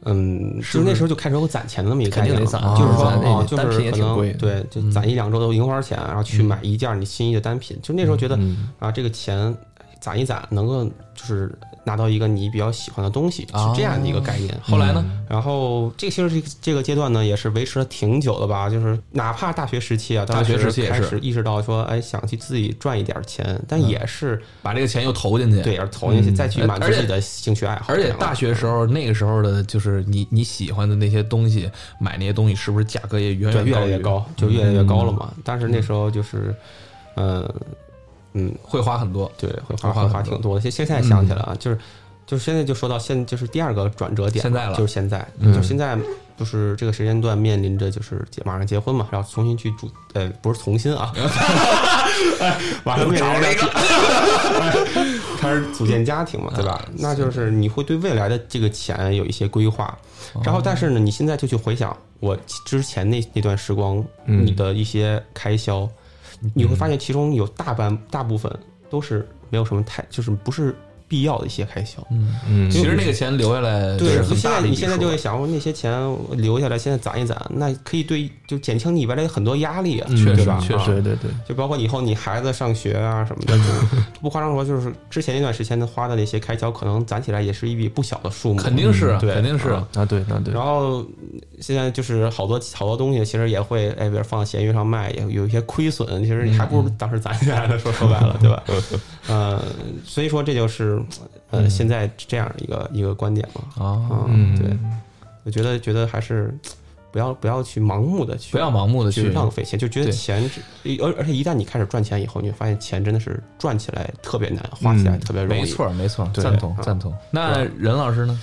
Speaker 2: 嗯，就那时候就开始有攒钱的那么一个概
Speaker 3: 肯定
Speaker 2: 念
Speaker 3: 得
Speaker 2: 了，
Speaker 3: 攒
Speaker 2: 就是
Speaker 3: 啊
Speaker 2: 说
Speaker 3: 攒那
Speaker 2: 哦，
Speaker 3: 得
Speaker 2: 就
Speaker 3: 单
Speaker 2: 是
Speaker 3: 品也
Speaker 2: 可
Speaker 3: 挺
Speaker 2: 能
Speaker 3: 贵
Speaker 2: 对，
Speaker 1: 嗯
Speaker 2: 就攒一两周的零花钱，然后去买一件你心仪的单品。就那时候觉得
Speaker 1: 嗯
Speaker 2: 啊，这个钱攒一攒，能够就是拿到一个你比较喜欢的东西，
Speaker 1: 啊
Speaker 2: 是这样的一个概念。嗯
Speaker 1: 后来呢？
Speaker 2: 然后这其实这个这个阶段呢，也是维持了挺久的吧，就是哪怕大学时期啊，当
Speaker 1: 大学
Speaker 2: 时
Speaker 1: 时期也
Speaker 2: 开
Speaker 1: 是
Speaker 2: 始意识到说，哎，想去自己赚一点钱，但也是
Speaker 1: 把这个钱又投进去，
Speaker 2: 对，而投进去再去满
Speaker 1: 嗯
Speaker 2: 足
Speaker 1: 而且
Speaker 2: 自己的兴趣爱好。
Speaker 1: 而
Speaker 2: 这
Speaker 1: 且
Speaker 2: 样
Speaker 1: 大学时候那个时候的，就是你你喜欢的那些东西，买那些东西是不是价格也远
Speaker 2: 对，
Speaker 1: 远
Speaker 2: 越
Speaker 1: 高于嗯
Speaker 2: 来越，高，就越来越高了嘛。但是那时候就是，呃，嗯，
Speaker 1: 会花很多。
Speaker 2: 对，会花
Speaker 1: 花
Speaker 2: 会
Speaker 1: 很多
Speaker 2: 花
Speaker 1: 嗯
Speaker 2: 挺多的。现现在想起来啊，就是就是现在就说到现就是第二个转折点，
Speaker 1: 现在了嗯
Speaker 2: 就是现在，就现在就是这个时间段面临着就是结马上结婚嘛，然后重新去主呃不是
Speaker 1: [LAUGHS]
Speaker 2: 重新啊， [LAUGHS] 马上面临着开始组建家庭嘛，对吧？
Speaker 1: 嗯
Speaker 2: 那就是你会对未来的这个钱有一些规划，
Speaker 1: 哦
Speaker 2: 然后但是呢，你
Speaker 1: 嗯
Speaker 2: 现在就去回想我之前那那段时光，你的一些开销，你会发现其中有大半大部分都是没有什么太就是不是必要的一些开销。
Speaker 1: 嗯，
Speaker 3: 嗯
Speaker 1: 其实那个钱留下来
Speaker 2: 对
Speaker 1: 是，
Speaker 2: 你
Speaker 1: 很
Speaker 2: 现
Speaker 1: 大
Speaker 2: 在
Speaker 1: 的一
Speaker 2: 你
Speaker 1: 笔
Speaker 2: 现在
Speaker 1: 数
Speaker 2: 就会
Speaker 1: 了
Speaker 2: 想，我那些钱留下来，现在攒一攒，那可以对就减轻你未来的很多压力啊，
Speaker 3: 嗯
Speaker 1: 确
Speaker 2: 对
Speaker 1: 实
Speaker 2: 吧？
Speaker 3: 确
Speaker 2: 啊
Speaker 3: 实，对对，
Speaker 2: 就包括以后你孩子上学啊什么
Speaker 1: [LAUGHS]
Speaker 2: 的，就不夸张说，就是之前一段时间的花的那些开销，可能攒起来也是一笔不小的数目。
Speaker 1: 肯定是啊，
Speaker 2: 嗯对
Speaker 1: 肯定是啊。
Speaker 2: 啊
Speaker 3: 那对那对
Speaker 2: 然，后嗯现在就是好多好多东西，其实也会哎，比如放到闲鱼上卖，也有一些亏损。其实你还不
Speaker 1: 嗯
Speaker 2: 如当时攒起来的，说说白了，对吧？呃，所以说这就是
Speaker 1: 嗯
Speaker 2: 呃现在这样一个一个观点嘛。
Speaker 1: 啊，
Speaker 2: 嗯，对，我觉得觉得还是不要不要去盲目的去
Speaker 1: 不要盲目的
Speaker 2: 去
Speaker 1: 去
Speaker 2: 浪费钱，就觉得
Speaker 1: 对
Speaker 2: 钱只，而而且一旦你开始赚钱以后，你会发现钱真的是赚起来特别难，花起来特别容易。
Speaker 1: 没错，没错，
Speaker 3: 对
Speaker 1: 赞同
Speaker 2: 啊，
Speaker 1: 赞同。那任老师呢？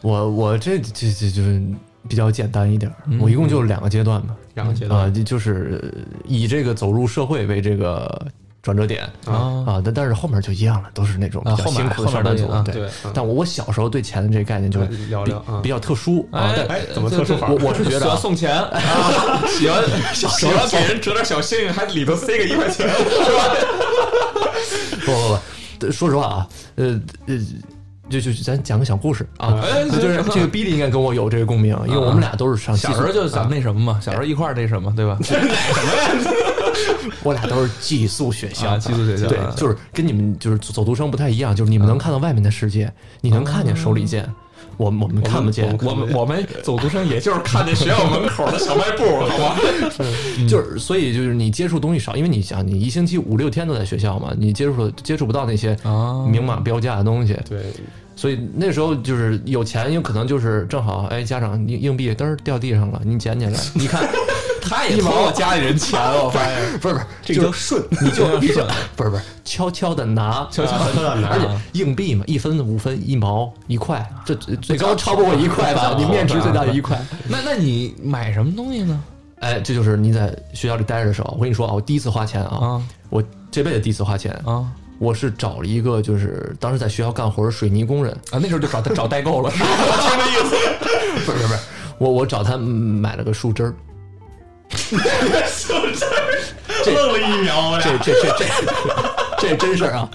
Speaker 3: 我我这这这就是比较简单一点儿，
Speaker 1: 嗯
Speaker 3: 我一共就两个阶段嘛，
Speaker 2: 然后觉
Speaker 3: 啊，
Speaker 2: 得
Speaker 3: 就就是以这个走入社会为这个转折点
Speaker 1: 啊，
Speaker 3: 啊，但但是后面就一样了，都是那种比
Speaker 1: 啊
Speaker 3: 较
Speaker 1: 后面
Speaker 3: 辛
Speaker 1: 后
Speaker 3: 苦的
Speaker 1: 面
Speaker 3: 上班
Speaker 1: 都一
Speaker 3: 族
Speaker 1: 样啊，哎
Speaker 3: 对。
Speaker 2: 对，嗯
Speaker 3: 但我我小时候对钱的这个概念就是
Speaker 2: 嗯聊
Speaker 3: 比
Speaker 2: 聊啊
Speaker 3: 比较特殊啊，但
Speaker 2: 哎怎么特殊法
Speaker 3: 我我是觉得啊
Speaker 1: 送 [LAUGHS] 钱，喜欢喜欢给人折点小幸运，还里头塞个一块钱，
Speaker 3: 不不不，说实话啊，呃呃，就就咱讲个小故事啊，
Speaker 1: 哎啊
Speaker 3: 就是这个 Billy 应该跟我有这个共鸣，因为我们俩都是上寄
Speaker 1: 小时
Speaker 3: 宿
Speaker 1: 候，就咱们那什么嘛，小时候一块儿那什么，对吧？
Speaker 3: 我俩都是寄宿学校
Speaker 1: 啊，。啊寄宿学校，
Speaker 3: 对，就是跟你们就是走走读生不太一样，就是你们能看到外面的世界，你能看见手里剑，我我们看不见，
Speaker 1: 啊我们我们走读生，也就是看见学校门口的小卖部，好吗？
Speaker 3: 就是所以就是你接触东西少，因为你想你一星期五六天都在学校嘛，你接触了接触不到那些
Speaker 1: 啊
Speaker 3: 明码标价的东西，
Speaker 2: [LAUGHS] 对
Speaker 3: 所以那时候就是有钱，有可能就是正好哎家长硬硬币嘚儿掉地上了，你捡起来，你看
Speaker 1: 他也偷我家里人钱，我发现
Speaker 3: 不是不是，
Speaker 2: 这
Speaker 3: 就
Speaker 2: 个
Speaker 3: 是
Speaker 2: 叫顺，
Speaker 3: 你就你
Speaker 1: 是
Speaker 3: 就不是不是悄悄的拿，
Speaker 1: 悄悄的拿
Speaker 3: 而且硬币嘛，一分五分一毛一块，这最高超不过一块吧？你面值最大就一块。
Speaker 1: 那那你买什么东西呢？
Speaker 3: 哎，这就是你在学校里待着的时候，我跟你说啊，我第一次花钱啊
Speaker 1: 啊，
Speaker 3: 我这辈子第一次花钱，
Speaker 1: 啊
Speaker 3: 我是找了一个就是当时在学校干活的水泥工人，
Speaker 1: 啊，那时候就找找代购了，是吧？
Speaker 3: 不是不是，我我找他买了个树枝儿，
Speaker 4: 愣了一秒，我俩
Speaker 3: 这这这这这是真事儿啊！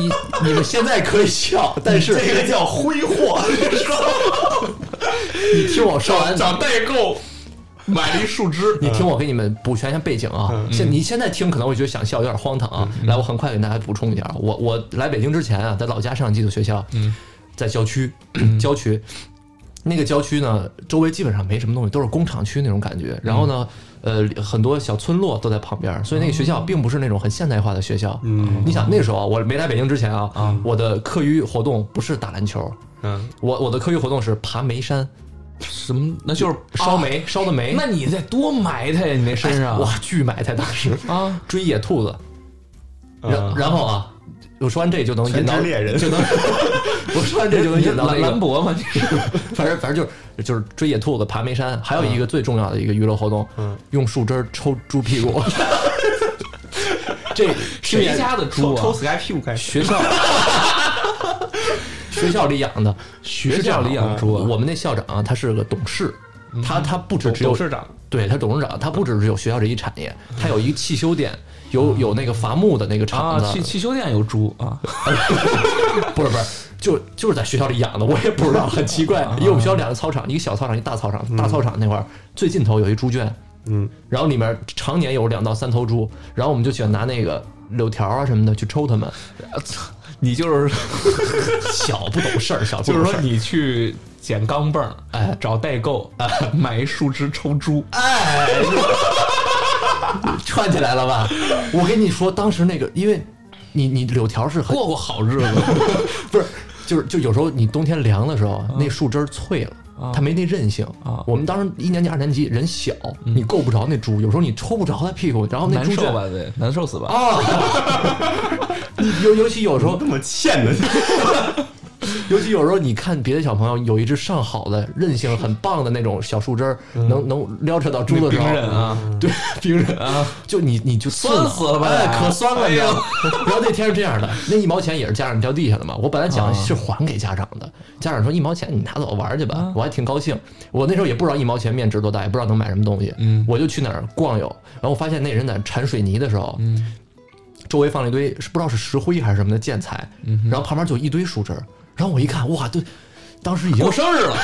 Speaker 3: 你你们现在可以笑，但是
Speaker 4: 这个叫挥霍，
Speaker 3: 你听我说完，
Speaker 1: [LAUGHS] 找代购买了一树枝，
Speaker 3: 你听我给你们补全一下背景啊。现你现在听可能会觉得想笑，有点荒唐啊。来，我很快给大家补充一下啊，我我来北京之前啊，在老家上寄宿学校，在郊区， [CLEARS THROAT] 郊区。那个郊区呢，周围基本上没什么东西，都是工厂区那种感觉。然后呢，呃，很多小村落都在旁边，所以那个学校并不是那种很现代化的学校。嗯，你想那时候啊，我没来北京之前啊，我的课余活动不是打篮球，
Speaker 2: 嗯，
Speaker 3: 我我的课余活动是爬煤山，
Speaker 1: [LAUGHS] 什么？那就是
Speaker 3: 烧煤，烧的煤。
Speaker 1: 啊那你得多埋汰呀，你那身上
Speaker 3: 哇，巨埋汰当时
Speaker 1: 啊！
Speaker 3: 追野兔子，
Speaker 2: 呃
Speaker 3: 然然后啊，我说完这就能引导
Speaker 4: 全职猎人
Speaker 3: 就能我说完这
Speaker 1: 哎
Speaker 3: 就能引导那
Speaker 1: 兰兰
Speaker 3: 个，
Speaker 1: 博嘛，你是
Speaker 3: 反正反正就是就是追野兔子、爬煤山，还有一个最重要的一个娱乐活动，用树枝儿抽猪屁股。这去
Speaker 1: 谁
Speaker 3: 年
Speaker 1: 家的猪
Speaker 2: 抽抽
Speaker 1: 啊？
Speaker 2: 死该屁股开始，
Speaker 3: 学校学校里养的，
Speaker 1: 学校里养猪啊
Speaker 3: 我们那校长啊，他是个董事，他他不止只有
Speaker 2: 董事长
Speaker 3: 对他董事长，他不只是有学校这一产业，他有一个汽修店，有有那个伐木的那个厂
Speaker 1: 啊，
Speaker 3: 子，
Speaker 1: 汽汽修店有猪啊，
Speaker 3: [LAUGHS] 不是不是，就就是在学校里养的，我也不知道，很奇
Speaker 1: 啊
Speaker 3: 怪。因为我们学校两个操场，一个小操场，一个大操
Speaker 1: 嗯
Speaker 3: 场。大操场那块儿最尽头有一猪圈，
Speaker 2: 嗯，
Speaker 3: 然后里面常年有两到三头猪，然后我们就喜欢拿那个柳条啊什么的去抽它们。
Speaker 1: [LAUGHS] 你 [LAUGHS] 就是
Speaker 3: 小不懂事儿，小
Speaker 1: 就
Speaker 3: 不
Speaker 1: 是
Speaker 3: 懂事
Speaker 1: 说
Speaker 3: 儿。
Speaker 1: 你去捡钢镚儿，
Speaker 3: 哎
Speaker 1: 找代购买一树枝抽猪，
Speaker 3: 哎，串起来了吧？我跟你说，当时那个，因为你你柳条是很
Speaker 1: 过过好日子
Speaker 3: [LAUGHS] 不是，就是就有时候你冬天凉的时候，啊那树枝儿脆了。它没那韧性
Speaker 1: 嗯啊嗯
Speaker 3: 我们当时一年级、二年级人小，你够不着那猪，有时候你抽不着它屁股，然后那
Speaker 1: 难
Speaker 3: 猪
Speaker 1: 受
Speaker 3: 就 [LAUGHS]
Speaker 1: 吧？得 [LAUGHS] 难受死吧？
Speaker 3: 啊，你尤尤其有时候
Speaker 4: 这么欠的，
Speaker 3: 尤其有时候你看别的小朋友有一只上好的、韧性很棒的那种小树枝儿，能能撩扯到猪的时
Speaker 1: 嗯
Speaker 3: 候，
Speaker 1: 冰刃啊，
Speaker 3: [LAUGHS] 对，冰刃啊，就你你就刺
Speaker 1: 酸死了吧
Speaker 3: 哎可酸了，你知道吗
Speaker 1: 哎？
Speaker 3: [LAUGHS] 然后那天是这样的，那一毛钱也是家长掉地下的嘛，我
Speaker 1: 啊
Speaker 3: 本来想是还给家长的，家长说一毛钱你拿走玩去
Speaker 1: 啊
Speaker 3: 吧，我还挺高兴。我那时候也不知道一毛钱面值多大，也不知道能买什么东西，
Speaker 1: 嗯
Speaker 3: 我就去哪儿逛悠，然后我发现那人在铲水泥的时候，
Speaker 1: 嗯
Speaker 3: 周围放了一堆是不知道是石灰还是什么的建材，
Speaker 1: 嗯
Speaker 3: 然后旁边就一堆树枝儿，然后我一看，哇，对，当时已经
Speaker 1: [LAUGHS] 过生日了，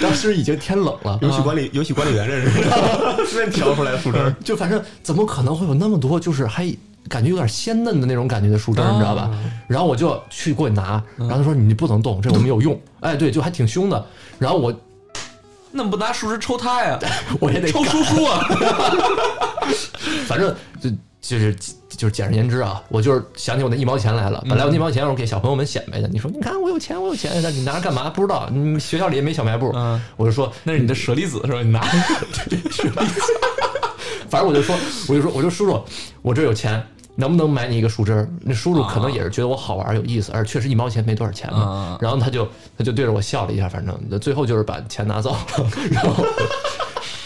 Speaker 3: 当时已经天冷了，
Speaker 2: 游戏管理游戏管理员认识， [LAUGHS] 那调出来树枝儿，
Speaker 3: 就反正怎么可能会有那么多，就是还感觉有点鲜嫩的那种感觉的树枝儿，你知道吧？
Speaker 1: 啊
Speaker 3: 然后我就去过去拿，
Speaker 1: 嗯
Speaker 3: 然后他说你不能动，这我没有用。哎，对，就还挺凶的。然后我
Speaker 1: 那不拿树枝抽他呀？
Speaker 3: 我也得
Speaker 1: 抽叔叔 [LAUGHS] 啊！
Speaker 3: 反正就就是就是简而言之啊，我就是想起我那一毛钱来了。本
Speaker 1: 嗯
Speaker 3: 来我那一毛钱我给小朋友们显摆的，你说你看我有钱，我有钱，那你拿着干嘛？不知道，你们学校里也没小卖部。
Speaker 1: 嗯
Speaker 3: 我就说
Speaker 1: 那是你的舍利子是吧？你拿，
Speaker 3: 反正我就说， [LAUGHS] 我就说，我就叔叔，我这有钱，能不能买你一个树枝儿？那叔叔可能也是觉得我好玩儿有意思，而确实一毛钱没多少钱嘛
Speaker 1: 啊。
Speaker 3: 然后他就他就对着我笑了一下，反正最后就是把钱拿走 [LAUGHS] 了，然后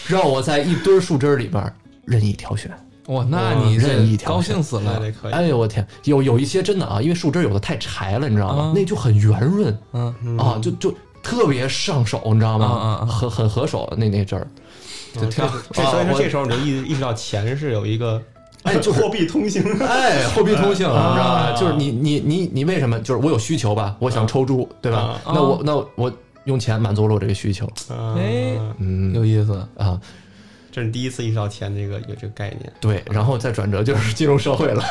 Speaker 3: 让我在一堆树枝儿里边儿任意挑选。
Speaker 1: 哇，那你
Speaker 3: 任意
Speaker 1: 这
Speaker 3: 挑
Speaker 1: 高
Speaker 3: 选
Speaker 1: 兴死了
Speaker 2: 那！得可以。
Speaker 3: 哎呦我天，有有一些真的啊，因为树枝儿有的太柴了，你知道吗？那就很圆润，
Speaker 1: 嗯
Speaker 3: 啊，就就特别上手，你知道吗？
Speaker 1: 嗯嗯嗯
Speaker 3: 很很合手那那阵儿，
Speaker 2: 就
Speaker 1: 挺好
Speaker 2: 嗯这所以
Speaker 3: 啊
Speaker 2: 说
Speaker 3: 我
Speaker 2: 这时候你就意意识到钱是有一个
Speaker 3: 哎就是 [LAUGHS]
Speaker 2: 货币通行，
Speaker 3: 哎，货币通性，你知
Speaker 2: 啊
Speaker 3: 道吧？就是你你你你为什么？就是我有需求吧，我想抽猪，对吧
Speaker 2: 啊？
Speaker 3: 那我那我用钱满足了我这个需求
Speaker 1: 哎
Speaker 2: 啊
Speaker 1: 有意思，
Speaker 3: 啊，
Speaker 2: 这是你第一次意识到钱这个有这个概念。
Speaker 3: 对，然后再转折就是进入社会了，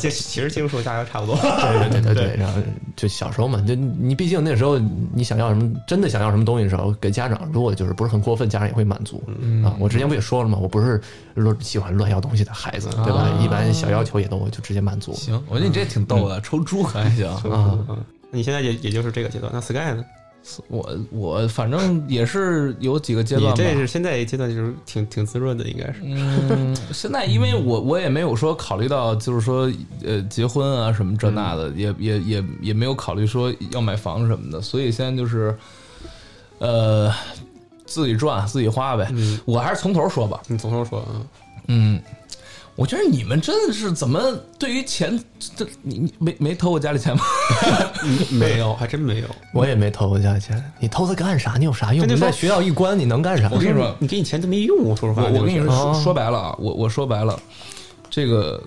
Speaker 2: 这其实金融大家差不多。
Speaker 3: 对对对对，然后就小时候嘛，就你毕竟那时候你想要什么，真的想要什么东西的时候，给家长如果就是不是很过分，家长也会满足啊。我之前不也说了嘛，我不是乱喜欢乱要东西的孩子，对吧？
Speaker 1: 啊
Speaker 3: 一般小要求也都就直接满足。
Speaker 1: 行，我觉得你这挺逗的，抽猪还行。
Speaker 3: 啊
Speaker 2: 嗯，你现在也也就是这个阶段。那 Sky 呢？
Speaker 1: [LAUGHS] 我我反正也是有几个阶
Speaker 2: 你
Speaker 1: 段吧。
Speaker 2: 这是现在阶段就是挺挺滋润的，应该是。
Speaker 1: 嗯，现在因为
Speaker 2: 嗯
Speaker 1: 我我也没有说考虑到，就是说呃结婚啊什么这那的，
Speaker 2: 嗯
Speaker 1: 也也也也没有考虑说要买房什么的，所以现在就是呃自己赚自己花呗。
Speaker 2: 嗯
Speaker 1: 我还是从头说吧，
Speaker 2: 你从头说啊，
Speaker 1: 嗯。我觉得你们真的是怎么对于钱，这你你没没偷过家里钱吗？ [LAUGHS]
Speaker 2: 没有，还真没有。
Speaker 3: 我也没偷过家钱，你偷它干啥？你有啥用？
Speaker 2: 就
Speaker 3: 你在
Speaker 2: 说
Speaker 3: 学校一关，你能干啥？
Speaker 1: 我跟你说，
Speaker 2: 你给你钱都没用，我说实话。
Speaker 1: 我我跟你说
Speaker 3: 哦
Speaker 1: 说说白了啊，我我说白了，这个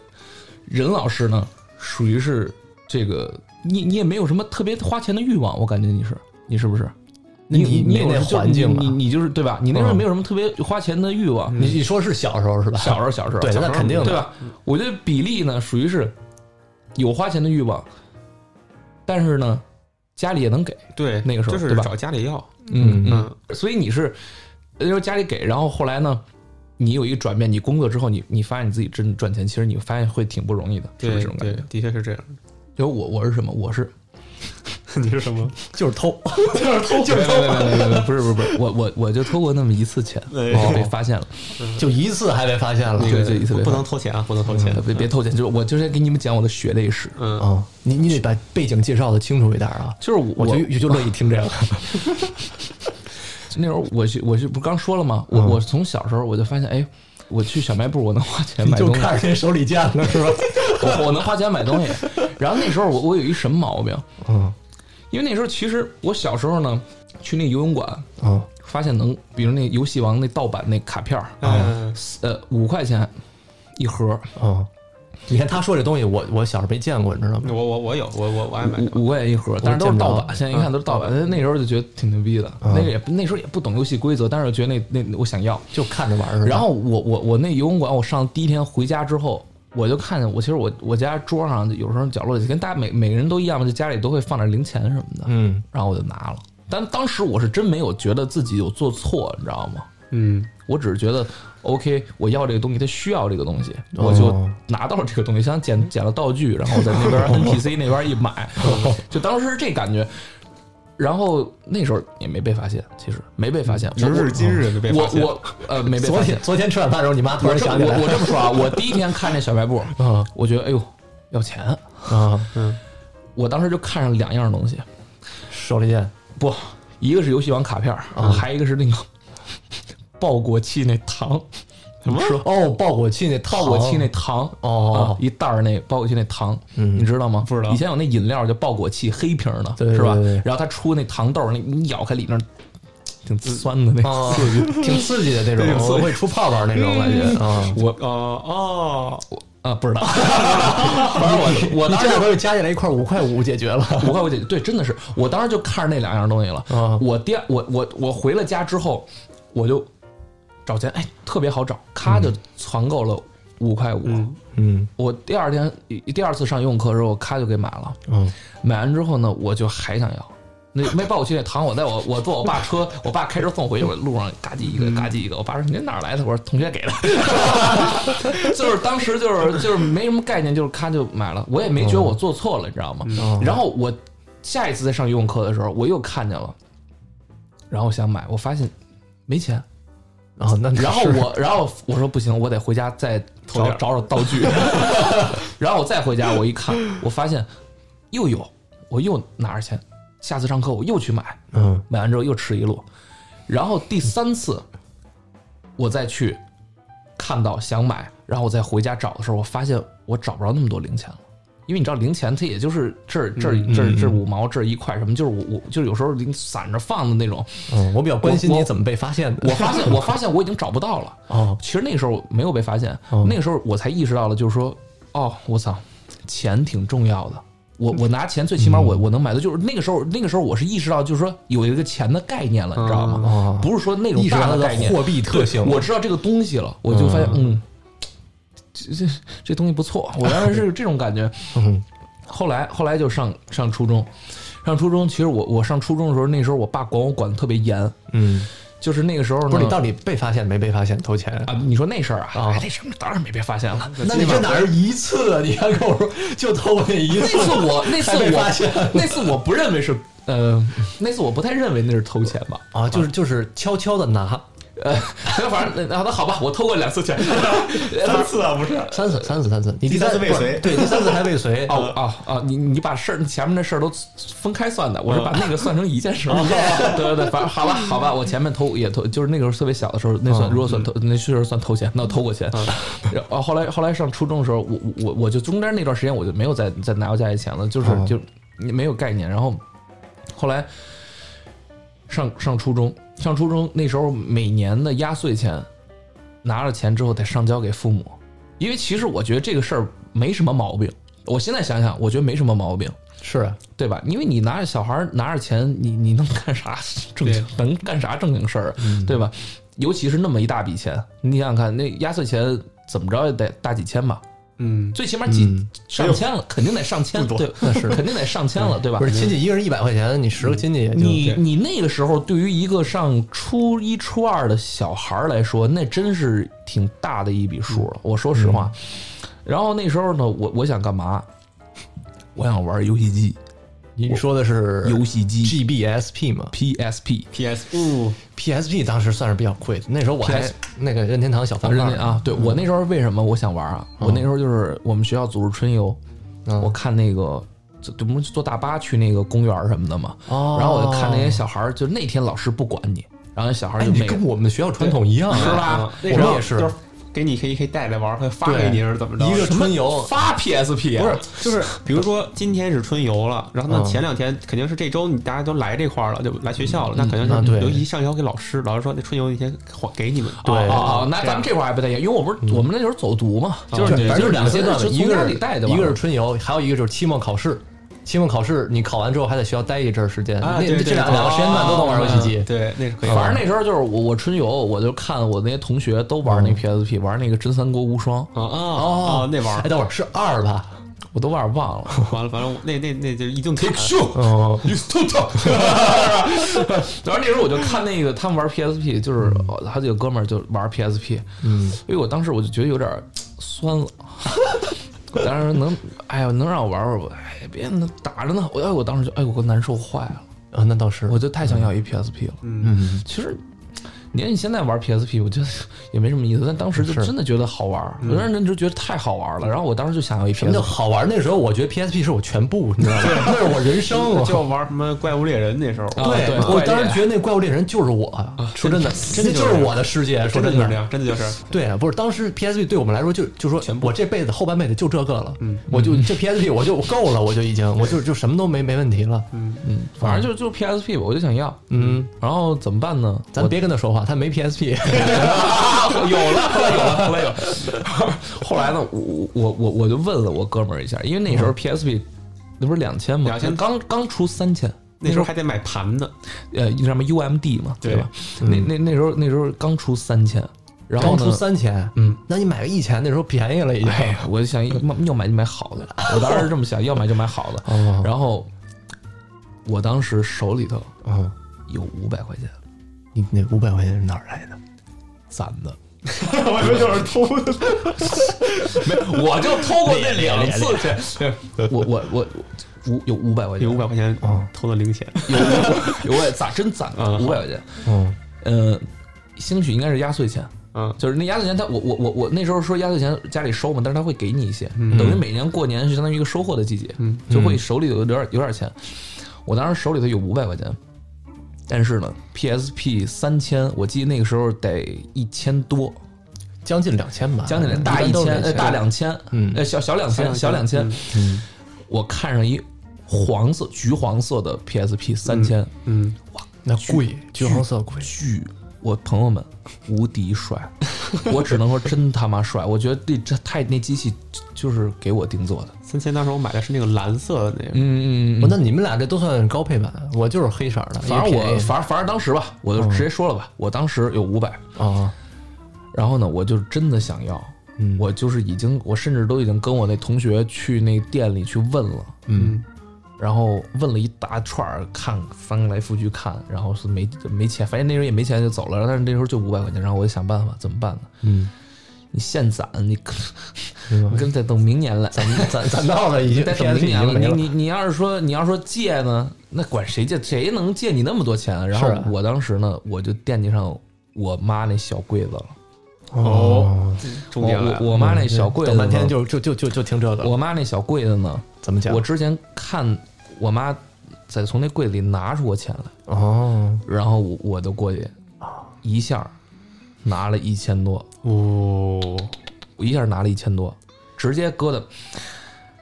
Speaker 1: 任老师呢，属于是这个你你也没有什么特别花钱的欲望，我感觉你是你是不是？
Speaker 3: 那你
Speaker 1: 你
Speaker 3: 没那
Speaker 1: 有就
Speaker 3: 环境吧
Speaker 1: 你你你就是对吧？你那时候
Speaker 3: 嗯
Speaker 1: 没有什么特别花钱的欲望，
Speaker 3: 你你说是小时候是吧？
Speaker 1: 小时候小时候
Speaker 3: 对
Speaker 1: 小时
Speaker 3: 那
Speaker 1: 候
Speaker 3: 肯定的嗯
Speaker 1: 对吧？我觉得比例呢属于是有花钱的欲望，但是呢家里也能给，
Speaker 2: 对
Speaker 1: 那个时候
Speaker 2: 就是
Speaker 1: 对吧
Speaker 2: 找家里要，
Speaker 1: 嗯
Speaker 2: 嗯，
Speaker 1: 所以你是那时候家里给，然后后来呢，你有一个转变，你工作之后，你你发现你自己真的赚钱，其实你发现会挺不容易的，是不
Speaker 2: 对
Speaker 1: 是这种感
Speaker 2: 对
Speaker 1: 觉？，
Speaker 2: 的确是这样。
Speaker 1: 因为我我是什么？我是
Speaker 2: 你是什么？
Speaker 3: 就是偷，
Speaker 1: [LAUGHS] 就是偷，没没没不是不是不是，我我我就偷过那么一次钱，
Speaker 2: 哎
Speaker 1: 然后被发现了，
Speaker 3: 就一次还被发现了。
Speaker 1: 那个对意思
Speaker 2: 不
Speaker 1: 对
Speaker 2: 不能偷钱
Speaker 1: 嗯
Speaker 2: 啊，不能偷钱。
Speaker 1: 别别偷钱，就是我就是给你们讲我的血泪史，
Speaker 2: 嗯，
Speaker 3: 啊，你你得把背景介绍的清楚一点啊。
Speaker 1: 就是我
Speaker 3: 我就就乐意听这 [LAUGHS] 个。
Speaker 1: 那时候我去我去不是刚说了吗？我
Speaker 3: 嗯
Speaker 1: 我从小时候我就发现，哎，我去小卖部我能花钱买
Speaker 3: 就
Speaker 1: 东西，
Speaker 3: 看着人手里剑了是吧？
Speaker 1: [LAUGHS] 我我能花钱买东西。然后那时候我我有一什么毛病？
Speaker 3: 嗯
Speaker 1: 因为那时候其实我小时候呢，去那游泳馆
Speaker 3: 嗯
Speaker 1: 发现能，比如那游戏王那盗版那卡片儿，
Speaker 2: 嗯
Speaker 1: 呃，五块钱一盒，
Speaker 3: 嗯，你看他说这东西，我我小时候没见过，你知道吗？
Speaker 2: 我我我有，我我我爱买。
Speaker 1: 五五块钱一盒，但是都是盗版。现在一看都是盗版，但是那时候就觉得挺牛逼的。那个也那时候也不懂游戏规则，但是我觉得那那我想要。
Speaker 3: 就看着玩儿似的。
Speaker 1: 然后我我我那游泳馆，我上第一天回家之后。我就看见我，其实我我家桌上有时候角落里跟大家每每个人都一样嘛，就家里都会放点零钱什么的，
Speaker 3: 嗯，
Speaker 1: 然后我就拿了。但当时我是真没有觉得自己有做错，你知道吗？
Speaker 2: 嗯，
Speaker 1: 我只是觉得 OK，我要这个东西，他需要这个东西，我
Speaker 2: 哦
Speaker 1: 就拿到了这个东西，像
Speaker 2: [LAUGHS]
Speaker 1: 捡捡了道具，然后在那边 NPC 那边一买，就当时是这感觉。然后那时候也没被发现，其实没被发现。
Speaker 2: 直至今日没被
Speaker 1: 我
Speaker 2: 发现
Speaker 1: 我我呃没被
Speaker 3: 昨
Speaker 1: 发现
Speaker 3: 天。昨天吃晚饭的时候，你妈突
Speaker 1: 我
Speaker 3: 然
Speaker 1: 这
Speaker 3: 想起来
Speaker 1: 我我
Speaker 3: [LAUGHS]
Speaker 1: 这么说啊，我第一天看这小卖部，
Speaker 3: 啊
Speaker 1: 我觉得哎呦要钱，
Speaker 3: 啊，
Speaker 1: 我当时就看上两样东西，
Speaker 3: 手里剑
Speaker 1: 不，一个是游戏王卡片儿，
Speaker 3: 嗯
Speaker 1: 还一个是那个 [LAUGHS] 爆果器那糖，
Speaker 2: 什么？
Speaker 3: 哦，爆火器那
Speaker 1: 爆
Speaker 3: 套
Speaker 1: 果器那糖
Speaker 3: 哦
Speaker 1: 啊一袋儿那爆果器那糖，
Speaker 3: 嗯
Speaker 1: 你知道吗？
Speaker 2: 不知道
Speaker 1: 以前有那饮料叫爆果器，黑瓶儿的，
Speaker 3: 对对
Speaker 1: 是吧
Speaker 3: 对对？
Speaker 1: 然后它出那糖豆儿，那嗯你咬开里面挺酸的那个。
Speaker 3: 啊， [LAUGHS] 挺刺激的那
Speaker 2: 挺
Speaker 3: 种，
Speaker 2: 刺激
Speaker 3: 会出泡泡那种感觉啊。
Speaker 1: 我
Speaker 2: 哦哦，
Speaker 1: 啊，不知
Speaker 3: [LAUGHS]
Speaker 1: 道，反正我我
Speaker 3: 你
Speaker 1: 当
Speaker 3: 这
Speaker 1: 时
Speaker 3: 两个加起来一块五块五解决了。
Speaker 1: [LAUGHS] 五块五姐姐，对，真的是，我当时就看着那两样东西了。
Speaker 3: 啊
Speaker 1: 我第二，我我我回了家之后，我就找钱，哎，特别好找，咔就攒够了五块五。
Speaker 3: 嗯
Speaker 1: 我第二天第二次上游泳课的时候，我咔就给买了。
Speaker 3: 嗯，
Speaker 1: 买完之后呢，我就还想要。那没抱我去那糖，我在我我坐我爸车，我爸开车送回去，我路上嘎叽一个嘎叽一个，我爸说你哪儿来的？我说同学给的，就是当时就是就是没什么概念，就是咔就买了，我也没觉得我做错了，你知道吗？然后我下一次再上游泳课的时候，我又看见了，然后我想买，我发现没钱，
Speaker 3: 然哦后那
Speaker 1: [LAUGHS] 然后
Speaker 3: 是
Speaker 1: 我，然后我说不行，我得回家再找找找道具。然后我再回家，我一看，我发现又有，我又拿着钱，下次上课我又去买，
Speaker 3: 嗯
Speaker 1: 买完之后又吃一路。然后第三次，我再去看到想买，然后我再回家找的时候，我发现我找不着那么多零钱了。因为你知道零钱它也就是这儿这儿这儿这儿五毛这儿一块什么，就是我我就是有时候零散着放的那种。
Speaker 3: 嗯，我比较关心
Speaker 1: 我
Speaker 3: 你怎么被发现的。
Speaker 1: 我发现我发现我已经找不到了。
Speaker 3: 哦，
Speaker 1: 其实那个时候没有被发现，那个时候我才意识到了，就是说，哦，我操，钱挺重要的。
Speaker 3: 嗯
Speaker 1: 我我拿钱，最起码我我能买到，就是那个时候，那个时候我是意识到，就是说有一个钱的概念了，你知道吗
Speaker 3: 哦？
Speaker 1: 不是说那种
Speaker 3: 意识
Speaker 1: 大
Speaker 3: 到它
Speaker 1: 的
Speaker 3: 的
Speaker 1: 概念，
Speaker 3: 货币特性，
Speaker 1: 我知道这个东西了，我就发现，嗯，这这这东西不错，我当时是这种感觉。
Speaker 3: [LAUGHS] 嗯
Speaker 1: 后来后来就上上初中，上初中，其实我我上初中的时候，那时候我爸管我管的特别严，
Speaker 3: 嗯，
Speaker 1: 就是那个时候呢，
Speaker 3: 不是你到底被发现没被发现偷钱？
Speaker 1: 啊，你说那事儿啊，
Speaker 3: 啊
Speaker 1: 哎那事儿当然没被发现了。
Speaker 3: 那你这哪是一次啊？你还跟我说就偷我那一
Speaker 1: 那
Speaker 3: 次，
Speaker 1: 次我那次
Speaker 3: 还被发现
Speaker 1: 我那次我不认为是呃，那次我不太认为那是偷钱吧。
Speaker 3: 啊，就是就是悄悄的拿
Speaker 1: 呃， [LAUGHS] 反正那那好吧，我偷过两
Speaker 3: [LAUGHS]
Speaker 1: 次钱，
Speaker 4: 三次啊，不是？
Speaker 3: 三次三次三次，你
Speaker 4: 第三次
Speaker 3: 不
Speaker 4: 未遂
Speaker 3: 对，第三次还未 [LAUGHS] 遂
Speaker 1: 哦哦哦，你你把事儿前面的事儿都分开算的，我是把那个算成一件事儿。 [LAUGHS] 对对对，反正好吧好吧，我前面偷也偷，就是那个时候特别小的时候，那算如果算偷，那确实算偷钱，那我偷过钱。 [LAUGHS] 然后后来后来上初中的时候，我我我我就中间那段时间我就没有再再拿过家里钱了，就是
Speaker 3: 哦
Speaker 1: 就没有概念。然后后来上上初中，上初中那时候每年的压岁钱，拿了钱之后得上交给父母，因为其实我觉得这个事儿没什么毛病。我现在想想，我觉得没什么毛病，
Speaker 3: 是啊，
Speaker 1: 对吧？因为你拿着小孩儿拿着钱，你你能干啥正经能干啥正经事儿啊，
Speaker 3: 嗯
Speaker 1: 对吧？尤其是那么一大笔钱，你想想看，那压岁钱怎么着也得大几千吧，
Speaker 2: 嗯，
Speaker 1: 最起码几、上千了，肯定得上千，对，是肯定得上千了，对吧
Speaker 3: 不？是亲戚一个人一百块钱，你十个亲戚也就
Speaker 1: 你你那个时候对于一个上初一初二的小孩儿来说，那真是挺大的一笔数
Speaker 3: 嗯
Speaker 1: 了。我说实话，然后那时候呢，我我想干嘛？我想玩游戏机，
Speaker 3: 你说的是啊
Speaker 1: 游戏机
Speaker 3: GBSP 吗
Speaker 1: PSP。
Speaker 2: PS
Speaker 1: 嗯
Speaker 2: 五，
Speaker 3: ？PSP 当时算是比较贵的，那时候我还
Speaker 1: PS
Speaker 3: 那个任天堂小方
Speaker 1: 反
Speaker 3: 块
Speaker 1: 正啊，对
Speaker 3: 嗯
Speaker 1: 我那时候为什么我想玩啊？我那时候就是我们学校组织春游，
Speaker 3: 嗯
Speaker 1: 我看那个。就我们坐大巴去那个公园什么的嘛，
Speaker 3: 哦
Speaker 1: 然后我就看那些小孩儿，就那天老师不管你，然后那小孩儿
Speaker 3: 哎，
Speaker 1: 就
Speaker 3: 你
Speaker 1: 每
Speaker 3: 跟我们学校传统一样，啊
Speaker 1: 是吧
Speaker 3: 我
Speaker 2: 那时
Speaker 3: 们
Speaker 2: 候
Speaker 3: 也是
Speaker 2: 就是给你可以可以带着玩，会发
Speaker 3: 对
Speaker 2: 给你是怎么着？
Speaker 3: 一个春游，
Speaker 1: 发 PSP 啊
Speaker 2: 不是，就是比如说今天是春游了，然后
Speaker 3: 嗯
Speaker 2: 呢前两天肯定是这周你大家都来这块儿了，就来学校了，那肯定
Speaker 3: 那
Speaker 2: 是
Speaker 3: 对
Speaker 2: 尤其上交给老师，老师说那春游那天还给你们。
Speaker 3: 对
Speaker 1: 哦哦哦，那
Speaker 2: 这样
Speaker 1: 咱们这块儿还不太一样，因为我们是我们那时候走读嘛，就是你
Speaker 3: 反正
Speaker 1: 就
Speaker 3: 嗯就是两个阶
Speaker 1: 阶段
Speaker 3: 段
Speaker 1: 是
Speaker 3: 嘛，
Speaker 1: 从
Speaker 3: 一个
Speaker 1: 家
Speaker 3: 是
Speaker 1: 里带的吧，
Speaker 3: 一个是春游，还有一个就是期末考试。期末考试你考完之后还在学校待一阵儿时间，
Speaker 2: 啊
Speaker 3: 那
Speaker 2: 对对
Speaker 3: 这两
Speaker 2: 对啊
Speaker 3: 两个时间段都能玩游戏机。
Speaker 2: 对，那是嗯可以
Speaker 1: 反
Speaker 2: 玩
Speaker 1: 正
Speaker 2: 的。
Speaker 1: 那时候就是我我春游，我就看我那些同学都玩
Speaker 3: 嗯
Speaker 1: 那 PSP，玩那个《真三国无双》，
Speaker 2: 啊啊啊！那玩
Speaker 3: 哎，
Speaker 2: 儿
Speaker 3: 等会儿是二吧？
Speaker 1: 我都有点忘了。
Speaker 3: [LAUGHS]
Speaker 2: 完了，反正我那那那就一顿砍。
Speaker 3: 哦，
Speaker 1: You too t 然后那时候我就看那个他们玩 PSP，就是
Speaker 3: 嗯
Speaker 1: 哦他这个哥们儿就玩 PSP，嗯，因为我当时我就觉得有点儿酸了。我当时能，哎呀，能让我玩玩吧？哎，别那打着呢，我哎，我当时就哎，我难受坏了。
Speaker 3: 啊，那倒是
Speaker 1: 我就太想要一 PSP 了。
Speaker 2: 嗯，
Speaker 1: 其实你看你现在玩 PSP，我觉得也没什么意思，但当时就是真的觉得好玩，
Speaker 4: 嗯
Speaker 1: 有的人就觉得太好玩了。然后我当时就想要一
Speaker 3: 嗯什么
Speaker 1: PS，
Speaker 3: 叫好玩？那时候我觉得 PSP 是我全部，你知道吗？那是我人
Speaker 2: [LAUGHS]
Speaker 3: 生。我
Speaker 4: 就玩什么怪物猎人那时候，
Speaker 1: 啊对
Speaker 3: 我
Speaker 1: 怪
Speaker 3: 当时
Speaker 1: 猎
Speaker 3: 觉得那怪物猎人就是我呀，说真的，
Speaker 4: 真
Speaker 3: 那
Speaker 4: 的
Speaker 3: 就
Speaker 4: 就是
Speaker 3: 是
Speaker 4: 这
Speaker 3: 我的世界。说
Speaker 4: 真的
Speaker 3: 真
Speaker 4: 就是这
Speaker 3: 的，
Speaker 4: 样，真的就是
Speaker 3: 对啊，不是当时 PSP 对我们来说就就说，我这辈子后半辈子就这个了，我就这 PSP 我就够了，我就已经我就就什么都没没问题了。
Speaker 1: 反正就就 PSP 吧，我就想要。
Speaker 3: 嗯，
Speaker 1: 然后怎么办
Speaker 3: [LAUGHS]
Speaker 1: 呢？
Speaker 3: 咱别跟他说话，他没 PSP。
Speaker 1: 有了，后来有了，后来有了。后来呢，我我我我就问了我哥们儿一下，因为那时
Speaker 3: 嗯
Speaker 1: 候 PSP 那不是两千吗？
Speaker 4: 2000
Speaker 1: 刚刚出三千，
Speaker 4: 那时候还得买盘呢，
Speaker 1: 呃什么 UMD 嘛，
Speaker 4: 对
Speaker 1: 吧？那那那时候那时候刚出三千，然后
Speaker 3: 刚
Speaker 1: 呢
Speaker 3: 出三千，
Speaker 1: 嗯，
Speaker 3: 那你买个一千，那时候便宜了已经。
Speaker 1: 哎呀，我就想要买就买好的，我当时这么想，要买就买好的。
Speaker 3: 哦，
Speaker 1: 然后我当时手里头
Speaker 3: 嗯，
Speaker 1: 有五百块钱
Speaker 3: 你那五百块钱是哪儿来的？
Speaker 1: 攒的，
Speaker 4: 我说就是偷的，
Speaker 1: 我就偷过那两次去。我我我五有五百块钱，
Speaker 4: 有五百块钱
Speaker 3: 哦
Speaker 4: 偷的零钱，
Speaker 1: 有有有我也攒真攒
Speaker 4: 嗯
Speaker 1: 五百块钱，
Speaker 3: 嗯，
Speaker 1: 嗯。兴许应该是压岁钱，
Speaker 4: 嗯，
Speaker 1: 就是那压岁钱他，我我我我那时候说压岁钱家里收嘛，但是他会给你一些，等于每年过年是相当于一个收获的季节，就会手里有点有点钱。我当时手里头有五百块钱，但是呢，PSP 三千，我记得那个时候得一千多，
Speaker 3: 将近两千吧，
Speaker 1: 将近
Speaker 3: 一
Speaker 1: 大
Speaker 3: 般
Speaker 1: 一
Speaker 3: 都是
Speaker 1: 千，
Speaker 3: 这
Speaker 1: 呃，
Speaker 3: 钱
Speaker 1: 大两千，
Speaker 3: 嗯
Speaker 1: 呃，小小两千，小两千。我看上一黄色、橘黄色的 PSP 三千，
Speaker 4: 嗯，
Speaker 3: 那贵，嗯橘黄色贵，
Speaker 1: 巨，我朋友们无敌帅， [LAUGHS] 我只能说真他妈帅。我觉得那这太那机器就是给我定做的，
Speaker 4: 三千当时我买的是那个蓝色的那个，
Speaker 1: 嗯
Speaker 3: 哦不，那你们俩这都算高配版，我就是黑色的，
Speaker 1: 反正
Speaker 3: 也便
Speaker 1: 我
Speaker 3: 宜嗯
Speaker 1: 反正反正当时吧，我就直接说了吧，我当时有五百，
Speaker 3: 啊，
Speaker 1: 然后呢，我就真的想要，
Speaker 3: 嗯
Speaker 1: 我就是已经，我甚至都已经跟我那同学去那店里去问了，
Speaker 3: 嗯，
Speaker 1: 然后问了一大串儿，看翻来覆去看，然后是没没钱，反正那时候也没钱就走了，但是那时候就五百块钱，然后我就想办法怎么办呢？
Speaker 3: 嗯，
Speaker 1: 你现攒，你跟你跟得等明年来，
Speaker 3: 攒攒到了已经
Speaker 1: 再等
Speaker 3: PSP
Speaker 1: 明
Speaker 3: 已
Speaker 1: 年了。
Speaker 3: 经没
Speaker 1: [LAUGHS] 你
Speaker 3: 了，
Speaker 1: 你你要是说你要说借呢，那管谁借？谁能借你那么多钱啊？然
Speaker 3: 是啊
Speaker 1: 后我当时呢，我就惦记上我妈那小柜子了。
Speaker 4: 哦，重
Speaker 1: 我
Speaker 4: 点来
Speaker 1: 我
Speaker 4: 了，
Speaker 1: 我妈那小柜子
Speaker 3: 等
Speaker 1: 呢，
Speaker 3: 半天就就就就就听这个了，
Speaker 1: 我妈那小柜子呢，
Speaker 3: 怎么讲？
Speaker 1: 我之前看我妈在从那柜子里拿出过钱来。
Speaker 3: 哦，
Speaker 1: 然后我我就过去，
Speaker 3: 啊
Speaker 1: 一下拿了一千多，
Speaker 4: 哦，
Speaker 1: 我一下拿了一千多，直接搁的，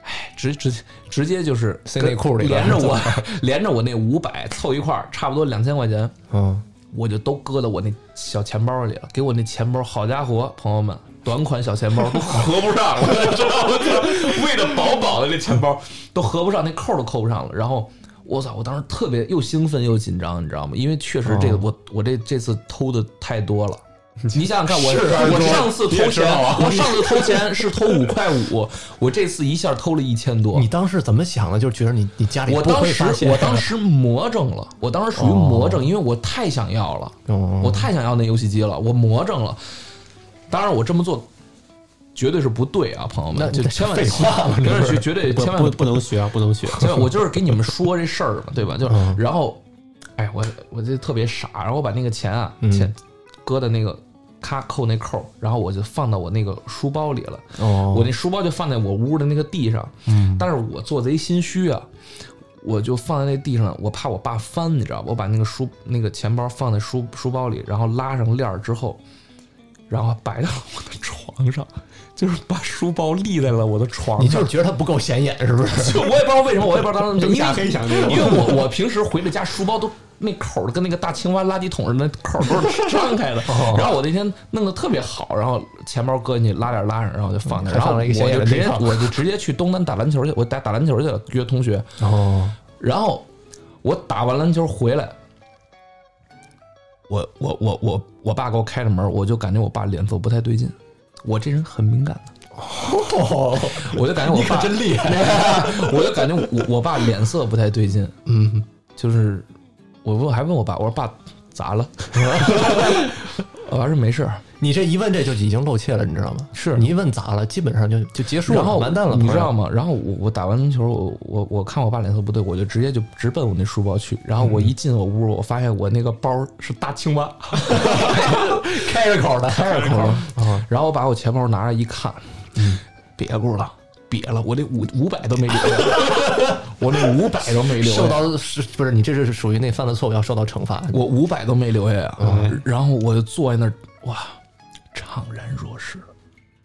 Speaker 1: 哎，直直直接就是
Speaker 3: 塞
Speaker 1: 跟
Speaker 3: 内裤里了
Speaker 1: 连着
Speaker 3: [LAUGHS]
Speaker 1: 我连着我那五百凑一块儿，差不多两千块钱，
Speaker 3: 嗯，
Speaker 1: 我就都搁到我那小钱包里了。给我那钱包，好家伙，朋友们，短款小钱包都合不上了，我知道吗？为了饱饱的那钱包都合不上，那扣都扣不上了。然后我操，我当时特别又兴奋又紧张，你知道吗？因为确实这
Speaker 3: 嗯
Speaker 1: 个我我这这次偷
Speaker 3: [LAUGHS]
Speaker 1: 的太多了。你想想看，我我上次偷钱，
Speaker 3: 啊
Speaker 1: 我上次偷钱是偷五块五，我这次一下偷了一千多。
Speaker 3: 哦你当时怎么想的？就觉得你你家里
Speaker 1: 我
Speaker 3: 不
Speaker 1: 当
Speaker 3: 会
Speaker 1: 时
Speaker 3: 发现，啊
Speaker 1: 我当时魔怔了，我当时属于魔怔，因为我太想要了，
Speaker 3: [LAUGHS] 哦
Speaker 1: 我太想要那游戏机了，我魔怔了。当然，我这么做绝对是不对啊，朋友
Speaker 3: 那
Speaker 1: 们，就
Speaker 3: 那
Speaker 1: 千万
Speaker 3: 废话嘛
Speaker 1: 绝
Speaker 3: 这
Speaker 1: 对
Speaker 3: 是
Speaker 1: 是绝对
Speaker 4: 不
Speaker 1: 千万
Speaker 4: 不不能学啊，不能学，
Speaker 1: 对，我 [LAUGHS] 就是给你们说这事儿嘛，对吧？就是，然后，哎，我我这特别傻，然后我把那个钱啊，钱搁的那个咔扣那扣，然后我就放到我那个书包里了。
Speaker 3: 哦
Speaker 1: 我那书包就放在我屋的那个地上。嗯，但是我做贼心虚啊，我就放在那地上，我怕我爸翻，你知道吧？我把那个书那个钱包放在书书包里，然后拉上链儿之后，然后摆到我的床上， [LAUGHS] 就是把书包立在了我的床上。
Speaker 3: 你就是觉得它不够显眼，是
Speaker 1: [LAUGHS]
Speaker 3: 不是？
Speaker 1: 就我也不知道为什么，我也不知道当时因为
Speaker 4: 下黑想这种
Speaker 1: 因为我我平时回了家，书包都那口儿跟那个大青蛙垃圾桶似的，那口儿都是
Speaker 3: [LAUGHS]
Speaker 1: 张开的。
Speaker 3: 哦
Speaker 1: 然后我那天弄得特别好，然后钱包搁进去拉链拉上，然后就放那儿，
Speaker 3: 还
Speaker 1: 然后
Speaker 3: 放
Speaker 1: 我
Speaker 3: 了一个显眼
Speaker 1: 就
Speaker 3: 的
Speaker 1: 直接
Speaker 3: 地方
Speaker 1: 我就直接去东南打篮球去，我打打篮球去了，约同学。
Speaker 3: 哦，
Speaker 1: 然后我打完篮球回来，我我我我我爸给我开着门，我就感觉我爸脸色不太对劲。我这人很敏感的，
Speaker 3: 哦
Speaker 1: [LAUGHS] 我就感觉我爸真厉害， [LAUGHS] 我就感觉我我爸脸色不太对劲。嗯，就是 [LAUGHS] 我问还问我爸，我说爸咋了？我爸说没事儿，
Speaker 3: 你这一问这就已经露怯了，你知道吗？
Speaker 1: 是
Speaker 3: 你一问砸了，基本上就就结束了，
Speaker 1: 然后
Speaker 3: 哎完蛋了，
Speaker 1: 你
Speaker 3: 朋
Speaker 1: 知
Speaker 3: 友
Speaker 1: 道吗？然后我我打完篮球，我我我看我爸脸色不对，我就直接就直奔我那书包去。然后
Speaker 3: 嗯
Speaker 1: 我一进我屋，我发现我那个包是大青蛙，
Speaker 3: 开着口的，开着口
Speaker 1: [LAUGHS]
Speaker 3: 啊嗯的，
Speaker 1: 然后我把我钱包拿着一看，瘪咕了，瘪了，我那五五百都
Speaker 3: [LAUGHS]
Speaker 1: 没留下，我那五百都没留
Speaker 3: 受
Speaker 1: 下。
Speaker 3: 到是不是你这是属于那犯了错误要受到惩罚？
Speaker 1: 我五百都没留下呀、
Speaker 3: 嗯
Speaker 1: 然后我就坐在那儿，哇，怅然若失。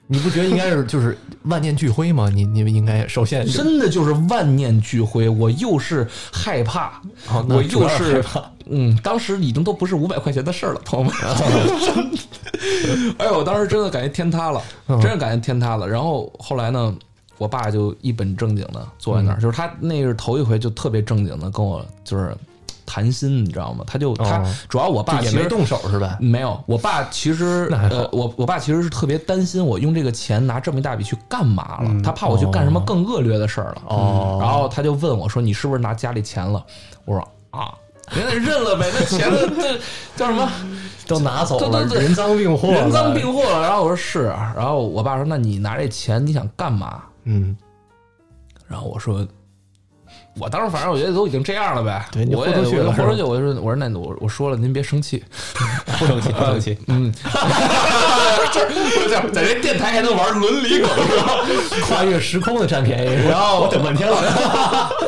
Speaker 3: 你不觉得应该是就是万念俱灰吗？你你们应该首先
Speaker 1: 真的就是万念俱灰，我又是害怕，
Speaker 3: 哦那
Speaker 1: 我
Speaker 3: 主
Speaker 1: 又
Speaker 3: 要是
Speaker 1: 是
Speaker 3: 害怕
Speaker 1: 嗯，当时已经都不是五百块钱的事儿了，朋友们，
Speaker 3: 哦
Speaker 1: [LAUGHS] 真的，哎呦，我当时真的感觉天塌了，
Speaker 3: 嗯
Speaker 1: 真的感觉天塌了。然后后来呢，我爸就一本正经的坐在
Speaker 3: 嗯
Speaker 1: 那儿，就是他那是头一回就特别正经的跟我就是谈心，你知道吗？他就他主要我爸
Speaker 3: 哦也
Speaker 1: 啊其实
Speaker 3: 没动手是吧？
Speaker 1: 没有，我爸其实
Speaker 3: 那还好
Speaker 1: 呃，我我爸其实是特别担心我用这个钱拿这么一大笔去干嘛了，他怕我去干什么更恶劣的事儿了。
Speaker 3: 嗯哦
Speaker 1: 然后他就问我说：“你是不是拿家里钱了？”我说：“
Speaker 3: [LAUGHS]
Speaker 1: 啊，人家认了呗，那钱的 [LAUGHS] 这叫什么？
Speaker 3: 都拿走
Speaker 1: 对
Speaker 3: 了，
Speaker 1: 对对
Speaker 3: 人赃并获了，
Speaker 1: 人赃并获了。”然后我说：“是啊。”然后我爸说：“那你拿这钱你想干嘛？”
Speaker 3: 嗯，
Speaker 1: 然后我说，我当时反正我觉得都已经这样了呗，
Speaker 3: 对你
Speaker 1: 我
Speaker 3: 豁
Speaker 1: 也
Speaker 3: 出去
Speaker 1: 我
Speaker 3: 了
Speaker 1: 就
Speaker 3: 是
Speaker 1: 豁
Speaker 3: 吧
Speaker 1: 出去，我就说我说那我我说了您别生
Speaker 3: [LAUGHS]
Speaker 1: 气，
Speaker 2: 不
Speaker 4: [LAUGHS]
Speaker 2: 生气，不生气。
Speaker 4: 嗯
Speaker 1: 不是在这电台还能玩伦理梗是吧？
Speaker 3: 跨越时空的占便宜， [LAUGHS]
Speaker 1: [LAUGHS]
Speaker 3: 然后我等半天了，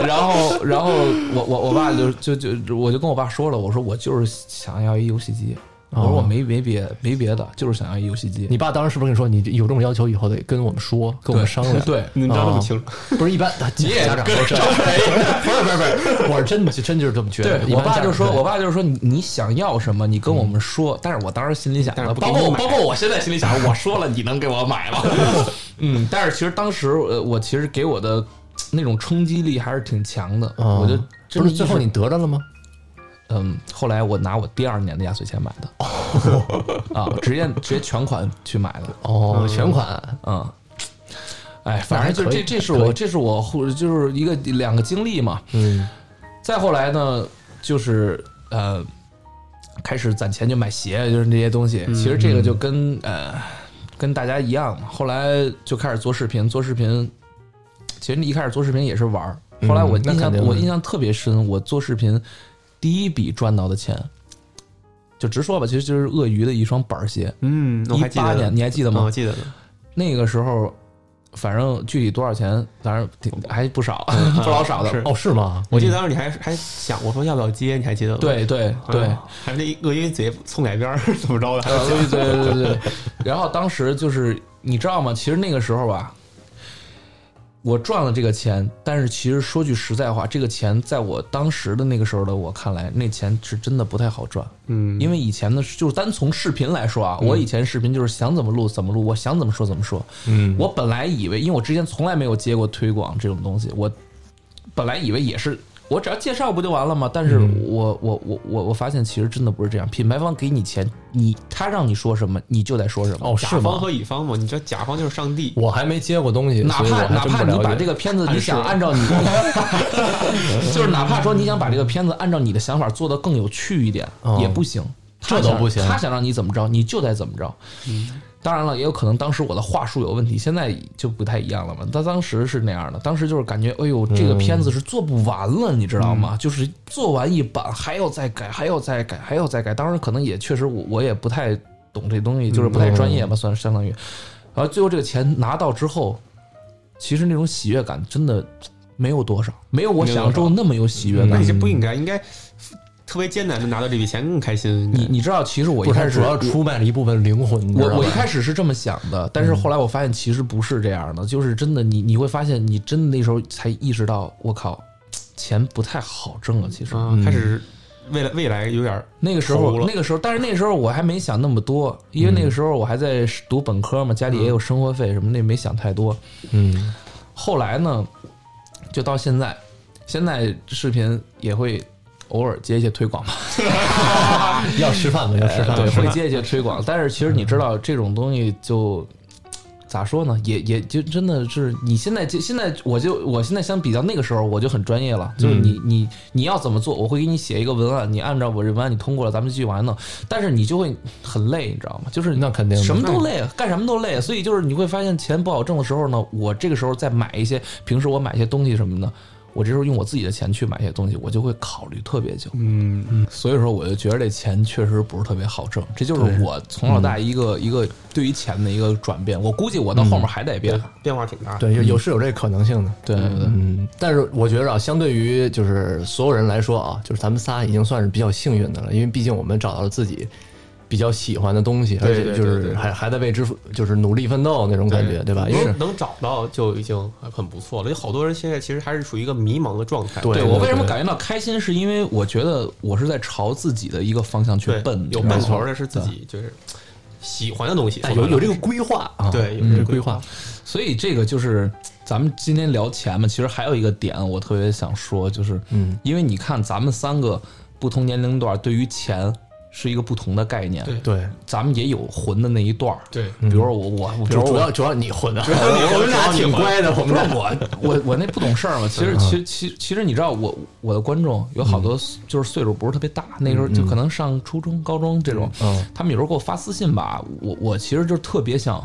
Speaker 1: 然后，然后我我我爸就就就我就跟我爸说了，我说我就是想要一游戏机，我说我没没别没别的，就是想要一游戏机。
Speaker 3: 哦你爸当时是不是跟你说，你有这种要求以后得跟我们说，跟我们商
Speaker 1: [LAUGHS]
Speaker 3: 量？啊
Speaker 1: 对
Speaker 4: 你们家那么清楚，
Speaker 3: 不是一般
Speaker 1: 你也
Speaker 3: 家长都这样， [LAUGHS] 不是不是不是，我是真的真就是这么觉得
Speaker 1: 对。
Speaker 3: 一
Speaker 1: 我
Speaker 3: 般家
Speaker 1: 爸
Speaker 3: 长
Speaker 1: 就说，
Speaker 3: 对嗯
Speaker 1: 我爸就说你你想要什么，你跟我们说。但是我当时心里想
Speaker 4: 但
Speaker 1: 的，
Speaker 4: 是不给
Speaker 1: 包括
Speaker 4: 你
Speaker 1: 我
Speaker 4: 买
Speaker 1: 包括我现在心里想，我说了，你能给我买吗？ [LAUGHS] 嗯，但是其实当时呃，我其实给我的那种冲击力还是挺强的，
Speaker 3: 嗯
Speaker 1: 我就真
Speaker 3: 不
Speaker 1: 的
Speaker 3: 是最后
Speaker 1: 意识
Speaker 3: 你得着了吗？
Speaker 1: 嗯，后来我拿我第二年的压岁钱买的，
Speaker 3: [LAUGHS]
Speaker 1: 啊，直接直接全款去买的，
Speaker 3: 哦，全款
Speaker 1: 嗯，哎，反正就
Speaker 3: 那还可
Speaker 1: 这
Speaker 3: 以
Speaker 1: 这是
Speaker 3: 还可以
Speaker 1: 我这是我后就是一个两个经历嘛，
Speaker 3: 嗯，
Speaker 1: 再后来呢，就是呃，开始攒钱就买鞋，就是这些东
Speaker 3: 嗯
Speaker 1: 西，其实这个就跟呃跟大家一样嘛，后来就开始做视频，做视频，其实你一开始做视频也是玩儿，后来我
Speaker 3: 嗯那
Speaker 1: 印象、
Speaker 3: 肯定的
Speaker 1: 我印象特别深，我做视频第一笔赚到的钱。就直说吧，其实就是鳄鱼的一双板儿鞋，
Speaker 4: 嗯，我
Speaker 1: 一
Speaker 4: 还记
Speaker 1: 八
Speaker 4: 得
Speaker 1: 年，
Speaker 4: 呢，
Speaker 1: 你还记得
Speaker 4: 嗯
Speaker 1: 吗
Speaker 4: 我？记得呢，
Speaker 1: 那个时候，反正具体多少钱，反正挺还不少， [LAUGHS] 不老少的。
Speaker 4: 是
Speaker 3: 哦是吗？
Speaker 4: 我记得当时你还还想我说要不要接，你还记得吗？
Speaker 1: 对对对，
Speaker 3: 嗯
Speaker 4: 哎呦，还是那鳄鱼嘴冲哪边儿 [LAUGHS] 怎么着的？
Speaker 1: 呃对对对对。 [LAUGHS] 然后当时就是你知道吗？其实那个时候吧，我赚了这个钱，但是其实说句实在话，这个钱在我当时的那个时候的我看来，那钱是真的不太好赚。
Speaker 4: 嗯，
Speaker 1: 因为以前呢，就是单从视频来说啊，我以前视频就是想怎么录怎么录，我想怎么说怎么说。嗯，我本来以为，因为我之前从来没有接过推广这种东西，我本来以为也是。我只要介绍不就完了吗？但是我我我我我发现其实真的不是这样，品牌方给你钱，你他让你说什么你就得说什么。
Speaker 3: 哦
Speaker 4: 甲
Speaker 3: 是
Speaker 4: 方
Speaker 3: 吗？
Speaker 4: 和乙方嘛，你知道甲方就是上帝，
Speaker 3: 我还没接过东西，
Speaker 1: 哪
Speaker 3: 所以我
Speaker 1: 怕
Speaker 3: 还
Speaker 1: 哪
Speaker 3: 真
Speaker 1: 怕
Speaker 3: 不
Speaker 1: 你
Speaker 3: 了
Speaker 1: 把
Speaker 3: 解
Speaker 1: 这个片子，你想按照你， [LAUGHS] 就是哪怕说你想把这个片子按照你的想法做得更有趣一点，
Speaker 3: 哦
Speaker 1: 也不行。他
Speaker 3: 这都
Speaker 1: 想
Speaker 3: 不行嗯
Speaker 1: 他想让你怎么着，你就得怎么着。当然了，也有可能当时我的话术有问题，现在就不太一样了嘛。但当时是那样的，当时就是感觉，哎呦，这个片
Speaker 3: 嗯
Speaker 1: 子是做不完了，你知道吗？就是做完一版还要再改，还要再改，还要再改。当时可能也确实我我也不太懂这东西，就是不太专业吧，
Speaker 3: 嗯
Speaker 1: 算是相当于。然后最后这个钱拿到之后，其实那种喜悦感真的没有多少，嗯没有我想象中那么有喜悦
Speaker 4: 那
Speaker 1: 感
Speaker 4: 你。这不应该，应该特别艰难的拿到这笔钱更开心。应该
Speaker 1: 你你知道，其实我一
Speaker 3: 不是，
Speaker 1: 开
Speaker 3: 他
Speaker 1: 始
Speaker 3: 主要出卖了一部分灵魂。你知道
Speaker 1: 我
Speaker 3: 吧
Speaker 1: 我一开始是这嗯么想的，但是后来我发现其实不是这样的，就是真的你你会发现，你真的那时候才意识到，我靠，钱不太好挣了。其实
Speaker 4: 啊，开始未来未来有点儿
Speaker 1: 那个时
Speaker 4: 投
Speaker 1: 候
Speaker 4: 了
Speaker 1: 那个时候，但是那个时候我还没想那么多，因为那个时候我还在读本科嘛，家里也有生活费什么的，没想太多。
Speaker 3: 嗯，
Speaker 1: 后来呢，就到现在，现在视频也会偶尔接一些推广吧，
Speaker 3: 要吃饭吗？要吃饭
Speaker 1: 对，
Speaker 3: 吗。
Speaker 1: 会接一些推广。但是其实你知道，这种东西就咋说呢？也也就真的是你现在就现在我就我现在相比较那个时候我就很专业了，就是
Speaker 3: 嗯
Speaker 1: 你你你要怎么做，我会给你写一个文案，你按照我这文案你通过了，咱们继续玩呢。但是你就会很累，你知道吗？就是
Speaker 3: 那肯定的嗯
Speaker 1: 什么都累，干什么都累。所以就是你会发现钱不好挣的时候呢，我这个时候再买一些平时我买一些东西什么的。我这时候用我自己的钱去买一些东西，我就会考虑特别久。
Speaker 4: 嗯，
Speaker 1: 所以说，我就觉得这钱确实不是特别好挣，这就是我从小到大一个、一个对于钱的一个转变。我估计我到后面还得变。
Speaker 4: 变化挺大。
Speaker 3: 对，有有是有这个可能性的。
Speaker 1: 对对对，
Speaker 3: 嗯，但是我觉着啊，相对于就是所有人来说啊，就是咱们仨已经算是比较幸运的了，因为毕竟我们找到了自己比较喜欢的东西，而且就是还还在为之就是努力奋斗那种感觉，对吧？因为
Speaker 4: 能能找到就已经很不错了。有好多人现在其实还是处于一个迷茫的状态。
Speaker 3: 对
Speaker 1: 我为什么感觉到开心，是因为我觉得我是在朝自己的一个方向去
Speaker 4: 对，
Speaker 1: 奔，
Speaker 4: 有奔头的是自己就是喜欢的东西。
Speaker 3: 哎有有这个规划啊，
Speaker 4: 对有
Speaker 3: 有
Speaker 4: 这
Speaker 3: 这
Speaker 4: 个
Speaker 3: 规划，
Speaker 1: 所以这个就是咱们今天聊钱嘛，其实还有一个点我特别想说，就是，
Speaker 3: 嗯，
Speaker 1: 因为你看咱们三个不同年龄段对于钱是一个不同的概念，
Speaker 4: 对
Speaker 3: 对，
Speaker 1: 咱们也有混的那一段儿，
Speaker 4: 对
Speaker 1: 比如说我我，比
Speaker 3: 就
Speaker 1: 如
Speaker 3: 主
Speaker 1: 我
Speaker 3: 要主要你混的，
Speaker 4: 我们俩挺
Speaker 3: 乖的，我
Speaker 1: 不是我，我我那不懂事儿嘛。其实，
Speaker 3: 嗯
Speaker 1: 其实，其实其实你知道我，我的观众有好多就是岁数不是特别大，那时候就可能上初中、高中这种，
Speaker 3: 嗯
Speaker 1: 他们有时候给我发私信吧，我我其实就特别想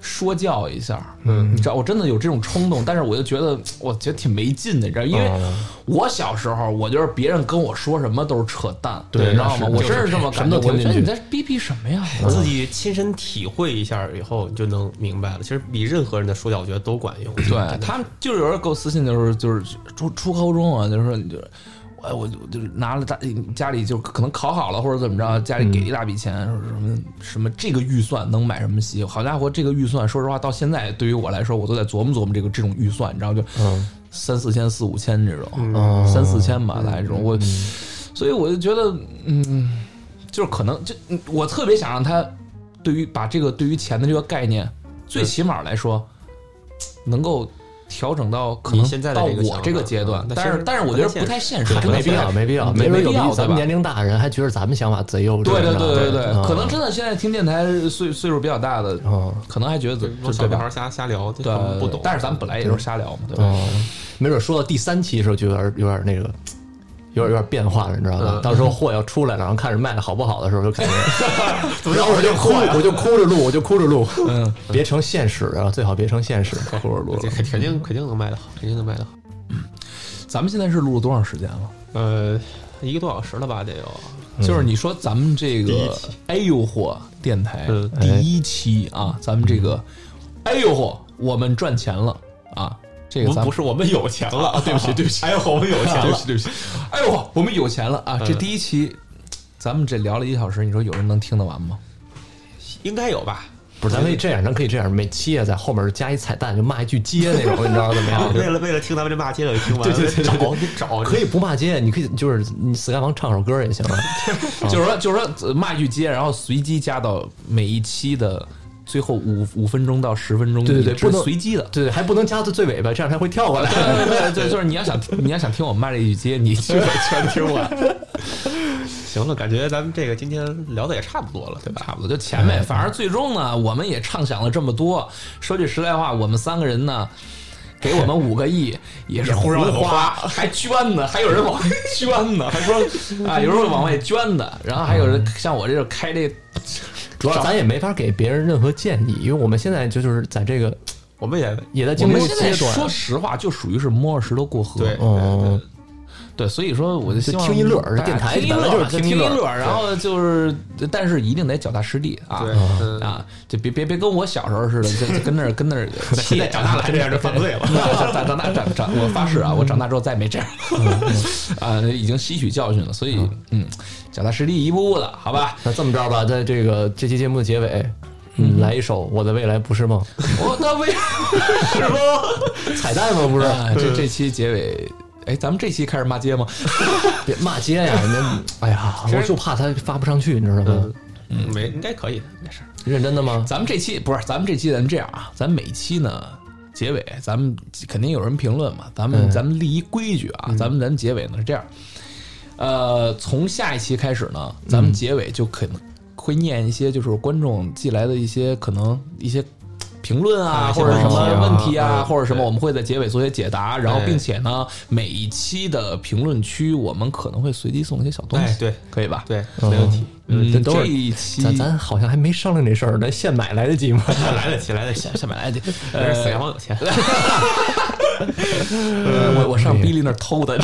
Speaker 1: 说教一下，嗯，你知道，我真的有这种冲动，但是我就觉得，我觉得挺没劲的，你知道，因为
Speaker 3: 嗯
Speaker 1: 我小时候，我觉得别人跟我说什么都是扯淡，
Speaker 3: 对
Speaker 1: 你知道
Speaker 3: 那
Speaker 1: 吗？
Speaker 3: 是
Speaker 1: 我
Speaker 3: 就是
Speaker 1: 真是这么
Speaker 3: 什
Speaker 1: 感
Speaker 3: 么
Speaker 1: 觉，
Speaker 3: 都
Speaker 1: 我
Speaker 3: 听
Speaker 1: 觉得
Speaker 3: 进
Speaker 1: 你
Speaker 3: 去
Speaker 1: 在逼逼什么呀？
Speaker 4: 自己亲身体会一下以后，你就能明白了。其实比任何人的说教，我觉得都管用。
Speaker 1: 对他们就是有人给我私信，就是就是初初高中啊，就是说你就是。哎，我就就是拿了大家里就可能考好了或者怎么着，家里给一大笔钱，说什么什么这个预算能买什么鞋？好家伙，这个预算说实话到现在对于我来说，我都在琢磨琢磨这个这种预算，你知道就三四千、四五千这种，三四千吧，大概这种我，所以我就觉得，嗯，就是可能就嗯我特别想让他对于把这个对于钱的这个概念，最起码来说，能够调整到可能
Speaker 4: 你现在的
Speaker 1: 到
Speaker 4: 这个想
Speaker 1: 我
Speaker 4: 法
Speaker 1: 这个阶段
Speaker 4: 嗯，那
Speaker 1: 但
Speaker 4: 其
Speaker 1: 是
Speaker 4: 实
Speaker 1: 但是我觉得不太现实，
Speaker 4: 不太
Speaker 1: 真的
Speaker 3: 没必要，没必要，没准
Speaker 1: 没
Speaker 3: 有
Speaker 1: 必要，
Speaker 3: 比咱们
Speaker 1: 对吧
Speaker 3: 年龄大的人还觉得咱们想法贼幼稚，
Speaker 1: 对对对对
Speaker 3: 是吧
Speaker 1: 对，可能
Speaker 3: 嗯
Speaker 1: 真的现在听电台岁岁数比较大的，
Speaker 3: 嗯
Speaker 1: 可能还觉得怎
Speaker 4: 我
Speaker 1: 么
Speaker 4: 小
Speaker 1: 对
Speaker 4: 屁
Speaker 1: 吧
Speaker 4: 孩？瞎瞎聊，就
Speaker 1: 对
Speaker 4: 他们，不懂。
Speaker 1: 但是咱们本来也就是瞎聊嘛，对吧？
Speaker 3: 哦，没准说到第三期的时候就有点有点那个。有点有点变化了，你知道吧？到时候货要出来了，然后看着卖的好不好的时候，就感觉，然后我就哭，我就哭着录，我就哭着录，嗯，别成现实啊，最好别成现实。
Speaker 1: 或者录了，
Speaker 4: 这肯肯定肯定能卖得好，肯定能卖得好。
Speaker 1: 咱们现在是录了多长时间了？
Speaker 4: 呃，一个多小时了吧，得有。
Speaker 1: 就是你说咱们这
Speaker 4: 第一
Speaker 1: 个
Speaker 4: 期
Speaker 1: 哎呦嚯电台
Speaker 4: 嗯
Speaker 1: 第一期啊，咱们这个哎呦嚯，我们赚钱了啊！这个
Speaker 4: 我
Speaker 1: 咱
Speaker 4: 们
Speaker 1: 们
Speaker 4: 不是我们有钱了，啊对不起对不 [LAUGHS] 起，哎呦我们有钱了
Speaker 1: 对不，起对不起，哎呦嚯，我们有钱了啊！这第一期咱们这聊了一小时，你说有人能听得完吗？
Speaker 4: [LAUGHS] 应该有吧？
Speaker 3: 不是，咱可以这样，咱可以这样，每期啊在后面加一彩蛋，就骂一句街那种，你知道怎么
Speaker 2: [LAUGHS]
Speaker 3: 样？
Speaker 4: 为了为了听咱们这骂街的听完，找你找
Speaker 3: 可以不骂街，你可以就是你 Sky 王唱首歌也行啊。
Speaker 1: 就是说，就是说呃骂一句街，然后随机加到每一期的最后五五分钟到十分钟，
Speaker 3: 对对对
Speaker 1: 这
Speaker 3: 不
Speaker 1: 是
Speaker 3: 能
Speaker 1: 随机的。
Speaker 3: [LAUGHS] 对，还不能加到最尾巴，这样他会跳过来。
Speaker 1: 对对对，就是你要想你要想听我骂这一句街，你就得全听完。
Speaker 4: 行了，感觉咱们这个今天聊的也差不多了，对吧？
Speaker 1: 差不多就前面，反正最终呢，我们也畅想了这么多。说句实在话，我们三个人呢，给我们五个亿 [LAUGHS] 也是胡
Speaker 4: 让我
Speaker 1: 花， [LAUGHS] 还捐呢，还有人往外捐 [LAUGHS] 呢，还说啊，有人会往外捐的。然后还有人像我这种开这，
Speaker 3: 主要 [LAUGHS] 咱也没法给别人任何建议，因为我们现在就就是在这个
Speaker 4: 我们也
Speaker 3: 也在
Speaker 1: 我
Speaker 3: 经历
Speaker 1: 们
Speaker 3: 一
Speaker 1: 现
Speaker 3: 个
Speaker 1: 在
Speaker 3: 阶段
Speaker 1: 说，实话，就属于是摸着石头过河。
Speaker 4: 对
Speaker 2: 哦
Speaker 3: 嗯，
Speaker 1: 对，所以说我就希望
Speaker 3: 就听一乐
Speaker 1: 大家
Speaker 3: 电台
Speaker 1: 听一乐
Speaker 3: 本来就是
Speaker 1: 听
Speaker 3: 听一乐
Speaker 1: 乐，然后就是，但是一定得脚踏实地啊。
Speaker 4: 对嗯
Speaker 1: 啊，就别别别跟我小时候似的，就就跟那儿跟那儿气。
Speaker 4: 现在长大了这样就犯
Speaker 1: [LAUGHS]
Speaker 4: 罪了
Speaker 1: 长长长大长长，我发誓啊，我长大之后再没这样。 [LAUGHS] 啊，已经吸取教训了，所以嗯，脚踏实地，一步步的，好吧。
Speaker 3: 那这么着吧，在这个这期节目的结尾，嗯，来一首《我的未来不是梦 [LAUGHS]
Speaker 1: 我到为什么》
Speaker 3: 彩蛋吗？不是，
Speaker 1: 啊？这这期结尾，哎，咱们这期开始骂街吗？
Speaker 3: 别骂街 [LAUGHS] 呀！那哎呀，
Speaker 4: 实
Speaker 3: 我就怕他发不上去，你知道吗？
Speaker 4: 嗯没应该可以的，没事儿。
Speaker 3: 认真的吗？
Speaker 1: 咱们这期不是，咱们这期咱们这样啊，咱每期呢结尾，咱们肯定有人评论嘛，咱们、咱们立一规矩啊，咱们咱们结尾呢是这样，呃，从下一期开始呢，咱们结尾就可能会念一些就是观众寄来的一些可能一些评论啊，
Speaker 2: 啊一些
Speaker 1: 或者什
Speaker 2: 问题
Speaker 1: 么
Speaker 2: 啊
Speaker 1: 问题啊，
Speaker 2: 嗯
Speaker 1: 或者什么，我们会在结尾做一些解答。然后，
Speaker 2: 哎
Speaker 1: 并且呢，每一期的评论区我们可能会随机送一些小东
Speaker 2: 哎
Speaker 1: 西，
Speaker 2: 对，
Speaker 1: 可以吧？
Speaker 2: 对，哦
Speaker 3: 没问题。嗯，
Speaker 1: 嗯，
Speaker 3: 等会
Speaker 1: 这
Speaker 3: 儿
Speaker 1: 一期
Speaker 3: 咱咱好像还没商量这事儿，咱现买来得及吗？ [LAUGHS]
Speaker 2: 来得及，来得及。 [LAUGHS]
Speaker 1: 下面来的，
Speaker 2: 没事死
Speaker 1: 呃，
Speaker 2: 羊有钱，
Speaker 1: 我我上 Billy 那儿偷 [LAUGHS] 的，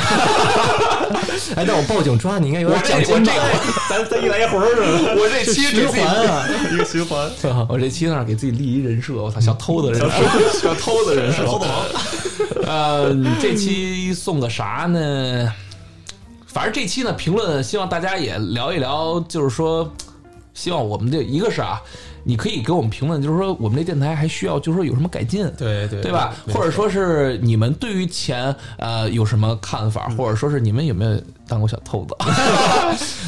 Speaker 3: 哎，但我报警抓你应该有点奖金吧？
Speaker 2: [LAUGHS] 咱咱一来一回儿似 [LAUGHS] 的，
Speaker 1: 我这期
Speaker 3: 循环啊，
Speaker 2: 一个循环。
Speaker 1: [LAUGHS] 我这期呢给自己立一人设，我操，小偷的人设，小偷的人设，偷的王。 [LAUGHS] 呃，这期送个啥呢？反正这期呢，评论希望大家也聊一聊，就是说，希望我们这一个是啊，你可以给我们评论，就是说我们这电台还需要，就是说有什么改进，
Speaker 2: [LAUGHS] 对对
Speaker 1: 对吧？或者说是你们对于钱呃有什么看法，或者说是你们有没有当过小偷子？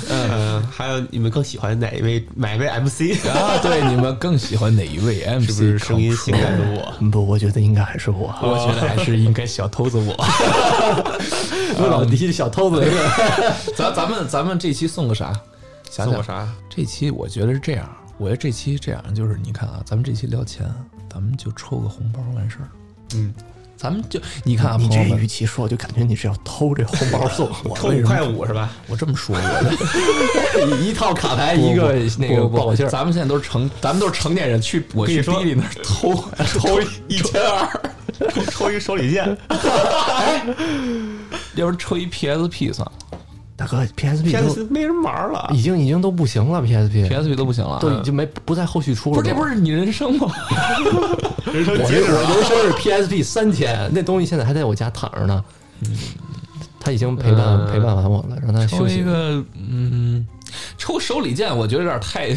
Speaker 2: 嗯，还有你们更喜欢哪一位哪一位 [LAUGHS] MC？
Speaker 1: [LAUGHS] 啊，对，你们更喜欢哪一位 MC？
Speaker 2: 是不是声音
Speaker 1: control？
Speaker 2: 性感的 [LAUGHS] 我？
Speaker 3: 不，我觉得应该还是我，
Speaker 1: 我觉得还是应该小偷子我。
Speaker 3: [LAUGHS]
Speaker 1: 嗯
Speaker 3: 我老提小偷子那个。
Speaker 1: 咱咱们咱们这期送个啥？想
Speaker 2: 送
Speaker 1: 想
Speaker 2: 我？啥？
Speaker 1: 这期我觉得是这样，我觉得这期这样就是你看啊，咱们这期聊钱，咱们就抽个红包完事儿。
Speaker 2: 嗯，
Speaker 1: 咱们就你看啊，
Speaker 3: 你
Speaker 1: 朋
Speaker 3: 这
Speaker 1: 友
Speaker 3: 语
Speaker 1: 们，
Speaker 3: 气说，我就感觉你是要偷这红包送我，
Speaker 2: 扣
Speaker 3: 为什
Speaker 2: 五
Speaker 3: 么
Speaker 2: 块五是吧？
Speaker 1: 我这么说，我
Speaker 3: 一一套卡牌一个那个
Speaker 1: 不
Speaker 3: 报信儿，
Speaker 1: 咱们现在都是成，咱们都是成年人，去我
Speaker 2: 跟
Speaker 1: 去
Speaker 2: 你说
Speaker 1: 弟弟那儿偷 [LAUGHS] 偷一千二，
Speaker 2: 抽 [LAUGHS] 抽一手里 [LAUGHS] 剑
Speaker 1: 要不然抽一 PSP 算了
Speaker 3: 大哥 PSP
Speaker 2: ，PS
Speaker 3: 都
Speaker 2: 没人玩了。
Speaker 3: 已经已经都不行了，PSP
Speaker 1: ，PSP 都不行了，
Speaker 3: 都已经没不在后续出了。
Speaker 1: 嗯不是这不是你人生吗？
Speaker 2: 人 [LAUGHS] 生
Speaker 3: 我
Speaker 2: 截
Speaker 3: 人
Speaker 2: 止
Speaker 3: 我
Speaker 2: 了。
Speaker 3: 人生是 PSP 三千，那东西现在还在我家躺着呢。他已经陪伴、
Speaker 1: 嗯
Speaker 3: 陪伴完我了，让他
Speaker 1: 抽
Speaker 3: 休
Speaker 1: 一
Speaker 3: 息。
Speaker 1: 个，嗯，抽手里剑，我觉得有点太，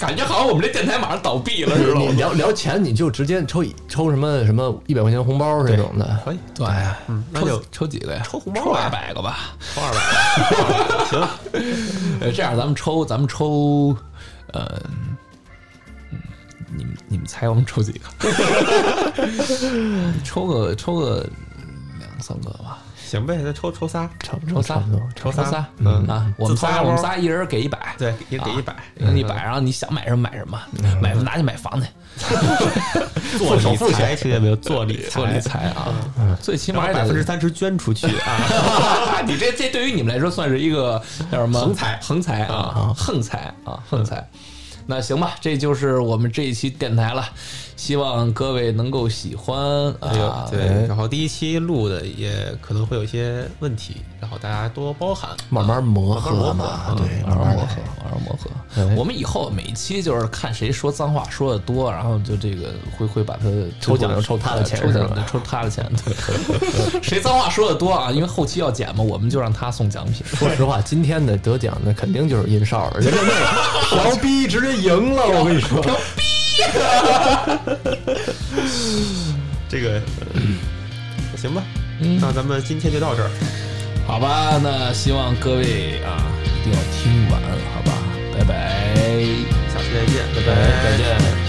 Speaker 1: 感觉好像我们这电台马上倒闭了似
Speaker 3: 你
Speaker 1: 的。
Speaker 3: 聊聊钱，你就直接抽一抽什么什么一百块钱红包这种的，
Speaker 2: 可以
Speaker 1: 对，嗯，
Speaker 2: 那就
Speaker 1: 抽几个呀？抽
Speaker 2: 红包吧
Speaker 1: 二百个吧。
Speaker 2: 抽二百，行，
Speaker 1: 呃，这样咱们抽，咱们抽，呃，嗯你们你们猜我们抽几个？抽个抽个两三个吧，
Speaker 2: 行呗，那抽抽仨，
Speaker 3: 差不
Speaker 1: 抽
Speaker 3: 多
Speaker 1: 仨
Speaker 3: 差不多。，
Speaker 1: 抽
Speaker 2: 仨
Speaker 1: 仨，
Speaker 3: 嗯
Speaker 1: 啊，我们
Speaker 2: 自发
Speaker 1: 仨
Speaker 2: 包
Speaker 1: 我们仨一人给一百，啊
Speaker 2: 对，一人给一百，
Speaker 1: 一百，然后你想买什么买什么，买拿去买房去。
Speaker 2: 做理 [LAUGHS] 财，听见没有？做理财，
Speaker 1: 做
Speaker 3: 哎
Speaker 1: 理，财
Speaker 3: 嗯
Speaker 1: 啊，最起码
Speaker 2: 把百分之
Speaker 1: 三。
Speaker 2: 三十捐出去啊！
Speaker 1: [LAUGHS]
Speaker 2: [LAUGHS]
Speaker 1: 你这这对于你们来说算是一个叫什么
Speaker 2: 横财
Speaker 1: 横财
Speaker 3: 嗯
Speaker 1: 啊，横财啊，横财。那行吧，这就是我们这一期电台了，希望各位能够喜欢
Speaker 3: 哎
Speaker 1: 啊。
Speaker 2: 哎对，然后第一期录的也可能会有一些问题，然后大家多包涵。
Speaker 3: 慢慢磨合
Speaker 2: 慢慢磨合
Speaker 3: 嘛，对，
Speaker 1: 玩
Speaker 3: 慢
Speaker 1: 玩
Speaker 3: 慢
Speaker 1: 磨
Speaker 3: 来
Speaker 1: 合。，玩玩磨合
Speaker 3: 哎。
Speaker 1: 我们以后每一期就是看谁说脏话说的多，然后就这个会会把他
Speaker 3: 抽奖就抽他的钱
Speaker 1: 抽奖
Speaker 3: 是吧
Speaker 1: 抽他的钱。对， [LAUGHS] 谁脏话说的多啊？因为后期要剪嘛，我们就让他送奖品。
Speaker 3: 说实话，今天的得奖的肯定就是殷少了，人家 [LAUGHS] 那调逼直接赢了，我跟你说。
Speaker 2: 这个，呃行吧，那咱们今天就到这儿。
Speaker 1: 好吧，那希望各位啊一定要听完，好吧，拜拜，
Speaker 2: 下期再见，拜
Speaker 1: 再见。